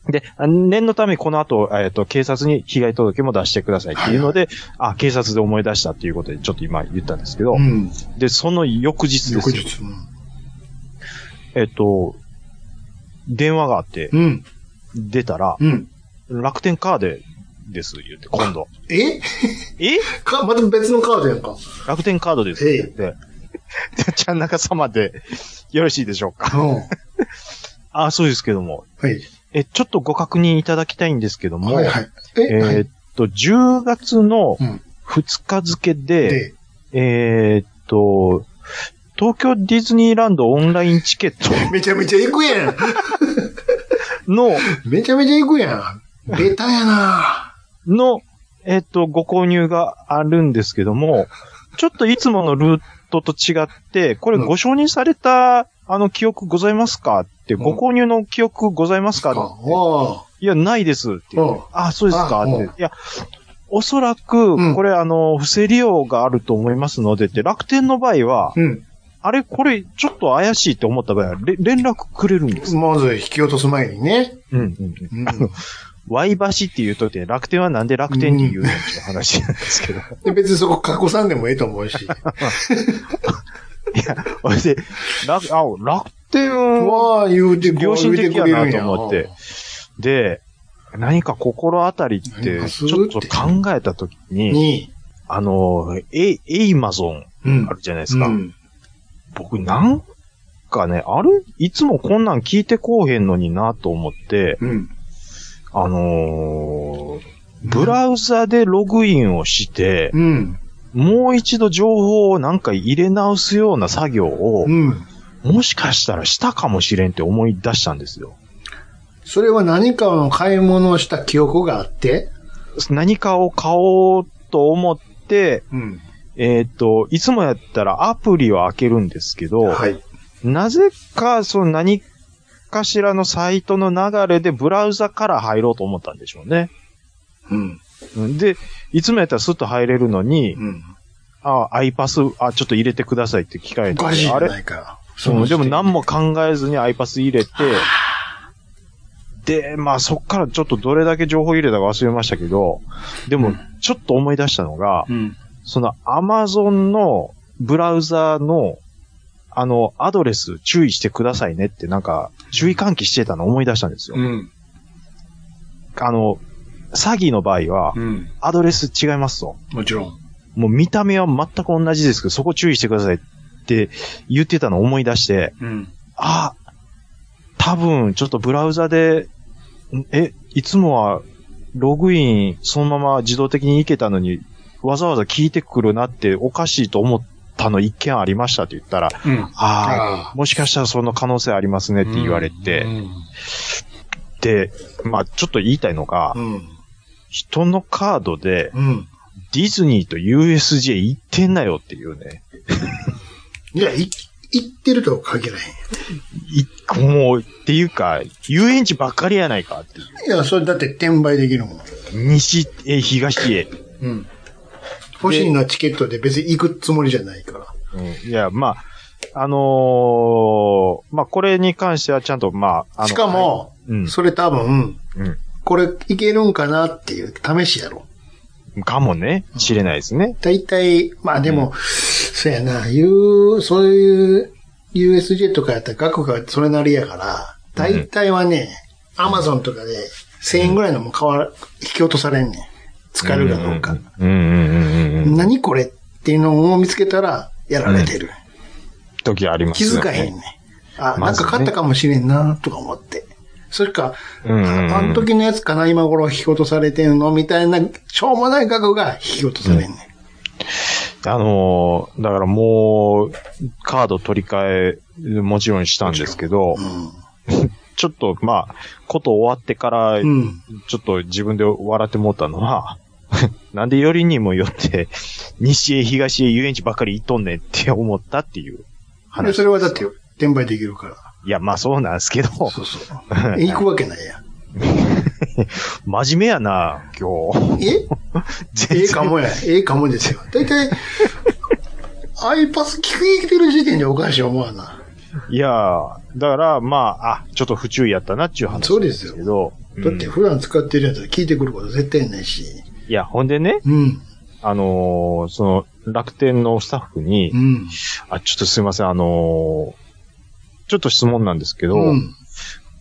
Speaker 1: で、あ念のためこの後、えっ、と、警察に被害届も出してくださいっていうので、あ、警察で思い出したっていうことでちょっと今言ったんですけど、
Speaker 3: うん。
Speaker 1: で、その翌日です
Speaker 3: 翌
Speaker 1: よ。
Speaker 3: 日。う
Speaker 1: えっ、と、電話があって、
Speaker 3: ん。
Speaker 1: 出たら、
Speaker 3: うん。
Speaker 1: 楽天カーデです、言って、今度。
Speaker 3: え
Speaker 1: え
Speaker 3: か、また別のカードやんか。
Speaker 1: 楽天カードです。
Speaker 3: ええ
Speaker 1: で、ちゃん中様で、よろしいでしょうか。
Speaker 3: うん。
Speaker 1: あ、そうですけども。
Speaker 3: はい。
Speaker 1: え、ちょっとご確認いただきたいんですけども、
Speaker 3: はいはい。
Speaker 1: え
Speaker 3: え、はい
Speaker 1: ーっと、10月の
Speaker 3: うん
Speaker 1: 2日付で、
Speaker 3: で、
Speaker 1: えーっと、東京ディズニーランドオンラインチケッ
Speaker 3: めちゃめちゃ行くやん。
Speaker 1: トの、
Speaker 3: めちゃめちゃ行くやん。ベタやな
Speaker 1: の、えーっと、ご購入があるんですけども、ちょっといつものルートと違って、これ
Speaker 3: うん
Speaker 1: ご承認された、あの、記憶ございますかって、
Speaker 3: ん
Speaker 1: ご購入の記憶ございますか
Speaker 3: あ
Speaker 1: って
Speaker 3: あ
Speaker 1: いや、ないですって言って
Speaker 3: うん
Speaker 1: あ、そうですか
Speaker 3: あ
Speaker 1: っ
Speaker 3: うん
Speaker 1: て。いや、おそら
Speaker 3: うん
Speaker 1: く、これ、あの、不正利用があると思いますのでって、楽天の場合は、
Speaker 3: うん。
Speaker 1: あれ、これ、ちょっと怪しいって思った場合は、れ連絡くれるんです。
Speaker 3: まず引き落とす前にね。
Speaker 1: うんうんうん。
Speaker 3: うん
Speaker 1: ワイバシって言うとって、楽天はなんで楽天に言うのっていう話なんですけど。
Speaker 3: で別にそこ隠さんでもええと思うし。
Speaker 1: それで、楽、あ、楽天は、
Speaker 3: わあ、言 うて、こう
Speaker 1: 良心
Speaker 3: 言う
Speaker 1: 的
Speaker 3: てく
Speaker 1: や
Speaker 3: れるん
Speaker 1: な
Speaker 3: や
Speaker 1: と思って。。で、何か心当たりって、ちょっと考えたときに、
Speaker 3: に、
Speaker 1: あの、エイ、エイマゾン
Speaker 3: うん
Speaker 1: あ。るじゃないですか。
Speaker 3: うん
Speaker 1: 僕なんかね、あれいつもこんなん聞いてこうへんのになと思って、
Speaker 3: うん。
Speaker 1: あのーブラウザでログインをして、
Speaker 3: うん。
Speaker 1: もう一度情報をなんか入れ直すような作業を
Speaker 3: う、ん。
Speaker 1: もしかしたらしたかもしれんって思い出したんですよ。
Speaker 3: それは何かの買い物をした記憶があって、
Speaker 1: 何かを買おうと思って、
Speaker 3: うん。
Speaker 1: えっ、と、いつもやったらアプリを開けるんですけど、
Speaker 3: はい。
Speaker 1: なぜか、その何かしらのサイトの流れでブラウザから入ろうと思ったんでしょうね。
Speaker 3: うん。
Speaker 1: うんで、いつもやったらスッと入れるのに、
Speaker 3: うん。
Speaker 1: あ、アイパス、あ、ちょっと入れてくださいって聞かれ
Speaker 3: お
Speaker 1: て、
Speaker 3: かしいじ
Speaker 1: あ
Speaker 3: ゃ
Speaker 1: れ
Speaker 3: ないか。
Speaker 1: うんでも
Speaker 3: なん
Speaker 1: 何も考えずにアイパス入れて、で、まあそっからちょっとどれだけ情報入れたか忘れましたけど、で
Speaker 3: う
Speaker 1: も
Speaker 3: ん
Speaker 1: ちょっと思い出したのが、
Speaker 3: うん。
Speaker 1: その Amazon のブラウザーの、あの、アドレス注意してくださいねってなんか、注意喚起してたの思い出したんですよ。
Speaker 3: うん。
Speaker 1: あの、詐欺の場合は、
Speaker 3: うん。
Speaker 1: アドレス違いますと。
Speaker 3: もちろん。
Speaker 1: もう見た目は全く同じですけど、そこ注意してくださいって言ってたのを思い出して、
Speaker 3: うん。
Speaker 1: あ、多分、ちょっとブラウザで、んえ、いつもは、ログイン、そのまま自動的に行けたのに、わざわざ聞いてくるなっておかしいと思ったの一件ありましたって言ったら、
Speaker 3: うん。
Speaker 1: あ
Speaker 3: あ
Speaker 1: あ、もしかしたらその可能性ありますねって言われて、で、まあちょっと言いたいのが、
Speaker 3: うん。
Speaker 1: 人のカードで
Speaker 3: うん。
Speaker 1: ディズニーと USJ 行ってんなよっていうね。
Speaker 3: いや、い、言ってるとは限らへん。
Speaker 1: いもう、っていうか、遊園地ばっかりやないかっていう。
Speaker 3: いや、それだって転売できるもん。
Speaker 1: 西へ東へ。
Speaker 3: うん。欲しいなチケットで別に行くつもりじゃないから。
Speaker 1: うんいや、まあ、あのーまあ、これに関してはちゃんと、まあ、あの
Speaker 3: しか、も、
Speaker 1: うん、
Speaker 3: それ多分、
Speaker 1: うん
Speaker 3: これいけるんかなっていう試しやろ。
Speaker 1: かもね、知れないですね。
Speaker 3: 大体、まあでも、そうやな、いう、そういう、USJ とかやったら額がそれなりやから、大体はね、アマゾンとかで1000円ぐらいのも変わら、引き落とされんねん。使えるかどうか。
Speaker 1: うんうんうんうんうん。
Speaker 3: 何これっていうのを見つけたら、やられてる。
Speaker 1: 時あります
Speaker 3: 気
Speaker 1: よ
Speaker 3: づ
Speaker 1: ね
Speaker 3: かへんね。あ、な
Speaker 1: ま
Speaker 3: ん
Speaker 1: ずね
Speaker 3: か買ったかもしれんな、とか思って。それか、
Speaker 1: うんうんうん
Speaker 3: ああの時のやつかな、今頃引き落とされてんの、みたいな、しょうもない額が引き落とされんね。
Speaker 1: あのーだからもう、カード取り替え、もちろんしたんですけど、ちょっと、まあ、こと終わってから、
Speaker 3: うん。うん。
Speaker 1: ちょっと自分で笑ってもったのは、 なんでよりにもよって、 西へ東へ遊園地ばっかり行っとんねんって思ったっていう
Speaker 3: で
Speaker 1: 話。
Speaker 3: それはだって、転売できるから。
Speaker 1: いや、まあそうなんですけど、
Speaker 3: そうそう。 行くわけないやん。
Speaker 1: 真面目やな、今日。
Speaker 3: え ええかもや。ええかもですよ。大体、アイパス 聞きてる時点でおかしい思わな。
Speaker 1: いやー、だから、まあ、あ、ちょっと不注意やったなっていう話
Speaker 3: そう
Speaker 1: なん
Speaker 3: で
Speaker 1: です
Speaker 3: よ
Speaker 1: すけど。
Speaker 3: だって
Speaker 1: うん
Speaker 3: 普段使ってるやつは聞いてくること絶対ないし。
Speaker 1: いや、ほんでね、
Speaker 3: うん。
Speaker 1: あのーその、楽天のスタッフに
Speaker 3: う、ん。
Speaker 1: あ、ちょっとすいません、あのーちょっと質問なんですけど、
Speaker 3: うん。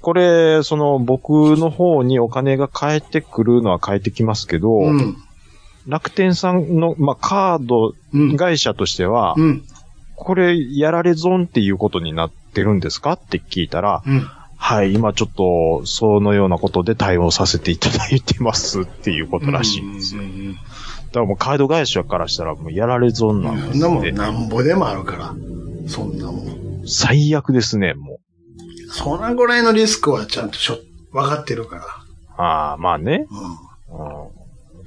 Speaker 1: これ、その、僕の方にお金が返ってくるのは返ってきますけど、
Speaker 3: うん。
Speaker 1: 楽天さんの、まあ、カード
Speaker 3: うん。
Speaker 1: 会社としては、
Speaker 3: うん。
Speaker 1: これ、やられ損っていうことになってるんですかって聞いたら、
Speaker 3: うん。
Speaker 1: はい、今ちょっと、そのようなことで対応させていただいてますっていうことらしいんですよ。
Speaker 3: うんうんうん
Speaker 1: だからもうカード会社からしたらもうやられ損なんで
Speaker 3: そんなも
Speaker 1: す
Speaker 3: ん、
Speaker 1: ね。
Speaker 3: なんぼでもあるから。そんなもん。
Speaker 1: 最悪ですね、も
Speaker 3: そんなぐらいのリスクはちゃんとしょ、わかってるから。
Speaker 1: う。ああ、まあね。
Speaker 3: う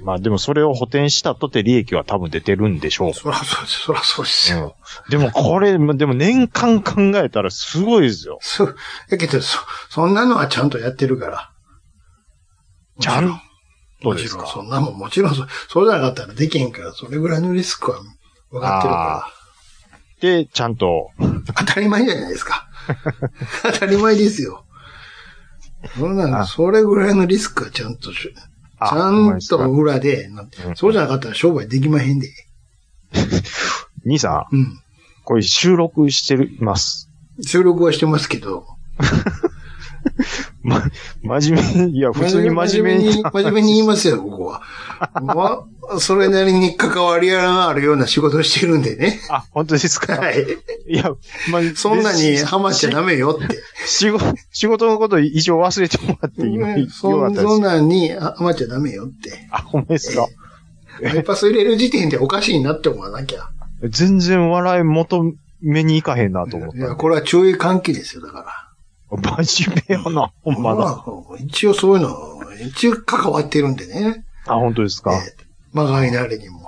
Speaker 1: うん、まあでもそれを補填したとて利益は多分出てるんでしょう。
Speaker 3: ん。そらそう、そらそうです
Speaker 1: う
Speaker 3: よ。
Speaker 1: ん、でもこれ、でも年間考えたらすごいですよ。
Speaker 3: そう。やけど、そ、そんなのはちゃんとやってるから。
Speaker 1: ちゃんと
Speaker 3: も
Speaker 1: で
Speaker 3: ち
Speaker 1: す
Speaker 3: ろん、
Speaker 1: か。
Speaker 3: そんなもん、もちろんそ、そうじゃなかったらできへんから、それぐらいのリスクは分かってるか
Speaker 1: で、ちゃんと、
Speaker 3: ら。当たり前じゃないですか。 当たり前ですよ。そんなの
Speaker 1: あ
Speaker 3: それぐらいのリスクはちゃんとし、ち
Speaker 1: あ
Speaker 3: ゃ
Speaker 1: ほんま
Speaker 3: ん
Speaker 1: ですか
Speaker 3: と裏で、なんて
Speaker 1: うん
Speaker 3: そうじゃなかったら商売できまへんで。
Speaker 1: 兄さ
Speaker 3: うん。
Speaker 1: ん、これ収録してるます。
Speaker 3: 収録はしてますけど。
Speaker 1: ま、真面目に、いや、普通に真面目に。
Speaker 3: 真面目に言いますよ、ここは。まあ、それなりに関わりがあるような仕事をしてるんでね。
Speaker 1: あ、本当ですか。
Speaker 3: はい。
Speaker 1: いや、まあ、
Speaker 3: そんなにハマっちゃ
Speaker 1: な
Speaker 3: ダメよって。
Speaker 1: 仕事、仕事のこと以上忘れてもらって今、よか
Speaker 3: そ
Speaker 1: っ
Speaker 3: ん
Speaker 1: たで
Speaker 3: そん
Speaker 1: す。
Speaker 3: なんにハマっちゃダメよって。
Speaker 1: あ、ほんまですか。
Speaker 3: アイパス入れる時点でおかしいなって思わなきゃ。
Speaker 1: 全然笑い求めに行かへんなと思っ
Speaker 3: い
Speaker 1: た
Speaker 3: や、。これは注意喚起ですよ、だから。
Speaker 1: 真面目やな、ほんまだ。
Speaker 3: あ一応そういうの、一応関わってるんでね。
Speaker 1: あ、本当ですか。
Speaker 3: ええまがいなりにも。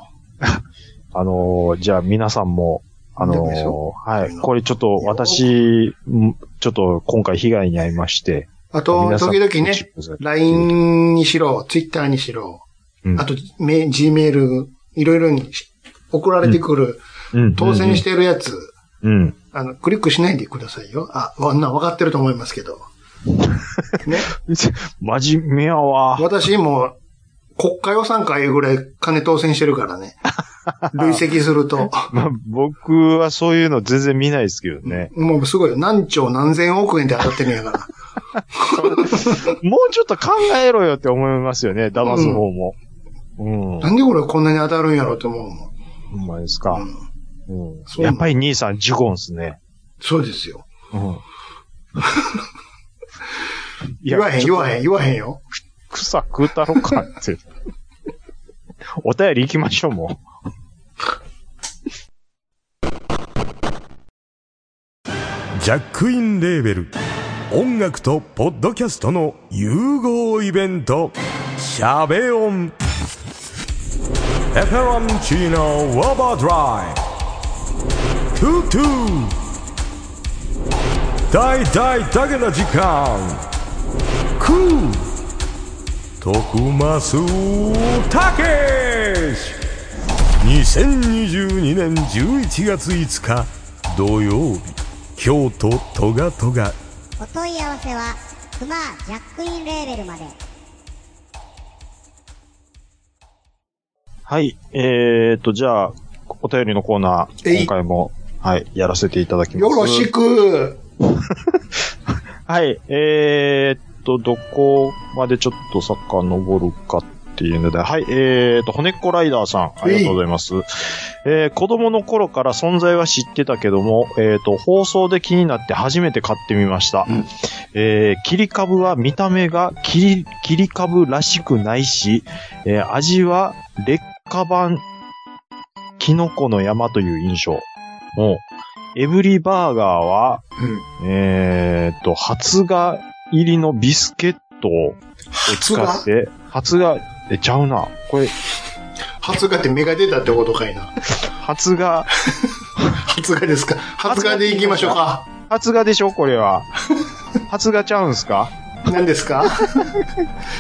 Speaker 1: あのーじゃあ皆さんも、あの
Speaker 3: どうでし
Speaker 1: ー
Speaker 3: ょ
Speaker 1: はい。これちょっと私、んちょっと今回被害に遭いまして。
Speaker 3: あと、
Speaker 1: 皆さん
Speaker 3: 時々
Speaker 1: ご注
Speaker 3: ね
Speaker 1: 意くださ、い
Speaker 3: LINE にしろ、Twitter にしろ、
Speaker 1: うん
Speaker 3: あと、メ、G メール、いろいろにし送られてくる、
Speaker 1: うん
Speaker 3: 当選し。てるやつ、
Speaker 1: うん。
Speaker 3: あの、クリックしないでくださいよ。あ、わな、わかってると思います けど。ね。
Speaker 1: 真面目やわ。
Speaker 3: 私も、国家予算会ぐらい金当選してるか らね。累積すると。
Speaker 1: まあ、僕はそういうの全然見ないですけどね。
Speaker 3: もうすごいよ。何兆何千億円で当たってるんやから。
Speaker 1: もうちょっと考えろよって思いますよね、騙す方も。うん。
Speaker 3: なんでこれこんなに当たるんやろうと思うもん。
Speaker 1: ほんまですか。
Speaker 3: うん
Speaker 1: うん
Speaker 3: そう
Speaker 1: やっぱり兄さん、ジュゴンっすね。
Speaker 3: そうですよ。
Speaker 1: うん。い
Speaker 3: 言わへん、言わへん、
Speaker 1: ん。
Speaker 3: 言わへんよ。
Speaker 1: 草食うたろかって。 お便り行きましょう、も
Speaker 4: ジャックインレーベル音楽とポッドキャストの融合イベント「シャベオン」「エフェロンチーノウォーバードライ」「トゥトゥ」「大大だけの時間」「クー」「徳マスたけし」2022年11月5日土曜日京都トガトガ
Speaker 2: お問い合わせは、クマジャックインレーベルまで。
Speaker 1: う。はい。えーっと、じゃあ、お便りのコーナ
Speaker 3: え
Speaker 1: ー、
Speaker 3: い
Speaker 1: 今回も、はい、やらせていただきま
Speaker 3: よ
Speaker 1: す。
Speaker 3: ろしく。
Speaker 1: はい。えーっと、どこまでちょっと遡るかっていうので、はい。えーっと、骨っこライダーさん、ありがとうございます。えー子供の頃から存在は知ってたけども、えーっと、放送で気になって初めて買ってみました。
Speaker 3: うん
Speaker 1: えー切り株は見た目が切り、切り株らしくないし、えー味は劣化版、キノコの山という印象。もう、エブリバーガーは、えーっと、発芽入りのビスケットを
Speaker 3: 発
Speaker 1: 使
Speaker 3: が
Speaker 1: って、発芽、え、ちゃうな。これ、
Speaker 3: 発芽って芽が出たってことかいな。
Speaker 1: 発芽、
Speaker 3: 発芽ですか。発芽でいきましょうか。
Speaker 1: 発芽でしょこれ は。発芽ちゃうんすか
Speaker 3: 何ですか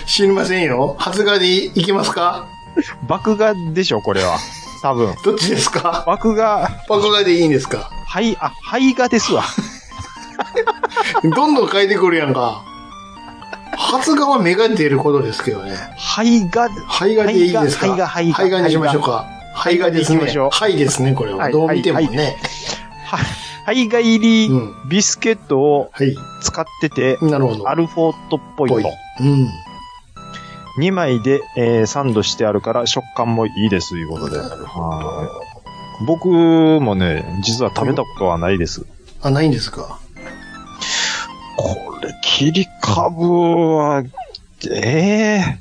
Speaker 3: 知りませんよ。発芽でいきますか
Speaker 1: 爆芽でしょこれは。多分。
Speaker 3: どっちですか
Speaker 1: 爆芽、
Speaker 3: 爆芽でいいんですか
Speaker 1: 灰、あ、灰芽ですわ。
Speaker 3: どんどん変えてくるやんか。発芽は芽が出ることですけどね。
Speaker 1: 灰芽、
Speaker 3: 肺がでいいですか
Speaker 1: 肺が肺が
Speaker 3: 肺がにしましょうか。肺がです
Speaker 1: 肺
Speaker 3: ね。
Speaker 1: がにしましょう
Speaker 3: 肺ですね、これ
Speaker 1: は
Speaker 3: は。
Speaker 1: い
Speaker 3: どう見ても
Speaker 1: は
Speaker 3: ね。
Speaker 1: 灰芽入
Speaker 3: う
Speaker 1: り
Speaker 3: ん。
Speaker 1: ビスケットを
Speaker 3: はい。
Speaker 1: 使ってて、
Speaker 3: なるほど。
Speaker 1: アルフォートっぽいと。
Speaker 3: うん。
Speaker 1: 2枚で、えーサンドしてあるから食感もいいですということで。はい僕もね、実は食べたことはないです。
Speaker 3: あ、ないんですか
Speaker 1: これ、切り株は、ええ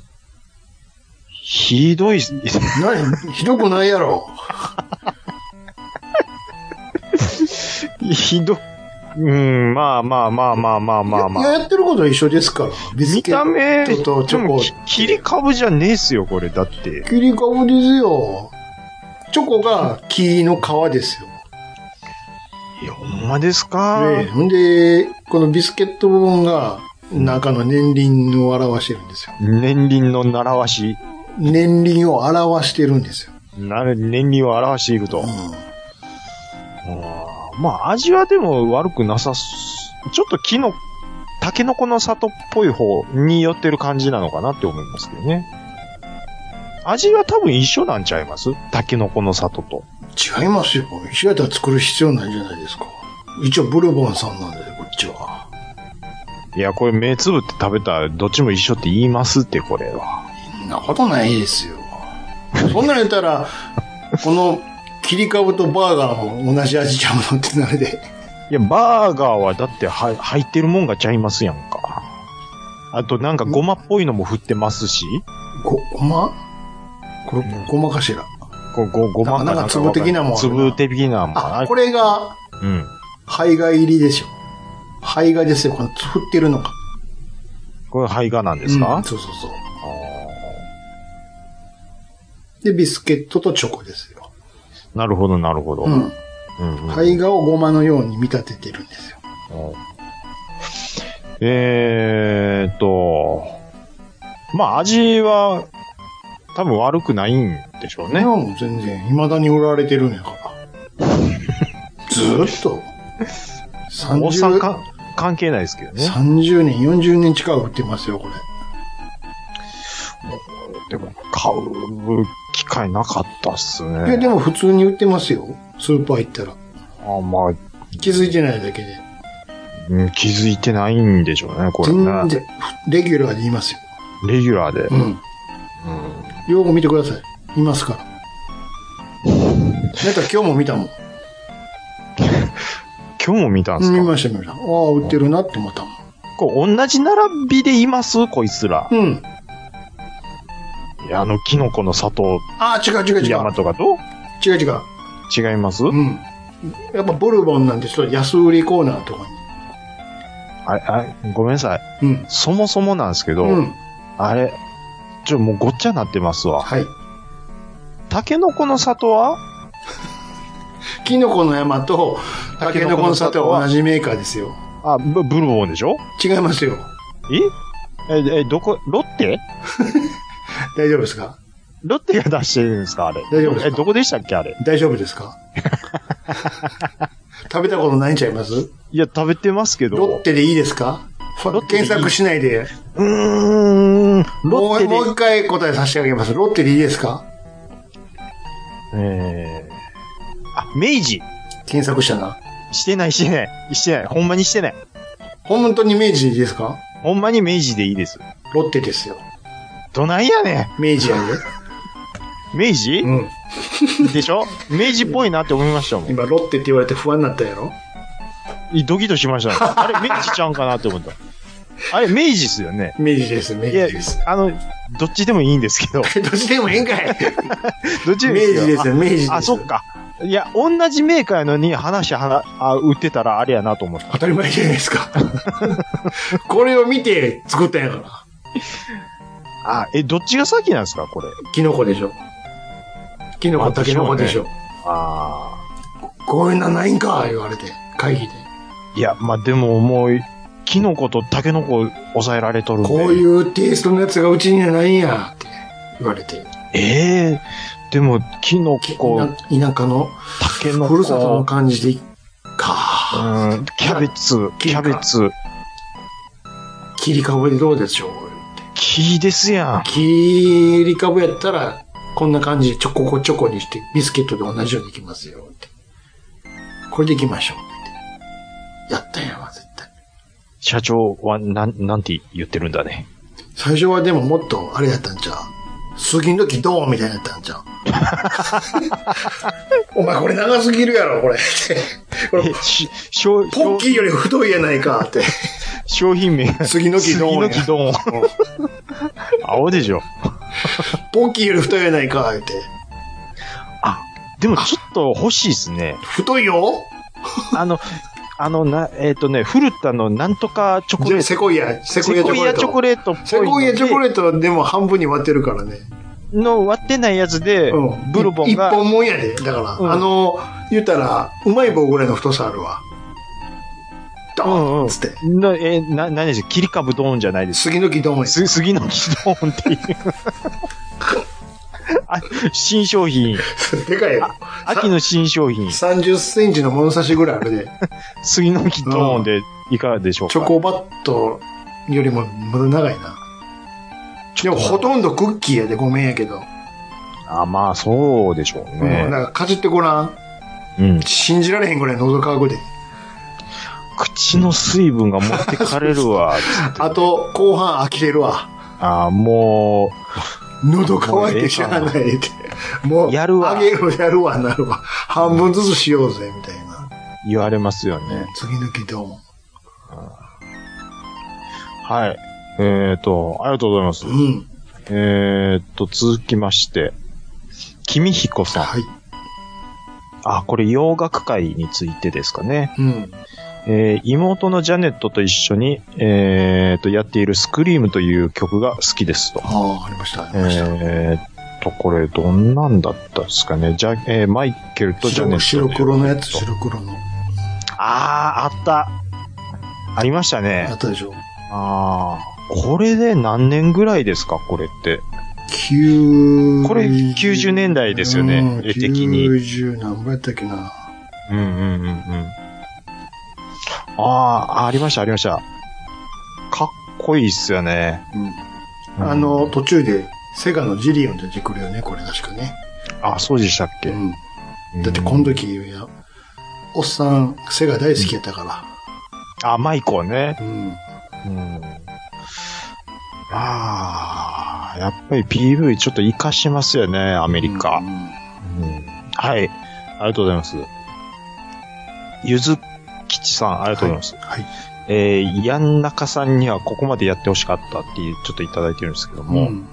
Speaker 1: ひどいっす、
Speaker 3: ない、ひどくないやろ。
Speaker 1: ひど、うん、まあまあまあまあまあまあまあ。
Speaker 3: やってることは一緒ですから。ビス
Speaker 1: 見
Speaker 3: ケ
Speaker 1: た目、
Speaker 3: ットとチ
Speaker 1: で
Speaker 3: ョコ
Speaker 1: も。き切り株じゃねえっすよ、これ。だって。
Speaker 3: 切り株ですよ。チョコが木の皮ですよ。
Speaker 1: いや、ほんまですか、
Speaker 3: で、ほんで、このビスケット部分が中の年輪を表してるんですよ。
Speaker 1: 年輪の習わし、
Speaker 3: 年輪を表してるんですよ。
Speaker 1: な年輪を表していると。
Speaker 3: うん
Speaker 1: うんまあ、味はでも悪くなさす。ちょっと木の、タケノコの里っぽい方に寄ってる感じなのかなって思いますけどね。味は多分一緒なんちゃいますタケノコの里と。
Speaker 3: 違いますよ。一緒やったら作る必要ないじゃないですか。一応ブルボンさんなんで、こっちは。
Speaker 1: いや、これ目つぶって食べたらどっちも一緒って言いますって、これは。
Speaker 3: そんなことないですよ。そんなん言ったら、この切り株とバーガーも同じ味ちゃうのってなるで。
Speaker 1: いや、バーガーはだっては入ってるもんがちゃいますやんか。あとなんかごまっぽいのも振ってますし、
Speaker 3: ご、ごまこれ
Speaker 1: うん、
Speaker 3: ごまかしら。
Speaker 1: ご、ご、ごま
Speaker 3: なんか粒的なもんあるな
Speaker 1: 粒的なもん
Speaker 3: あ、
Speaker 1: あ
Speaker 3: これが、
Speaker 1: うん。
Speaker 3: 肺が入りでしょ。肺がですよ。この振ってるのか。
Speaker 1: これ胚芽なんですか、
Speaker 3: うんそうそうそう。で、ビスケットとチョコですよ。
Speaker 1: なるほど、なるほど。
Speaker 3: うん。
Speaker 1: うんうん
Speaker 3: 肺がをごまのように見立ててるんですよ。
Speaker 1: えーっと、まあ味は、多分悪くないんでしょうね。
Speaker 3: もう全然、未だに売られてるんやから。 ずーっと。
Speaker 1: おっさんか
Speaker 3: 30、
Speaker 1: 関係ないですけどね。
Speaker 3: 30年、40年近く売ってますよ、これ。
Speaker 1: でも、買う機会なかったっす
Speaker 3: いや、
Speaker 1: ね。
Speaker 3: でも普通に売ってますよ。スーパー行ったら。
Speaker 1: あまあ、
Speaker 3: 気づいてないだけで。
Speaker 1: うん気づいてないんでしょうね、これ
Speaker 3: 全
Speaker 1: ね。
Speaker 3: 然、レギュラーでいますよ。
Speaker 1: レギュラーで
Speaker 3: う。ん。よく見てください。いますから。 なんか今日も見たもん。
Speaker 1: 今日も見たんです
Speaker 3: 見
Speaker 1: か
Speaker 3: ました、見ました。ああ、売ってるなって思ったも
Speaker 1: こう同じ並びでいますこいつら。
Speaker 3: ん。うん。
Speaker 1: いや、あの、キノコの砂糖、
Speaker 3: ああ、違う違う違う。
Speaker 1: 山とかと
Speaker 3: 違う違う。
Speaker 1: 違います
Speaker 3: うん。やっぱボルボンなんてちょっと安売りコーナーとか
Speaker 1: あれ、あれ、ごめんなさい。
Speaker 3: に。うん。
Speaker 1: そもそもなんですけど、
Speaker 3: うん。
Speaker 1: あれ、ちょ、もうごっちゃなってますわ。
Speaker 3: はい。
Speaker 1: タケノコの里は
Speaker 3: キノコの山とタケノコの砂糖は同じメーカーですよ。
Speaker 1: あ、ブブルボンでしょ
Speaker 3: 違いますよ。
Speaker 1: ええ、え、どこ、ロッテ
Speaker 3: 大丈夫ですか
Speaker 1: ロッテが出してるんですかあれ。
Speaker 3: 大丈夫ですか
Speaker 1: え、どこでしたっけあれ。
Speaker 3: 大丈夫で すか食べたことないんちゃいます
Speaker 1: いや、食べてますけど。
Speaker 3: ロッテでいいですか
Speaker 1: ロッテでいい
Speaker 3: 検索しないで。
Speaker 1: うーん。ロ
Speaker 3: も
Speaker 1: ッ
Speaker 3: う
Speaker 1: テ
Speaker 3: もう
Speaker 1: で。
Speaker 3: 一回答えさせてあげます。ロッテでいいですか
Speaker 1: えー、あ、明治。
Speaker 3: 検索したな。
Speaker 1: してない、してない。してない。ほんまにしてない。
Speaker 3: 本当に明治でいいですか
Speaker 1: ほんまに明治でいいです。
Speaker 3: ロッテですよ。
Speaker 1: どないやね
Speaker 3: 明治やで。
Speaker 1: ん。明治
Speaker 3: うん。
Speaker 1: でしょ明治っぽいなって思いましたもん。
Speaker 3: 今、ロッテって言われて不安になったやろ
Speaker 1: ドキドキしましたね。あれ、明治ちゃうんかなって思った。あれ、明治っすよね。
Speaker 3: 明治です、明治
Speaker 1: いや
Speaker 3: です。、
Speaker 1: あの、どっちでもいいんですけど。
Speaker 3: どっちでもええ んかい。
Speaker 1: どっち
Speaker 3: 明
Speaker 1: で
Speaker 3: 治
Speaker 1: もいい
Speaker 3: ですよ、明治です。
Speaker 1: あ、あそっ。か。いや、同じメーカーやのに話はな、あ、売ってたらあれやなと思った。
Speaker 3: 当たり前じゃないですか。 これを見て作ったんやから。
Speaker 1: あ、え、どっちが先なんですかこれ。
Speaker 3: キノコでしょ。キノコ、
Speaker 1: あ
Speaker 3: タケノコでしょ。
Speaker 1: あ
Speaker 3: こういうのないんか言われて、会議で。
Speaker 1: ーいや、まあ、でももう、キノコとタケノコ抑えられとるんで。
Speaker 3: こういうテイストのやつがうちにはないんや、って言われて。
Speaker 1: ええでも、キノ
Speaker 3: き
Speaker 1: コ、
Speaker 3: 田田舎の、
Speaker 1: タケノコ。
Speaker 3: ふるさとの感じでいっか。
Speaker 1: うんキャベツ、キ
Speaker 3: 金
Speaker 1: ャ
Speaker 3: か
Speaker 1: ベツ、
Speaker 3: 切り株でどうでしょう
Speaker 1: 木ですやん。
Speaker 3: 切り株やったら、こんな感じでちょここちょこにして、ビスケットで同じようにいきますよ、って。これでいきましょう、って。やったんやわ、絶対。
Speaker 1: 社長は、なん、なんて言ってるんだね。
Speaker 3: 最初はでももっと、あれやったんちゃう杉の木ドーンみたいなやったんち ゃうお前これ長すぎるやろ、 これ。これ
Speaker 1: え、し、商、
Speaker 3: ポッキーより太いやないか、って。
Speaker 1: 商品名。
Speaker 3: 杉の木ドーンや。
Speaker 1: 杉の木ドーン。 青でしょ。
Speaker 3: ポッキーより太いやないか、って。
Speaker 1: あ、でもちょっと欲しいですね。
Speaker 3: 太いよ
Speaker 1: あの、あの、な、えっ、とね、古田のなんとかチョコ
Speaker 3: じ
Speaker 1: レ
Speaker 3: ゃあ
Speaker 1: ー
Speaker 3: セコイア、セ
Speaker 1: ト。
Speaker 3: コ
Speaker 1: セ
Speaker 3: イ
Speaker 1: コ
Speaker 3: アチョコ
Speaker 1: イ
Speaker 3: レ
Speaker 1: ア
Speaker 3: ー
Speaker 1: チョコ
Speaker 3: ト。
Speaker 1: レートっぽい
Speaker 3: セコイアチョコ
Speaker 1: ー
Speaker 3: レートでも半分に割ってるからね。
Speaker 1: ト。の割ってないやつで、
Speaker 3: うん。
Speaker 1: ブルボンが
Speaker 3: 一、本もんやで。だから、
Speaker 1: うん
Speaker 3: あの、言ったら、うまい棒ぐらいの太さあるわ。ド
Speaker 1: うん
Speaker 3: ー
Speaker 1: う
Speaker 3: ン
Speaker 1: ん
Speaker 3: っつって。
Speaker 1: な、えーな、何でしょ切り株ドーンじゃないです。
Speaker 3: 杉の木ドーンや。
Speaker 1: す、杉の木ドーンって いう。あ新商品。
Speaker 3: でかいよ。
Speaker 1: 秋の新商品。
Speaker 3: さ30センチの物差しぐらいあるで。
Speaker 1: 杉の木ドーンでいかがでしょうか
Speaker 3: チョコバットよりもまだ長いな。でもほとんどクッキーやで、ごめんやけど。
Speaker 1: あ、まあ、そうでしょう
Speaker 3: うん。な
Speaker 1: ね
Speaker 3: ん。かかじってごらん。
Speaker 1: うん。
Speaker 3: 信じられへんぐらい喉乾くで。
Speaker 1: 口の水分が持ってかれる わ。
Speaker 3: あと、後半飽きれるわ。
Speaker 1: あも
Speaker 3: 喉乾いてしゃあないって。もう、
Speaker 1: やるわ
Speaker 3: あげろ、やるわ、なるわ。半分ずつしようぜ、みたいな。
Speaker 1: う、言われますよね。
Speaker 3: 次の木どうも。
Speaker 1: はい。えっ、ー、と、ありがとうございます
Speaker 3: う。ん。
Speaker 1: えっ、ー、と、続きまして、君彦さん。
Speaker 3: はい。
Speaker 1: あ、これ洋楽界についてですかね。
Speaker 3: うん。
Speaker 1: えー妹のジャネットと一緒に、えーと、やっているスクリームという曲が好きですと。
Speaker 3: ああ、ありました、ありました。
Speaker 1: えーと、これ、どんなんだったですかね。じゃ、えーマイケルとジャネッ
Speaker 3: 白
Speaker 1: ト。
Speaker 3: 白黒のやつ、白黒の。
Speaker 1: あー、あった。ありました
Speaker 3: あ
Speaker 1: ね。
Speaker 3: ったでしょ。
Speaker 1: あー、これで何年ぐらいですか、これって。
Speaker 3: 9
Speaker 1: これ90年代ですよね絵的に
Speaker 3: 90何ぼやったっけな。
Speaker 1: うんうんうんうん。ああー、ありました、ありました。かっこいいっすよね。
Speaker 3: うん。あの、途中で、セガのジリオン出てくるよね、これ確かね。
Speaker 1: あ、そうでしたっけ、
Speaker 3: うん。だってこの時、いやおっさん、セガ大好きやったか
Speaker 1: あ、マイコね。
Speaker 3: ら。うん。
Speaker 1: うん。ああ、やっぱり PV ちょっと活かしますよね、アメリカ。
Speaker 3: うん
Speaker 1: うんはい。ありがとうございます。ゆずきちさん、ありがとうございます。
Speaker 3: はい。
Speaker 1: えー、ヤンナカさんにはここまでやってほしかったっていう、ちょっといただいてるんですけども、
Speaker 3: うん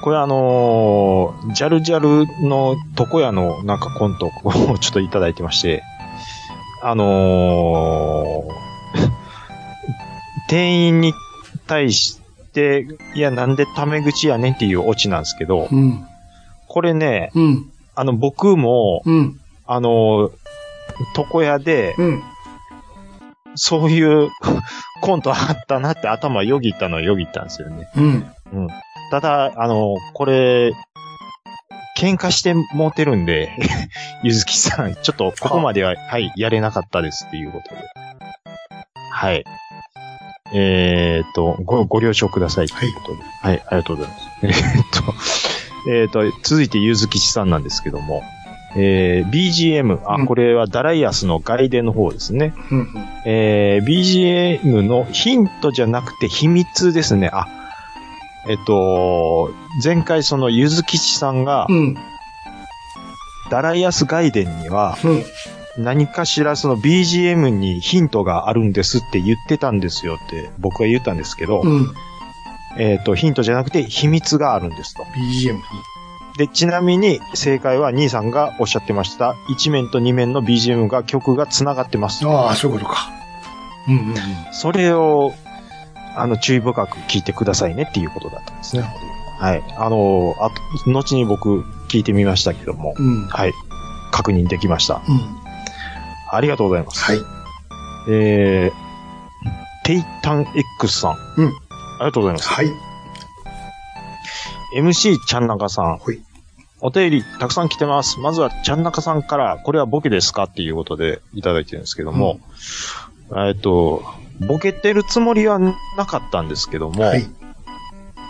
Speaker 1: これあのージャルジャルの床屋のなんかコントをちょっといただいてまして、あのー 店員に対して、いや、なんでタメ口やねんっていうオチなんですけど、
Speaker 3: うん。
Speaker 1: これね、
Speaker 3: うん。
Speaker 1: あの、僕も、
Speaker 3: うん。
Speaker 1: あのー床屋で、
Speaker 3: うん。
Speaker 1: そういう コントあったなって頭よぎったのはよぎったんですよね。
Speaker 3: うん。
Speaker 1: ただ、あの、これ、喧嘩してもうてるんで、 ゆずきさん、ちょっとここまでは、はい、やれなかったですっていうことで。はい。えーっと、ご、ご了承くださいということで。はい、ありがとうござい ます。えーっと、えーっと、続いてゆずきちさんなんですけども、えー、BGM、
Speaker 3: うん
Speaker 1: あ、これはダライアスの外伝の方ですね。
Speaker 3: うん。
Speaker 1: えー BGM のヒントじゃなくて秘密ですね。あ、えっと、前回そのゆずきちさんが
Speaker 3: う、ん。
Speaker 1: ダライアス外伝には
Speaker 3: うん。
Speaker 1: 何かしらその BGM にヒントがあるんですって言ってたんですよって僕は言ったんですけど、
Speaker 3: うん。
Speaker 1: えっと、ヒントじゃなくて秘密があるんですと。
Speaker 3: BGM に。
Speaker 1: で、ちなみに正解は兄さんがおっしゃってました。1面と2面の BGM が曲が繋がってます。
Speaker 3: ああ、そういうことか。うんうんうん。
Speaker 1: それを、あの、注意深く聞いてくださいねっていうことだったんです
Speaker 3: なる
Speaker 1: ね。
Speaker 3: ほ
Speaker 1: はい。あの、あと、後に僕聞いてみましたけども、
Speaker 3: ど。うん。うん。
Speaker 1: はい。確認できました。
Speaker 3: は
Speaker 1: ありがとうございます。
Speaker 3: い。
Speaker 1: えー、テイタン X さん。
Speaker 3: うん
Speaker 1: ありがとうございます。
Speaker 3: はい。
Speaker 1: MC ちゃんなかさん。
Speaker 3: ほい
Speaker 1: お便りたくさん来てます。まずはちゃんなかさんから、これはボケですかっていうことでいただいてるんですけども、えっと、ボケてるつもりはなかったんですけども、
Speaker 3: はい。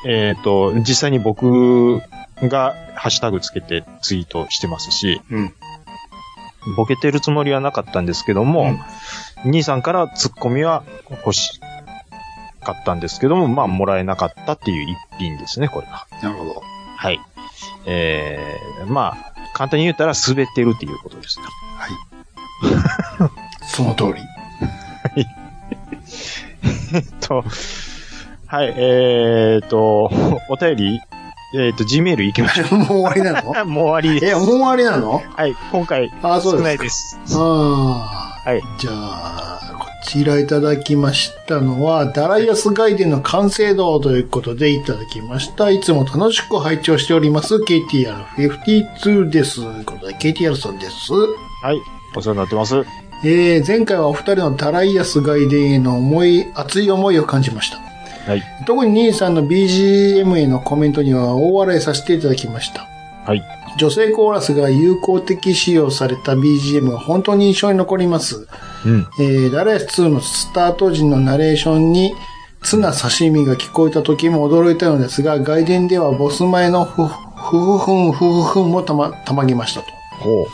Speaker 1: えっ、と、実際に僕がハッシュタグつけてツイートしてますし、
Speaker 3: うん
Speaker 1: ボケてるつもりはなかったんですけども、兄さんからツッコミは欲しかったんですけども、まあ、もらえなかったっていう一品ですね、これが。
Speaker 3: なるほど。
Speaker 1: はい。えー、まあ、簡単に言ったら滑ってるっていうことですね。
Speaker 3: はい。その通り。
Speaker 1: えっ と、はい、えっ、と、 お便り、えっ、と、Gmail 行きましょ
Speaker 3: もう終わりなの
Speaker 1: う。もう終わりです。
Speaker 3: え、もう終わりなの
Speaker 1: はい、今回、
Speaker 3: ああ、そ
Speaker 1: 少
Speaker 3: う
Speaker 1: な
Speaker 3: で
Speaker 1: い
Speaker 3: すか。
Speaker 1: です。
Speaker 3: ああ。
Speaker 1: はい。
Speaker 3: じゃあ、こちらいただきましたのは、ダライアスガイデンの完成度ということでいただきました。いつも楽しく拝聴しております。KTR52 です。ということで、KTR さんです。
Speaker 1: はい、お世話になってます。
Speaker 3: えー前回はお二人のダライアス外伝への思い、熱い思いを感じました。
Speaker 1: はい、
Speaker 3: 特に兄さんの BGM へのコメントには大笑いさせていただきました。
Speaker 1: はい、
Speaker 3: 女性コーラスが有効的使用された BGM が本当に印象に残ります。
Speaker 1: うん、
Speaker 3: えー、ダライアス2のスタート時のナレーションに、ツナ刺身が聞こえた時も驚いたのですが、外伝ではボス前のふ、ふふふん、ふふふんもたま、たまぎましたと。
Speaker 1: ほう。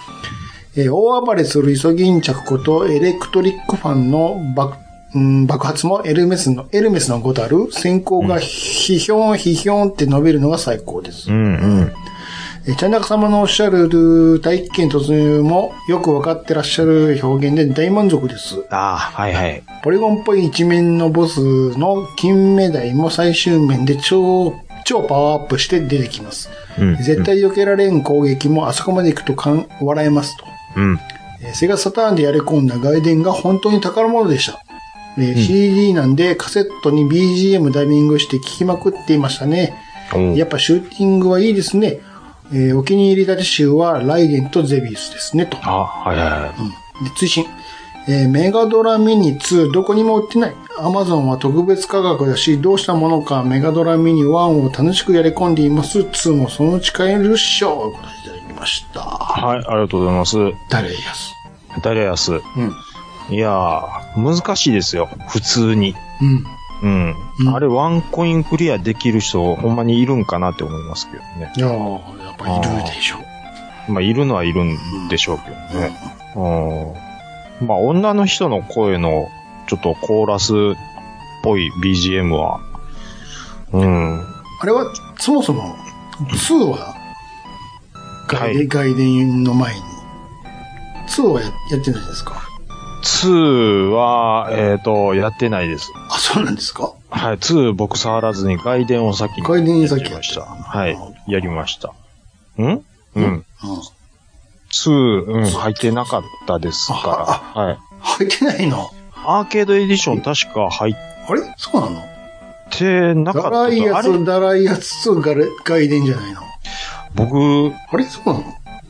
Speaker 3: えー大暴れするイソギンチャクことエレクトリックファンの爆,、うん、爆発もエルメスの、エルメスのごたる、先行がひひょんひひょんって述べるのが最高です。
Speaker 1: ん、うん。
Speaker 3: えー、チャンナカ様のおっしゃる大気圏突入もよくわかってらっしゃる表現で大満足です。
Speaker 1: ああ、はいはい。
Speaker 3: ポリゴンっぽい一面のボスの金目鯛も最終面で超、超パワーアップして出てきます。
Speaker 1: うん
Speaker 3: 絶対避けられん攻撃もあそこまで行くとかん笑えますと。
Speaker 1: うん、
Speaker 3: えーセガサターンでやり込んだ外伝が本当に宝物でした。えー CD なんでカセットに BGM ダイビングして聴きまくっていましたね。
Speaker 1: うん
Speaker 3: やっぱシューティングはいいですね。えーお気に入り立て集はライデンとゼビウスですね、と。
Speaker 1: あはいはいはい。
Speaker 3: で、追伸。えーメガドラミニ2、どこにも売ってない。アマゾンは特別価格だし、どうしたものかメガドラミニ1を楽しくやり込んでいます。2もそのうち買えるっしょ。ということでいただきました。
Speaker 1: はい、ありがとうございます。
Speaker 3: 誰やす。
Speaker 1: ダレアス。
Speaker 3: うん。
Speaker 1: いやー、難しいですよ。普通に。
Speaker 3: う
Speaker 1: う
Speaker 3: ん。
Speaker 1: ん。
Speaker 3: うん
Speaker 1: あれ、ワンコインクリアできる人、ほんまにいるんかなって思いますけどね。
Speaker 3: いやーやっぱいるでしょ。
Speaker 1: まあ、いるのはいるんでしょうけどね。うん。まあ、女の人の声の、ちょっとコーラスっぽい BGM は、うん。
Speaker 3: あれは、そもそも、2は、
Speaker 1: は
Speaker 3: 外
Speaker 1: い
Speaker 3: 伝、外伝の前に。2はややってないですか
Speaker 1: 2は、えっ、と、やってないです。
Speaker 3: あ、そうなんですか
Speaker 1: はい、2僕触らずに外伝を先に。
Speaker 3: 外伝先
Speaker 1: やりました。
Speaker 3: やって
Speaker 1: はい
Speaker 3: あ、
Speaker 1: やりました。んうん。
Speaker 3: うん。
Speaker 1: 2、うん、入ってなかったですから。はい。
Speaker 3: 入ってないの
Speaker 1: アーケードエディション確か入っ
Speaker 3: あれそうなの
Speaker 1: てなか
Speaker 3: ダ
Speaker 1: った
Speaker 3: ライ
Speaker 1: と。
Speaker 3: や
Speaker 1: あれ
Speaker 3: つ、ダライやつとガレ外伝じゃないの
Speaker 1: 僕、
Speaker 3: あれそうなの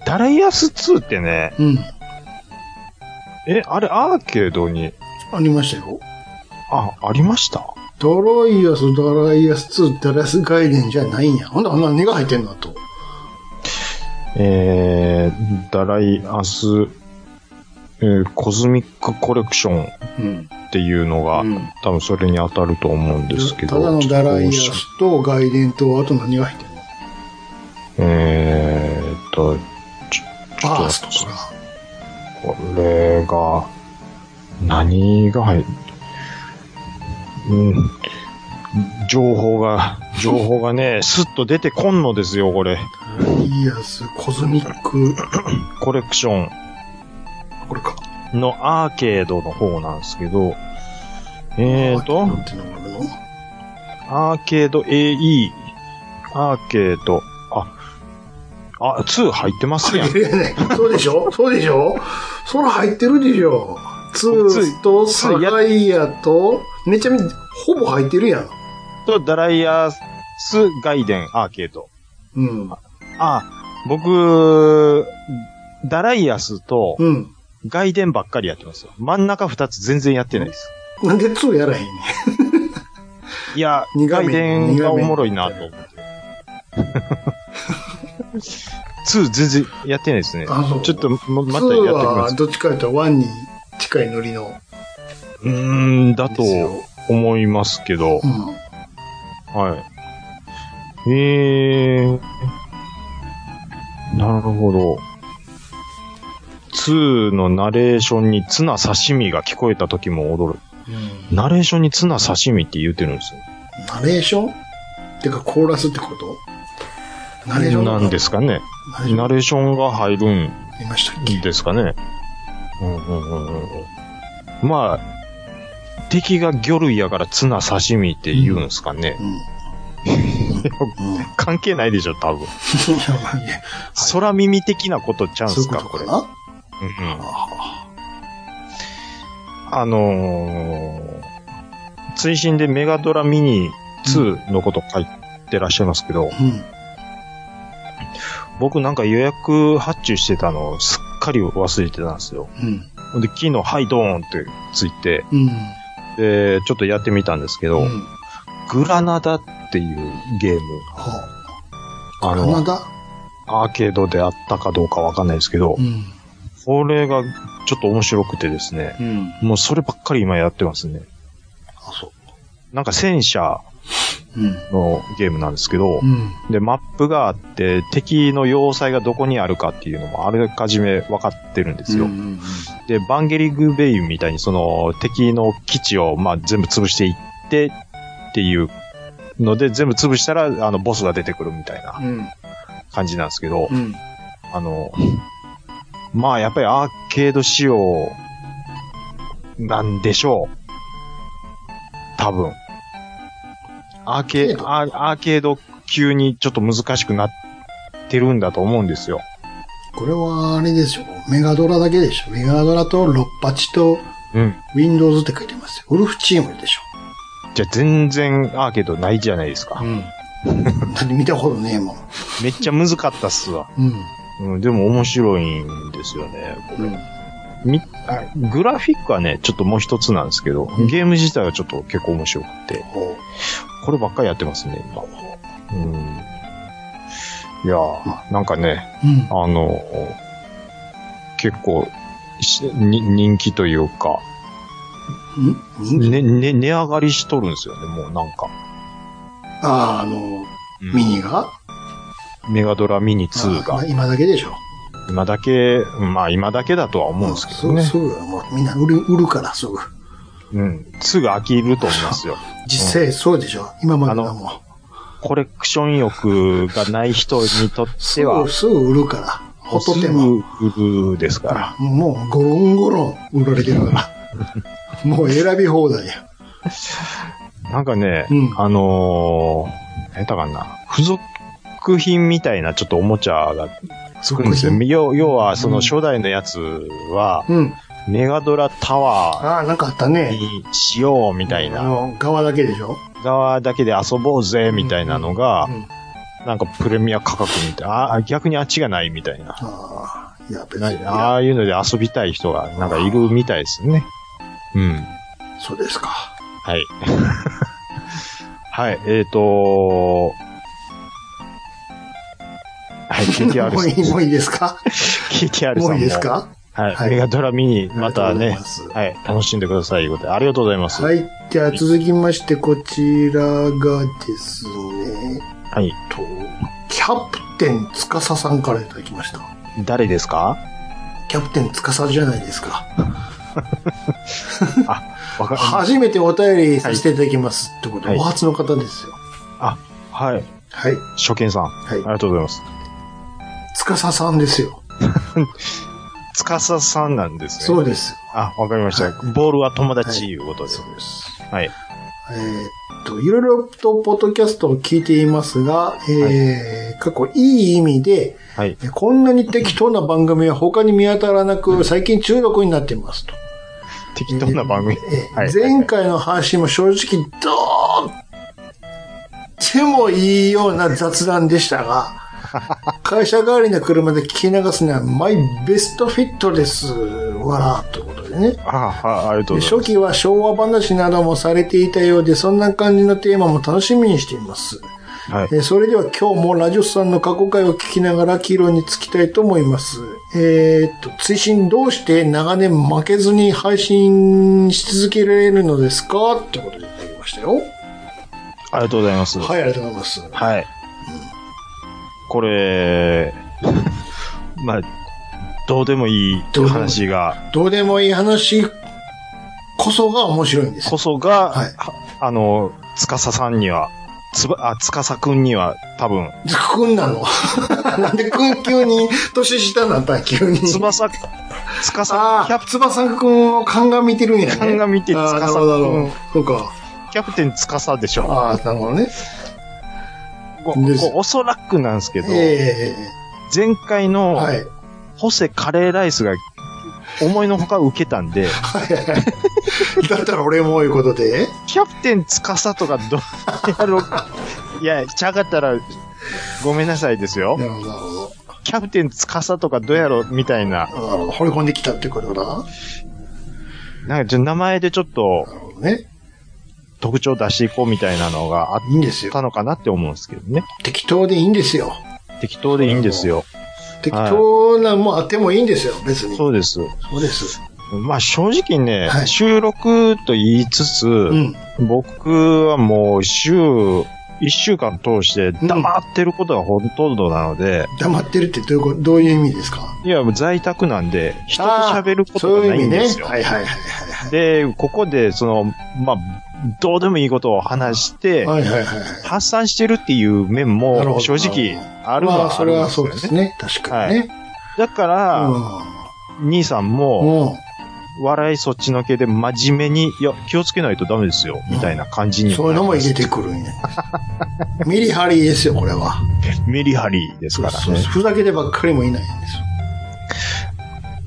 Speaker 1: ダライアス2ってね、
Speaker 3: うん。
Speaker 1: え、あれアーケードに、
Speaker 3: ありましたよ。
Speaker 1: あ、ありました
Speaker 3: ダライアス、ダライアス2、ダライアス外伝じゃないんや。ほんなら、ほんなら何が入ってんのあと。
Speaker 1: えー、ダライアス、えーコズミックコレクションっ
Speaker 3: うん。
Speaker 1: ていうのが、
Speaker 3: うん
Speaker 1: 多分それに当たると思うんですけど。
Speaker 3: ただのダライア
Speaker 1: ちょっと
Speaker 3: スと外伝と、あと何が入ってんの
Speaker 1: えーっと、ちょ、ちょっと
Speaker 3: バース
Speaker 1: 待
Speaker 3: と
Speaker 1: って
Speaker 3: かが。
Speaker 1: これが、何が入っうん。情報が、情報がね、スッと出てこんのですよ、これ。
Speaker 3: イアス、コズミック、
Speaker 1: コレクショ
Speaker 3: これか。
Speaker 1: ンのアーケードの方なんですけど、えーっと、
Speaker 3: なんていうのがあるの
Speaker 1: アーケード AE、アーケード、あ、あ、2入ってます やん。
Speaker 3: いやいやいやそうで しょそうでしょそら入ってるでしょツーと、サガイアと、めちゃめちゃ、ほぼ入ってるやん。
Speaker 1: と、ダライアスガイデンアーケード。
Speaker 3: うん。
Speaker 1: あ、僕、ダライアスと
Speaker 3: うん。
Speaker 1: 外伝ばっかりやってますよ。真ん中二つ全然やってないです。
Speaker 3: なんでツーやらへんね
Speaker 1: い
Speaker 3: ん。
Speaker 1: や、
Speaker 3: 二画
Speaker 1: 外
Speaker 3: 面
Speaker 1: 伝がおもろいなと思って。2全然やってないですね。
Speaker 3: あそう
Speaker 1: ちょっとま、また
Speaker 3: ツー
Speaker 1: やってみま
Speaker 3: は、
Speaker 1: す。
Speaker 3: どっちかというとワンに近いノリの。
Speaker 1: うーん、だと
Speaker 3: ですよ
Speaker 1: 思いますけど
Speaker 3: う。ん。
Speaker 1: はい。えー。なるほど。2のナレーションにツナ刺身が聞こえた時も驚る。
Speaker 3: うん
Speaker 1: ナレーションにツナ刺身って言ってるんですよ。
Speaker 3: ナレーションてか、コーラスってことナレーション
Speaker 1: なんです
Speaker 3: か
Speaker 1: かね。
Speaker 3: ナレーション
Speaker 1: ナレーションが入るん
Speaker 3: ありましたっけ
Speaker 1: ですかね。うんうんうんうんうん。まあ、敵が魚類やからツナ刺身って言うんですかね。
Speaker 3: うん。うん。いや、
Speaker 1: 関係ないでしょ、多分。
Speaker 3: まあいいや
Speaker 1: 空耳的なことちゃうん
Speaker 3: そう
Speaker 1: す
Speaker 3: いう
Speaker 1: か、
Speaker 3: こと
Speaker 1: こ
Speaker 3: か
Speaker 1: れ。
Speaker 3: な
Speaker 1: うんうん
Speaker 3: あ
Speaker 1: あのー、追伸でメガドラミニ2のこと書いてらっしゃいますけど、
Speaker 3: あうん。
Speaker 1: 僕なんか予約発注してたのをすっかり忘れてたんですよ。
Speaker 3: うん。
Speaker 1: で、昨日はいドーンってついて、
Speaker 3: うん。
Speaker 1: で、ちょっとやってみたんですけど、
Speaker 3: うん
Speaker 1: グラナダっていうゲーム、
Speaker 3: は
Speaker 1: あ
Speaker 3: あ、カナ
Speaker 1: の、
Speaker 3: ダ
Speaker 1: アーケードであったかどうかわかんないですけど
Speaker 3: う、ん。
Speaker 1: これがちょっと面白くてですね、
Speaker 3: うん。
Speaker 1: もうそればっかり今やってますね。
Speaker 3: あ、そ
Speaker 1: なんか戦車
Speaker 3: う。うん。
Speaker 1: のゲームなんですけど、
Speaker 3: うん。
Speaker 1: で、マップがあって、敵の要塞がどこにあるかっていうのもあらかじめ分かってるんですよ。
Speaker 3: うん
Speaker 1: で、バンゲリグベイみたいにその敵の基地をまあ全部潰していってっていうので、全部潰したらあのボスが出てくるみたいな
Speaker 3: うん。
Speaker 1: 感じなんですけど、
Speaker 3: うん。
Speaker 1: あの、まあやっぱりアーケード仕様なんでしょう。多分。アーケ
Speaker 3: アーケード
Speaker 1: アーアーケード級にちょっと難しくなってるんだと思うんですよ。
Speaker 3: これはあれでしょ。メガドラだけでしょ。メガドラとロッパチと
Speaker 1: うん。
Speaker 3: Windows って書いてますよ。ウルフチームでしょ。
Speaker 1: じゃあ全然アーケードないじゃないですか。
Speaker 3: ん。だって見たことねえもん。
Speaker 1: めっちゃ難かったっすわ。
Speaker 3: うん。
Speaker 1: うん、でも面白いんですよね。
Speaker 3: うん。
Speaker 1: み、グラフィックはね、ちょっともう一つなんですけど、ゲーム自体はちょっと結構面白くて、こればっかりやってますね、今。うん、いやー、なんかね、
Speaker 3: うん。
Speaker 1: あの、結構、しに人気というか、
Speaker 3: うん
Speaker 1: ね、ね、値上がりしとるんですよね、もうなんか。
Speaker 3: あー、あの、ミニが
Speaker 1: メガドラミニ2
Speaker 3: あ
Speaker 1: が。
Speaker 3: 今だけでしょ。
Speaker 1: 今だけ、まあ今だけだとは思うんですけどね
Speaker 3: す。ぐ、すぐもうみんな売る、売るから、すぐ。
Speaker 1: うん。すぐ飽きると思います よ。
Speaker 3: 実際そうでしょ。今まではも
Speaker 1: コレクション欲がない人にとっ
Speaker 3: う。す
Speaker 1: ては
Speaker 3: ぐ、、すぐ売るから。ほっと
Speaker 1: す
Speaker 3: ても。
Speaker 1: ぐ売るですから。
Speaker 3: もう、ゴロンゴロン売られてる から。もう選び放題や。
Speaker 1: なんかね、
Speaker 3: うん
Speaker 1: あのー、下手かな。付属品みたいなちょっとおもちゃがつくんですよ。要要は、その初代のやつは、
Speaker 3: うん。
Speaker 1: メガドラタワ
Speaker 3: ああ、なんかあった
Speaker 1: ー
Speaker 3: ね。
Speaker 1: にしようみたい
Speaker 3: あ
Speaker 1: な、
Speaker 3: の、側だけでしょ。
Speaker 1: 側だけで遊ぼうぜみたいなのが
Speaker 3: う、ん。
Speaker 1: なんかプレミア価格みたいな、あ逆にあっちがないみたいな。
Speaker 3: ああ、いや、別
Speaker 1: な
Speaker 3: に。
Speaker 1: ああいうので遊びたい人がなんかいるみたいですね。うん。
Speaker 3: そうですか。
Speaker 1: はい。 はい、えっ、ー、とはい、KTR
Speaker 3: もういい、もういいですか
Speaker 1: KTR さん
Speaker 3: も
Speaker 1: も。
Speaker 3: ういいですか
Speaker 1: はい、
Speaker 3: はい
Speaker 1: メガドラミニ、また
Speaker 3: ありが
Speaker 1: ね
Speaker 3: とうございます、
Speaker 1: はい、楽しんでください。ということで、ありがとうございます。。
Speaker 3: はいい。じゃあ続きまして、こちらがですね、
Speaker 1: はい、
Speaker 3: と、キャプテン司さんからいただきました。
Speaker 1: 誰ですか
Speaker 3: キャプテン司じゃないですか。
Speaker 1: わか
Speaker 3: 初めてお便りさせていただきます。ってこと
Speaker 1: は
Speaker 3: で、
Speaker 1: い
Speaker 3: お初の方ですよ。
Speaker 1: はい、
Speaker 3: はい。
Speaker 1: 初見さん。
Speaker 3: はい
Speaker 1: ありがとうございます。
Speaker 3: 司さんですよ。
Speaker 1: つかささんなんですね。
Speaker 3: そうです。
Speaker 1: あ、わかりました。ボールは友達いうことで。
Speaker 3: そうです。
Speaker 1: はい。
Speaker 3: えーっと、いろいろとポッドキャストを聞いていますが、えー過去いい意味で、
Speaker 1: はい。
Speaker 3: こんなに適当な番組は他に見当たらなく、最近中毒になっていますと。
Speaker 1: 適当な番組。
Speaker 3: えー
Speaker 1: はい
Speaker 3: 前回の配信も正直どうでもいいような雑談でした が、会社帰りの車で聞き流すにはマイベストフィットです。わら、ということで
Speaker 1: あ、はい、あ
Speaker 3: ね。
Speaker 1: りがとうございます。
Speaker 3: 初期は昭和話などもされていたようで、そんな感じのテーマも楽しみにしています。
Speaker 1: はい。
Speaker 3: えーそれでは今日もラジオスさんの過去回を聞きながら議論につきたいと思います。えーっと、追伸どうして長年負けずに配信し続けられるのですかってことでいただきましたよ。
Speaker 1: ありがとうございます。
Speaker 3: はい、ありがとうございます。
Speaker 1: はい。これ、 まあ、どうでもいい話が、
Speaker 3: どうでもいい話こそが面白いんですよ
Speaker 1: こ。そが、
Speaker 3: はい
Speaker 1: はあの、つかささんには、つば、あ、つかさくんには、多分、
Speaker 3: くんなの なんでくん急に年下になったん急に。
Speaker 1: つばさ、つかさ
Speaker 3: あ、
Speaker 1: キ
Speaker 3: あ、
Speaker 1: ャプ、
Speaker 3: つばさくんを鑑みてるんやね。
Speaker 1: 鑑みて
Speaker 3: あー
Speaker 1: 司
Speaker 3: なるほど、なるほ
Speaker 1: う
Speaker 3: ど
Speaker 1: ん。
Speaker 3: そうか。
Speaker 1: キャプテンつかさでしょ。
Speaker 3: ああ、なるほどね。
Speaker 1: こ
Speaker 3: です
Speaker 1: こおそらくなんですけど、
Speaker 3: え
Speaker 1: 前回
Speaker 3: え
Speaker 1: の、
Speaker 3: はい。
Speaker 1: ホセカレーライスが、思いのほか受けたんで、
Speaker 3: だったら俺もいうことで。
Speaker 1: キャプテン司とかどうやろういや、ちゃうかったら、ごめんなさいですよ
Speaker 3: な。るほど、なるほ
Speaker 1: キャプテン司とかどうやろうみたいな。
Speaker 3: ど。なるほど。掘り込んできたってことだな。
Speaker 1: なんかちょっと名前でちょっと
Speaker 3: なるほどね。
Speaker 1: 特徴出していこうみたいなのがあっ
Speaker 3: いいんですよ。
Speaker 1: たのかなって思うんですけどね。
Speaker 3: 適当でいいんですよ。
Speaker 1: 適当でいいんですよ。
Speaker 3: 適当なもんあってもいいんですよ、別に。そ
Speaker 1: そうです。
Speaker 3: うです。
Speaker 1: まあ正直ね、
Speaker 3: はい
Speaker 1: 収録と言いつつ、
Speaker 3: うん。
Speaker 1: 僕はもう週、一週間通して黙ってることがほとんどなので、
Speaker 3: 黙ってるってどういうこと、どういう意味ですか
Speaker 1: いや、もう在宅なんで、人と喋るこ
Speaker 3: そ
Speaker 1: と
Speaker 3: うい
Speaker 1: がな
Speaker 3: う
Speaker 1: い
Speaker 3: 意味
Speaker 1: んで
Speaker 3: ね
Speaker 1: す。よ。
Speaker 3: はいはいはい
Speaker 1: で、ここで、その、まあ、どうでもいいことを話して、
Speaker 3: はい。はいはいはいはい。
Speaker 1: 発散してるっていう面
Speaker 3: なるほど
Speaker 1: も正直あるの
Speaker 3: ま
Speaker 1: は
Speaker 3: あ、
Speaker 1: あ
Speaker 3: そ
Speaker 1: る
Speaker 3: れ
Speaker 1: ん
Speaker 3: は
Speaker 1: です
Speaker 3: そ
Speaker 1: よ
Speaker 3: う
Speaker 1: ね
Speaker 3: ですね。確かにね。
Speaker 1: だから、兄さん
Speaker 3: う
Speaker 1: も、
Speaker 3: ん。うん。
Speaker 1: 笑いそっちのけで真面目に、いや、気をつけないとダメですよ、みたいな感じに。
Speaker 3: そういうのも入れてくるん や。ミリハリですよ、これは。
Speaker 1: メリハリですから
Speaker 3: そうそう
Speaker 1: ね。
Speaker 3: ふざけてばっかりもいないんですよ。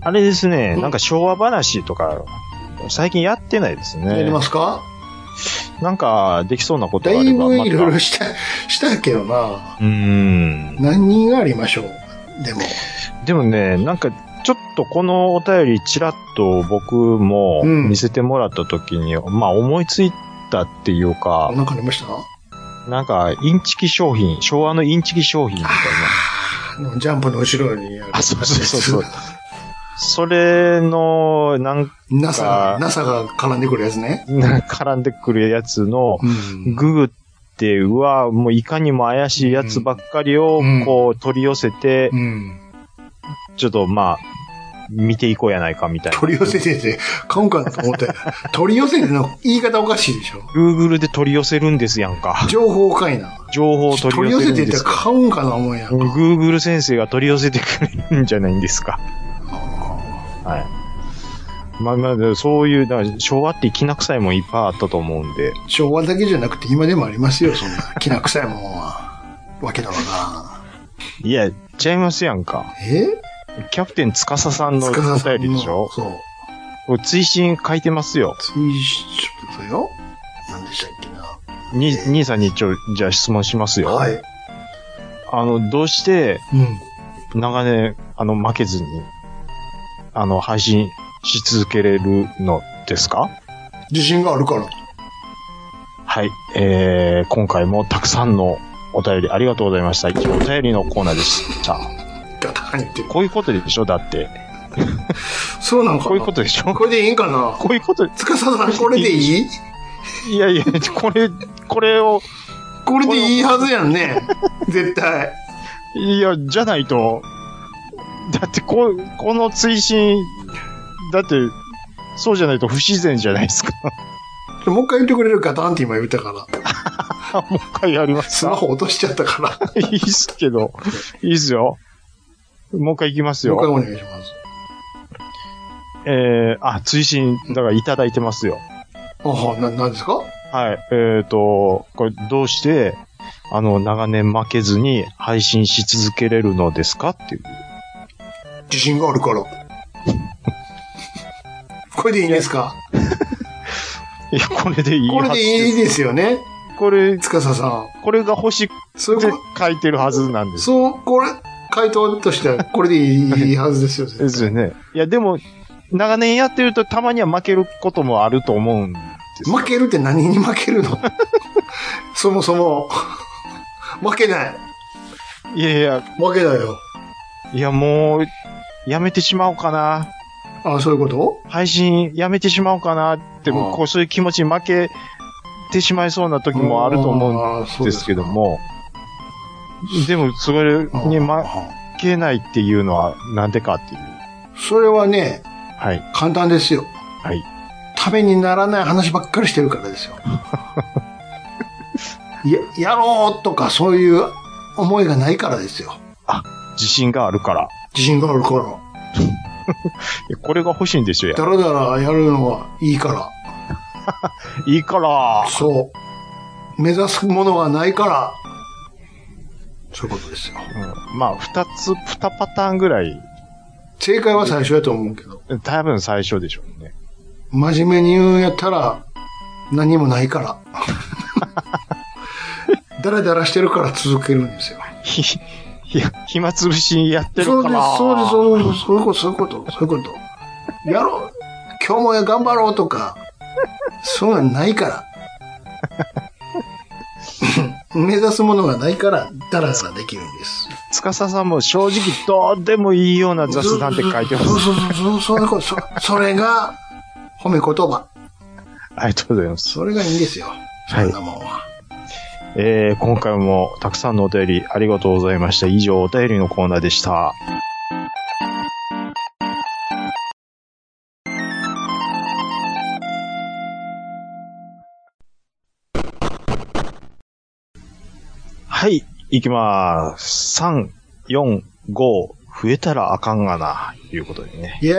Speaker 1: あれですね、
Speaker 3: うん
Speaker 1: なんか昭和話とか、最近やってないです
Speaker 3: やり
Speaker 1: ね。
Speaker 3: ますか
Speaker 1: なんか、できそうなこと
Speaker 3: だ
Speaker 1: があ
Speaker 3: い
Speaker 1: れば。
Speaker 3: ぶいろい
Speaker 1: ま
Speaker 3: ろした、したけどな。
Speaker 1: たうーん。
Speaker 3: 何がありましょうでも。
Speaker 1: でもね、なんか、ちょっとこのお便りちらっと僕も
Speaker 3: うん
Speaker 1: 見せてもらった時に、まあ思いついたっていうか、
Speaker 3: なんかありました
Speaker 1: なんかインチキ商品、昭和のインチキ商品みたいな。
Speaker 3: あのジャンプの後ろにる
Speaker 1: あ、そうそうそうそう。それの、なん、
Speaker 3: NASA
Speaker 1: あ
Speaker 3: が、
Speaker 1: ー
Speaker 3: NASA が絡んでくるやつね。
Speaker 1: なんか絡んでくるやつの、
Speaker 3: うん。
Speaker 1: ググって、うわ、もういかにも怪しいやつばっかりを
Speaker 3: うん、
Speaker 1: こう取り寄せて、
Speaker 3: うん。
Speaker 1: ちょっとまあ、見ていこうやないかみたいな。
Speaker 3: 取り寄せてて、買うんかなと思 って。取り寄せての言い方おかしいでしょ。
Speaker 1: Google で取り寄せるんですやんか。
Speaker 3: 情報かいな。
Speaker 1: 情報を取
Speaker 3: 取
Speaker 1: り
Speaker 3: り
Speaker 1: 寄
Speaker 3: 寄
Speaker 1: せる
Speaker 3: せ
Speaker 1: ん
Speaker 3: て
Speaker 1: で
Speaker 3: て
Speaker 1: すか。
Speaker 3: 買うんかな思うんやんか。
Speaker 1: Google 先生が取り寄せてくれるんじゃないんですか。はい。まあまあ、そういう、だから昭和ってきな臭いもんいっぱいあったと思うんで。
Speaker 3: 昭和だけじゃなくて今でもありますよ、そんな。きな臭いもんは。わけだわない
Speaker 1: や、ちゃいますやんか。
Speaker 3: え
Speaker 1: キャプテン司さんのお
Speaker 3: 司さん
Speaker 1: 便りで
Speaker 3: の
Speaker 1: しょ
Speaker 3: そう。
Speaker 1: これ追伸書いてますよ。
Speaker 3: ツイちょっとよ。何でしたっけな。
Speaker 1: に、兄さんに一応、じゃあ質問しますよ。
Speaker 3: はい。
Speaker 1: あの、どうして、
Speaker 3: うん。
Speaker 1: 長年、あの、負けずに、あの、配信し続けれるのですか
Speaker 3: 自信があるから。
Speaker 1: はい。えー、今回もたくさんのお便りありがとうございました。以上お便りのコーナーでした。
Speaker 3: ガタン言って。
Speaker 1: こういうことでしょだって。
Speaker 3: そうなんかな
Speaker 1: こういうことでしょ
Speaker 3: これでいいんかな
Speaker 1: こういうこと、
Speaker 3: つかささん、これでいい
Speaker 1: いやいや、これ、これを、
Speaker 3: これでいいはずやんね。絶対。
Speaker 1: いや、じゃないと、だってこ、この追伸、だって、そうじゃないと不自然じゃないですか。
Speaker 3: もう一回言ってくれるガタンって今言ったから。
Speaker 1: もう一回やります
Speaker 3: スマホ落としちゃったから。も
Speaker 1: いいっすけど、いいっすよ。もう一回行きます
Speaker 3: う一回
Speaker 1: よ。
Speaker 3: お願いします。
Speaker 1: えー、あ、追伸、だからいただいてますよ。
Speaker 3: あは、な、なんですか
Speaker 1: はい。えっ、と、これどうして、あの、長年負けずに配信し続けれるのですかっていう。
Speaker 3: 自信があ るから。これでいいんですか
Speaker 1: いや、これでいい
Speaker 3: これ
Speaker 1: はず
Speaker 3: でいいですよね。
Speaker 1: これ、
Speaker 3: つかささん。
Speaker 1: これが欲しく
Speaker 3: そういう
Speaker 1: て
Speaker 3: こ
Speaker 1: 書いてるはずなんで
Speaker 3: と、
Speaker 1: す。
Speaker 3: そう、これ、回答としてはこれでいいはずですよ。絶対
Speaker 1: ですよね。いや、でも、長年やってるとたまには負けることもあると思うんです。
Speaker 3: 負けるって何に負けるの そもそも。負けない。
Speaker 1: いやいや、
Speaker 3: 負けないよ。
Speaker 1: いや、もう、やめてしまおうかな。
Speaker 3: あ、そういうこと
Speaker 1: 配信やめてしまおうかなって、
Speaker 3: うん
Speaker 1: こう、そういう気持ちに負けてしまいそうな時もあると思うん
Speaker 3: あーそう
Speaker 1: ですけど
Speaker 3: か
Speaker 1: も、でも、それに負
Speaker 3: あ
Speaker 1: けないっていうのはなんでかっていう。
Speaker 3: それはね、
Speaker 1: はい。
Speaker 3: 簡単ですよ。
Speaker 1: はい。
Speaker 3: ためにならない話ばっかりしてるからですよ。 や、やろうとかそういう思いがないからですよ。
Speaker 1: 自信があるから。
Speaker 3: 自信があるから。
Speaker 1: いやこれが欲しいんですよ。
Speaker 3: だらだらやるのはいいか
Speaker 1: いいから
Speaker 3: ら。。そう。目指すものがないから。そういうことですよ。
Speaker 1: うんまあ、二つ、二パターンぐらい、
Speaker 3: 正解は最初やと思うけど。
Speaker 1: 多分最初でしょうね。
Speaker 3: 真面目に言うんやったら、何もないから。 だらだらしてるから続けるんですよ。
Speaker 1: ひ、ひ、暇つぶしやって
Speaker 3: そ
Speaker 1: る
Speaker 3: うで
Speaker 1: か
Speaker 3: す
Speaker 1: ら。、
Speaker 3: そうです、そうです、そういうこと、そういうこと、そういうこと。やろう、今日も頑張ろうとか、そういうのないから。 目指すものがないから、だらだらできるんです。
Speaker 1: つかささんも正直どうでもいいような雑談って書いてま
Speaker 3: そう
Speaker 1: す。
Speaker 3: そうそう、そうそういうこと、そそれが、褒め言葉。
Speaker 1: ありがとうございます。
Speaker 3: それがいいんですよ。そんなもんは。
Speaker 1: えー、今回もたくさんのお便りありがとうございました。以上、お便りのコーナーでした。はい、いきまーす。3、4、5、増えたらあかんがな、いうことでね。
Speaker 3: イエーイ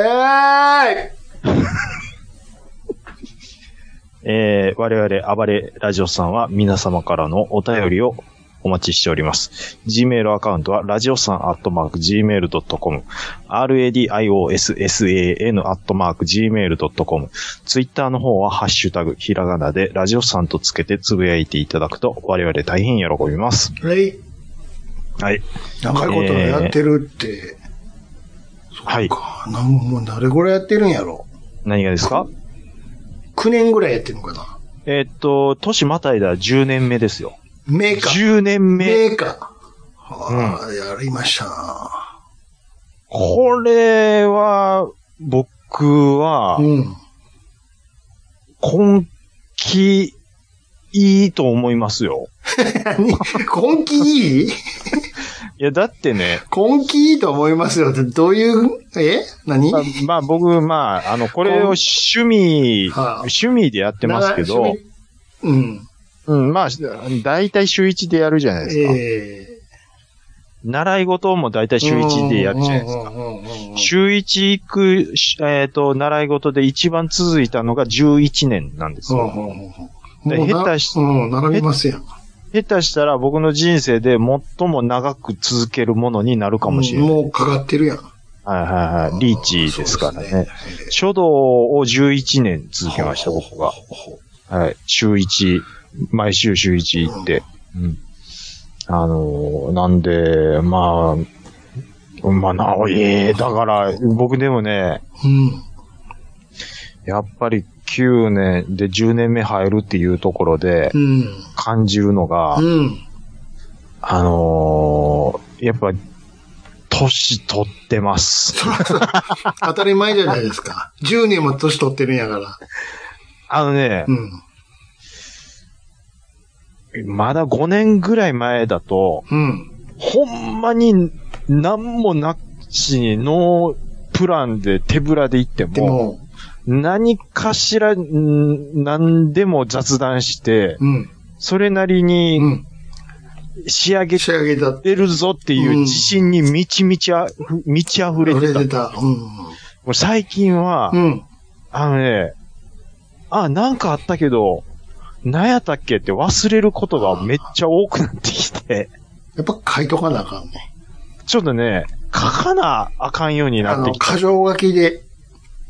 Speaker 1: えー我々、暴れラジオさんは皆様からのお便りをお待ちしております。Gmail アカウントは、ラジオさんアットマーク Gmail.com、radiossan アットマーク Gmail.com、Twitter の方は、ハッシュタグ、ひらがなで、ラジオさんとつけてつぶやいていただくと、我々大変喜びます。
Speaker 3: レイ
Speaker 1: はい。
Speaker 3: 長いことやってるって、そ
Speaker 1: はい。
Speaker 3: かなんもうどれぐらいやってるんやろ
Speaker 1: 何がですか
Speaker 3: ?9 年ぐらいやってるのかな
Speaker 1: えっと、年またいだ10年目ですよ。
Speaker 3: メーカー。
Speaker 1: 10年
Speaker 3: メ
Speaker 1: 目。
Speaker 3: ーカー。はあ、やりましたな。
Speaker 1: これは、僕は、
Speaker 3: うん。
Speaker 1: 今季、いいと思いますよ。
Speaker 3: 何根気いい
Speaker 1: いや、だってね、
Speaker 3: 根気いいと思いますよって、どういう、え何
Speaker 1: まあ、まあ僕、まあ、あの、これを趣味、
Speaker 3: はあ
Speaker 1: 趣味でやってますけ
Speaker 3: な
Speaker 1: ど、
Speaker 3: 趣味うん。
Speaker 1: うん、まあ、大体週一でやるじゃないですか。
Speaker 3: ええ
Speaker 1: 習い事も大体週一でやるじゃないですか。
Speaker 3: か
Speaker 1: 週一行く、しえっ、と、習い事で一番続いたのが11年なんですよ。
Speaker 3: うん
Speaker 1: で
Speaker 3: もうな
Speaker 1: 下手し
Speaker 3: うん、並びますやん。
Speaker 1: 下手したら僕の人生で最も長く続けるものになるかもしれない。
Speaker 3: もうかかってるやん。
Speaker 1: はいはいはい。リーチですからね。
Speaker 3: そうで
Speaker 1: 書道を11年続けました、僕が。はい。週1、毎週週1行って。うん。あのーなんで、まあ、まあ、なお、ええだから、僕でもね、
Speaker 3: すね
Speaker 1: やっぱり9年で10年目入るっていうところで
Speaker 3: うん。
Speaker 1: 感じるのが、
Speaker 3: うん。うん。
Speaker 1: あのーやっぱ、年取ってます。
Speaker 3: 当たり前じゃないですか。10年も年取ってるんやから。
Speaker 1: あのね
Speaker 3: う、ん。
Speaker 1: まだ5年ぐらい前だと、
Speaker 3: うん。
Speaker 1: ほんまに何もなしにノープランで手ぶらで行っても、
Speaker 3: でも、
Speaker 1: 何かしら、ん何でも雑談して、
Speaker 3: うん。
Speaker 1: それなり
Speaker 3: う
Speaker 1: に
Speaker 3: ん。
Speaker 1: 仕上げ
Speaker 3: 仕上げたって。
Speaker 1: てるぞっていう自信に満ち満ちあふ、満ち溢れ
Speaker 3: 売
Speaker 1: て
Speaker 3: れ
Speaker 1: た。
Speaker 3: て
Speaker 1: も
Speaker 3: た。う
Speaker 1: う最近は、
Speaker 3: ん。うん。
Speaker 1: あのね、あ、なんかあったけど、何やったっけって忘れることがめっちゃ多くなってきて、
Speaker 3: やっぱ書いとかなあかんね。
Speaker 1: ちょっとね、書かなあかんように
Speaker 3: あ
Speaker 1: なって
Speaker 3: の、
Speaker 1: きた。
Speaker 3: 箇条書きで、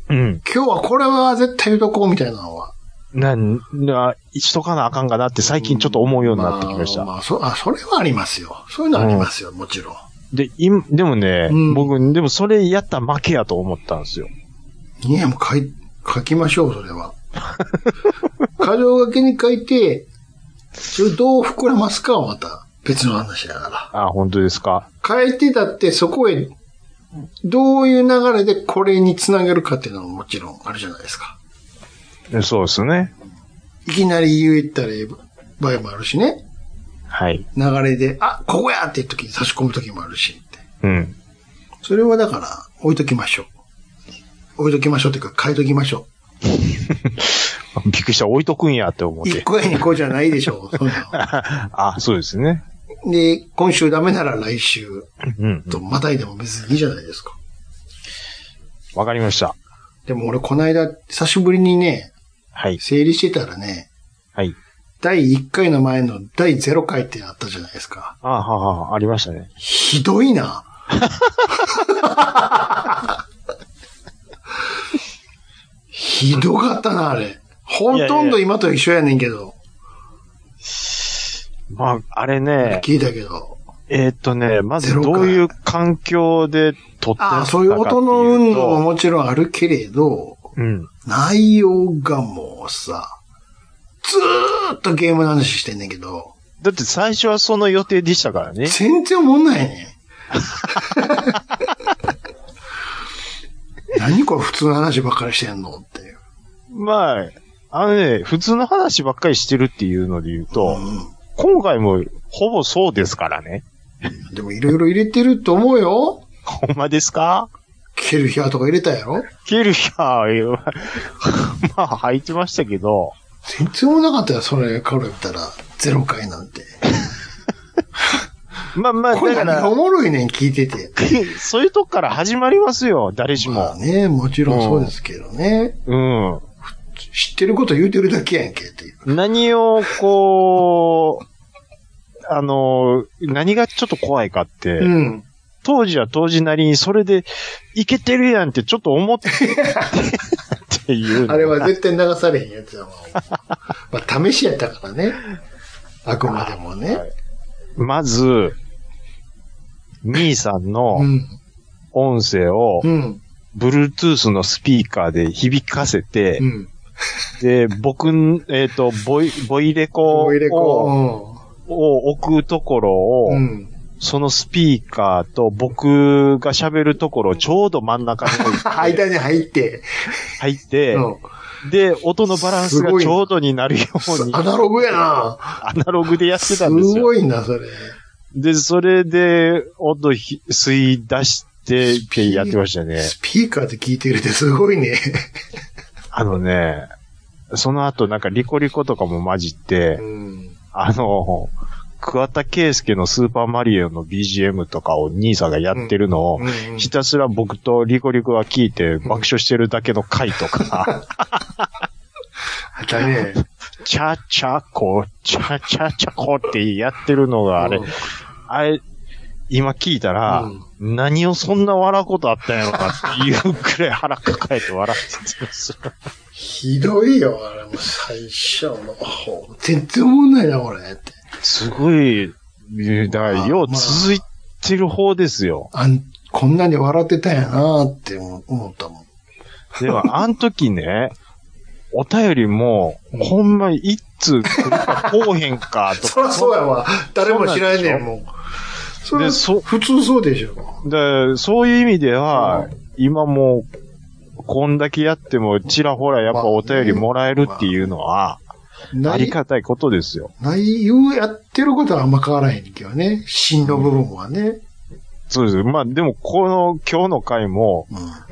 Speaker 1: うん。
Speaker 3: 今日はこれは絶対言うとこうみたいなのは。
Speaker 1: なん、な、しとかなあかんかなって最近ちょっと思うようになってきました。
Speaker 3: あまあ、そ、あ、それはありますよ。そういうのはありますよ、もちろん。
Speaker 1: で、今、でもね、
Speaker 3: うん
Speaker 1: 僕、でもそれやったら負けやと思ったんですよ。
Speaker 3: いや、もう書い、書きましょう、それは。 過剰書きに書いて、それどう膨らますかはまた別の話だか。
Speaker 1: あ、本当ですから
Speaker 3: 変えてだってそこへ、どういう流れでこれにつなげるかっていうのももちろんあるじゃないですか。
Speaker 1: えそうですね。
Speaker 3: いきなり言ったらいい場合もあるしね。
Speaker 1: はい。
Speaker 3: 流れで、あ、ここやっていう時に差し込む時もあるしって。
Speaker 1: うん。
Speaker 3: それはだから、置いときましょう。置いときましょうっていうか、変えときましょ
Speaker 1: びっくりした、置いとくんやって思っ
Speaker 3: う。一
Speaker 1: て。
Speaker 3: 個や二個じゃないでしょう。そんな
Speaker 1: あ、そうですね。
Speaker 3: ので、今週ダメなら来週
Speaker 1: うん。
Speaker 3: とまたいでも別にいいじゃないですか。
Speaker 1: わかりました。
Speaker 3: でも俺この間、久しぶりにね、
Speaker 1: はい。
Speaker 3: 整理してたらね、
Speaker 1: はい。
Speaker 3: 第1回の前の第0回ってあったじゃないですか。
Speaker 1: あははは、ありましたね。
Speaker 3: ひどいな。ひどかったな、あれ。ほとんど今と一緒やねんけど。
Speaker 1: まあ、あれね、
Speaker 3: 聞いたけど。
Speaker 1: えーっとね、ま
Speaker 3: ゼ
Speaker 1: ず
Speaker 3: ロ
Speaker 1: ど
Speaker 3: 回
Speaker 1: ういう環境で撮ってたか
Speaker 3: ああ、
Speaker 1: って
Speaker 3: そう
Speaker 1: い
Speaker 3: いうう
Speaker 1: と
Speaker 3: 音の運動ももちろんあるけれど、
Speaker 1: うん。
Speaker 3: 内容がもうさ、ずーっとゲームの話してんねんけど、
Speaker 1: だって最初はその予定でしたからね。
Speaker 3: 全然おもんないねん。 何これ普通の話ばっかりしてんのっていう。
Speaker 1: まあ、あのね、普通の話ばっかりしてるっていうので言うと、
Speaker 3: う
Speaker 1: 今回もほぼそうですからね。
Speaker 3: ん、でもいろいろ入れてると思うよ。
Speaker 1: ほんまですか
Speaker 3: ケルヒャーとか入れたやろ
Speaker 1: ケルヒャー、 まあ、入ってましたけど、
Speaker 3: 全然もなかったよ、それから言ったら。ゼロ回なんて。
Speaker 1: まあまあ、
Speaker 3: これ
Speaker 1: だか
Speaker 3: 何がお
Speaker 1: ら、
Speaker 3: もろいねん、聞いてて。
Speaker 1: そういうとこから始まりますよ、誰し
Speaker 3: まあ
Speaker 1: も。
Speaker 3: ね、もちろんそうですけどね。
Speaker 1: うん。
Speaker 3: 知ってること言うてるだけやんけっていう。
Speaker 1: 何を、こう、あの、何がちょっと怖いかって、
Speaker 3: うん。
Speaker 1: 当時は当時なりにそれで、いけてるやんってちょっと思って、っていうのが。
Speaker 3: あれは絶対流されへんやつや もん。まあ、試しやったからね。あくまでもね。
Speaker 1: まず、兄さんの
Speaker 3: うん。
Speaker 1: 音声を、
Speaker 3: うん。
Speaker 1: Bluetooth のスピーカーで響かせて
Speaker 3: う、ん。
Speaker 1: で、僕ん、えっ、と、ボイ、ボイレコ
Speaker 3: おいで
Speaker 1: を
Speaker 3: こ
Speaker 1: を置くところを、
Speaker 3: う。うん。
Speaker 1: そのスピーカーと僕が喋るところをちょうど真ん中に置い て
Speaker 3: 間に入って。
Speaker 1: 入って
Speaker 3: う、ん。
Speaker 1: で、音のバランスがちょうどになるように、
Speaker 3: アナログやな。
Speaker 1: アナログでやって
Speaker 3: す
Speaker 1: たんですよ。
Speaker 3: ごいな、それ。
Speaker 1: で、それで、音ひ吸い出してってやってましたね。
Speaker 3: スピーカーで聞いてるってすごいね。
Speaker 1: あのね、その後なんかリコリコとかも混じって
Speaker 3: う、ん。
Speaker 1: あの、桑田圭介のスーパーマリオの BGM とかを兄さんがやってるのを、
Speaker 3: うん
Speaker 1: ひたすら僕とリコリコが聞いて爆笑してるだけの回とか、
Speaker 3: あったね。
Speaker 1: チャチャコ、チャチャチャコってやってるのがあれ
Speaker 3: うん、
Speaker 1: あれ、今聞いたら、
Speaker 3: うん
Speaker 1: 何をそんな笑うことあったんやろかっていうくらい腹抱えて笑ってたんですよ。
Speaker 3: ひどいよ、あれも最初の方。全然思んないな、これ。って
Speaker 1: すごい、だから、
Speaker 3: あ
Speaker 1: よう
Speaker 3: まあ
Speaker 1: 続いてる方ですよ。
Speaker 3: あん、こんなに笑ってたんやなって思思ったもん。
Speaker 1: で も、あの時ね、お便りも、ほんまに一通来るか来おへんかと
Speaker 3: そ
Speaker 1: か。
Speaker 3: らそうやわ。誰も知らんね、
Speaker 1: そうん
Speaker 3: もう。それ
Speaker 1: でそ
Speaker 3: 普通そうでしょ。
Speaker 1: でそういう意味では、今もう、こんだけやっても、ちらほらやっぱお便りもらえるっていうのは、あ
Speaker 3: 内
Speaker 1: りがたいことですよ。
Speaker 3: 内容やってることはあんま変わらへんけどね。芯の部分はね。
Speaker 1: そうです。まあ、でも、この、今日の回も、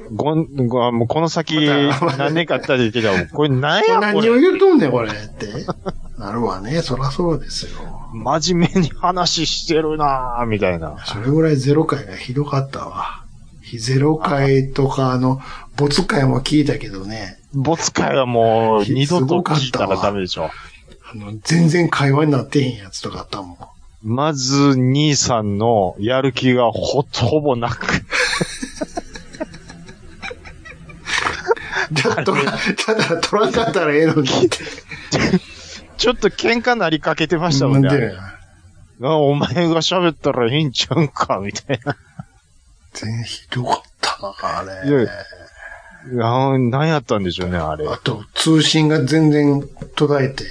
Speaker 3: うん。
Speaker 1: ごん、ごもうこの先、
Speaker 3: また
Speaker 1: 何年かあったら言ってたら、これ何やこ
Speaker 3: 何を
Speaker 1: れ。
Speaker 3: 言うとんねん、これって。なるわね。そらそうですよ。
Speaker 1: 真面目に話してるなぁ、みたいな。
Speaker 3: それぐらいゼロ回がひどかったわ。非ゼロ回とか、あの、没回も聞いたけどね。
Speaker 1: ボツ会はもう、
Speaker 3: ひ
Speaker 1: 二度
Speaker 3: す
Speaker 1: と
Speaker 3: ごかった
Speaker 1: 聞
Speaker 3: わ
Speaker 1: いたらダメでしょ。
Speaker 3: あの、全然会話になってへんやつとかあったもん。
Speaker 1: まず、兄さんのやる気がほとほぼなく。
Speaker 3: だとら、ただ、取らんかったらええのにって。
Speaker 1: ちょっと喧嘩なりかけてましたも
Speaker 3: なんん
Speaker 1: ね。
Speaker 3: でね
Speaker 1: あお前が喋ったらいいんちゃうんか、みたいな。
Speaker 3: 全然ひどかったな、あ
Speaker 1: いや
Speaker 3: れ。
Speaker 1: あ何やったんでしょうね、あれ。
Speaker 3: あと、通信が全然途絶えて。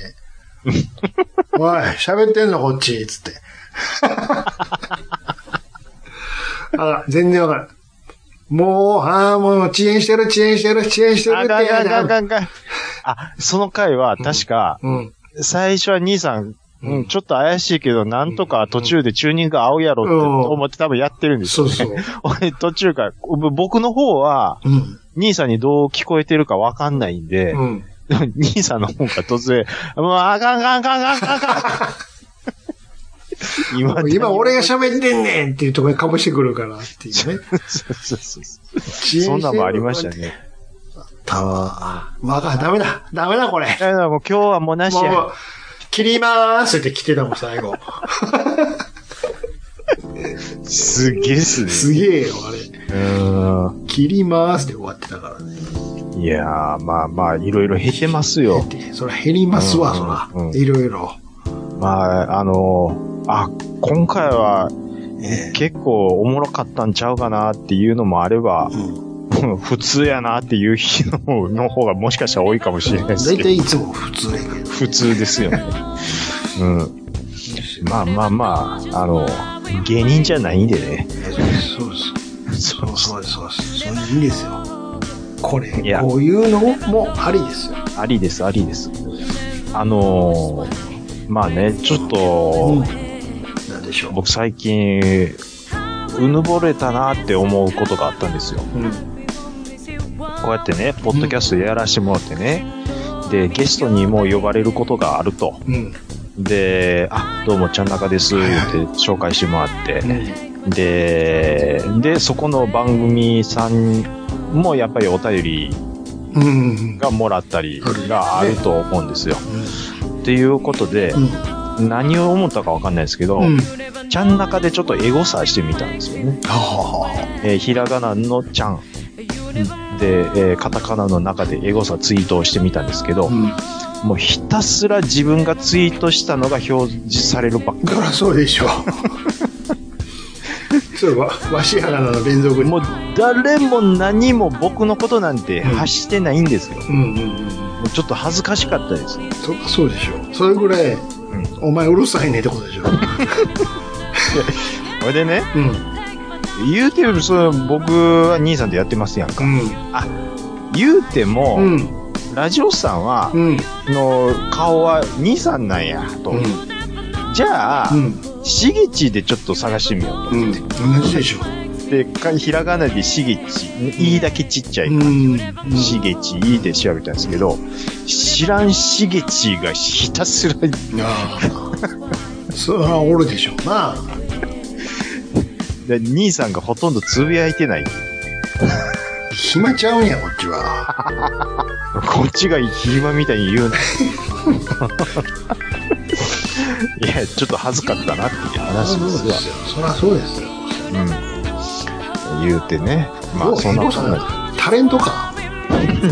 Speaker 3: おい、喋ってんのこっち、つって。あら、全然わからん。もう、ああ、もう遅延してる、遅延してる、遅延してる
Speaker 1: あ
Speaker 3: っ
Speaker 1: かん
Speaker 3: て
Speaker 1: か
Speaker 3: や
Speaker 1: んかん
Speaker 3: だ。
Speaker 1: かんかんあ、その回は確か、
Speaker 3: うん。
Speaker 1: 最初は兄さん、うん、ちょっと怪しいけど、なんとか途中でチューニング合うやろって思って多分やってるんです
Speaker 3: そ
Speaker 1: よ、
Speaker 3: う
Speaker 1: ね。
Speaker 3: そう。
Speaker 1: 俺途中から、ぼ僕の方は、
Speaker 3: うん。
Speaker 1: 兄さんにどう聞こえてるかわかんないんで、
Speaker 3: うん。
Speaker 1: 兄さんの方が突然、もうあかんあかんあかんあかんあかん今
Speaker 3: 今 俺が
Speaker 1: し
Speaker 3: 喋ってんねんっていうところにかぶしてくるからっていうね。
Speaker 1: そんなんもありましたね。
Speaker 3: たわ。まあ、ダメだ。ダメだ、これ。
Speaker 1: いやいやもう今日はもうなし
Speaker 3: もうも
Speaker 1: や。
Speaker 3: う、切りまーすって来てたもん、最後。
Speaker 1: すげえっすね。
Speaker 3: すげえよ、あれ。
Speaker 1: うーん。
Speaker 3: 切りまーすで終わってたからね。
Speaker 1: いやー、まあまあ、いろいろ減ってますよ。
Speaker 3: でそら減りますわ、そら
Speaker 1: うん。
Speaker 3: いろいろ。
Speaker 1: まあ、あのーあ、今回は
Speaker 3: え
Speaker 1: 結構おもろかったんちゃうかなっていうのもあれば
Speaker 3: え。、う ん。
Speaker 1: 普通やなっていう日のの方がもしかしたら多いかもしれないです
Speaker 3: 大
Speaker 1: けど、
Speaker 3: 体いつも普通やけど。
Speaker 1: 普通です よね。うん。まあまあまあ、あの、芸人じゃないんでね。
Speaker 3: そうです。そうそうです。そうです。そういういいですよ。これ
Speaker 1: いや、
Speaker 3: こういうのもありですよ。
Speaker 1: ありです、ありです。あのーまあね、ちょっと、
Speaker 3: うん。なんでしょ
Speaker 1: 僕最近、うぬぼれたなって思うことがあったんですよ。
Speaker 3: う。うん。
Speaker 1: こうやってね、ポッドキャストやらしてもらってね、で、ゲストにも呼ばれることがあると。
Speaker 3: うん。
Speaker 1: で、あ、どうも、ちゃんなかです、って紹介してもらって、で、で、そこの番組さんもやっぱりお便り
Speaker 3: うん。うん。
Speaker 1: がもらったりがあると思うんですよ。っていうことで
Speaker 3: う、ん。
Speaker 1: 何を思ったかわかんないですけど、
Speaker 3: うん。
Speaker 1: ちゃんなかでちょっとエゴサしてみたんですよね。
Speaker 3: ははは
Speaker 1: えーひらがなのちゃん。で、えーカタカナの中でエゴサツイートをしてみたんですけど、
Speaker 3: うん。
Speaker 1: もうひたすら自分がツイートしたのが表示されるばっか
Speaker 3: そらそうでしょ。 それわ、わしやがなの連続に。
Speaker 1: もう誰も何も僕のことなんて発してないんですよ。
Speaker 3: うんうんうん。
Speaker 1: もうちょっと恥ずかしかったです。
Speaker 3: そりゃそうでしょ。それぐらい、
Speaker 1: ん
Speaker 3: お前うるさいねってことでしょ。
Speaker 1: それでね、
Speaker 3: うん。
Speaker 1: 言うても、その僕は兄さんとやってますやんか。
Speaker 3: う
Speaker 1: 言うても、
Speaker 3: ん。うん。
Speaker 1: ラジオさんは、
Speaker 3: うん。
Speaker 1: の顔は兄さんなんや、と。
Speaker 3: うん。
Speaker 1: じゃあ、
Speaker 3: うん。
Speaker 1: しぎちでちょっと探してみようと。
Speaker 3: うん。同じでしょ。
Speaker 1: で、かひらがなでしげち、いいだけちっちゃい。
Speaker 3: うん。
Speaker 1: しげち、いいで調べたんですけど、知らんしげちがひたすら、
Speaker 3: ああ。そらおるでしょうな。
Speaker 1: で兄さんがほとんどつぶやいてない。
Speaker 3: 暇ちゃうんや、こっちは。
Speaker 1: こっちが暇みたいに言うな。いや、ちょっと恥ずかったなっていう話ですわ。
Speaker 3: よ。そらそうですよ。
Speaker 1: うん。言うてね。まあ、そんなことな
Speaker 3: タレントか。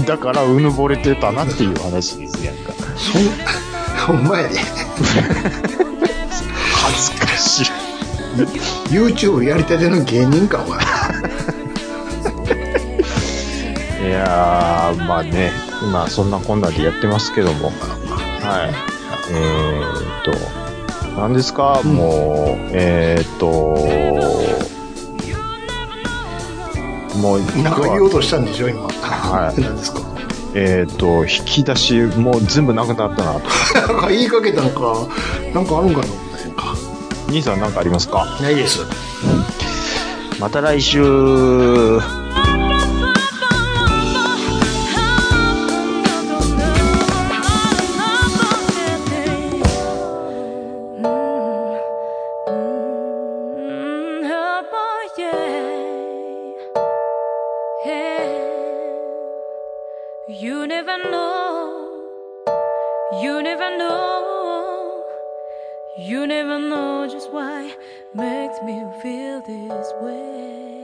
Speaker 1: い。だから、うぬぼれてたなっていう話ですやんか。
Speaker 3: そん、ほんまやで。
Speaker 1: 恥ずかしい。
Speaker 3: YouTube やりたての芸人か、お前。
Speaker 1: いやー、まあね、まあそんなこんなでやってますけども、はい。えー、っと、何ですか、もう、えー、っと、もう、今
Speaker 3: なん
Speaker 1: 日
Speaker 3: か言お
Speaker 1: は
Speaker 3: うとしたんでしょ、今。
Speaker 1: はい
Speaker 3: 何ですか。
Speaker 1: えー、っと、引き出し、もう全部なくなったなと。
Speaker 3: なんか言いかけたんか、なんかあるんかな、みたいな。
Speaker 1: 兄さん何かありますか
Speaker 3: ないです。
Speaker 1: また来週。
Speaker 5: You never know, you never know, you never know just why makes me feel this way.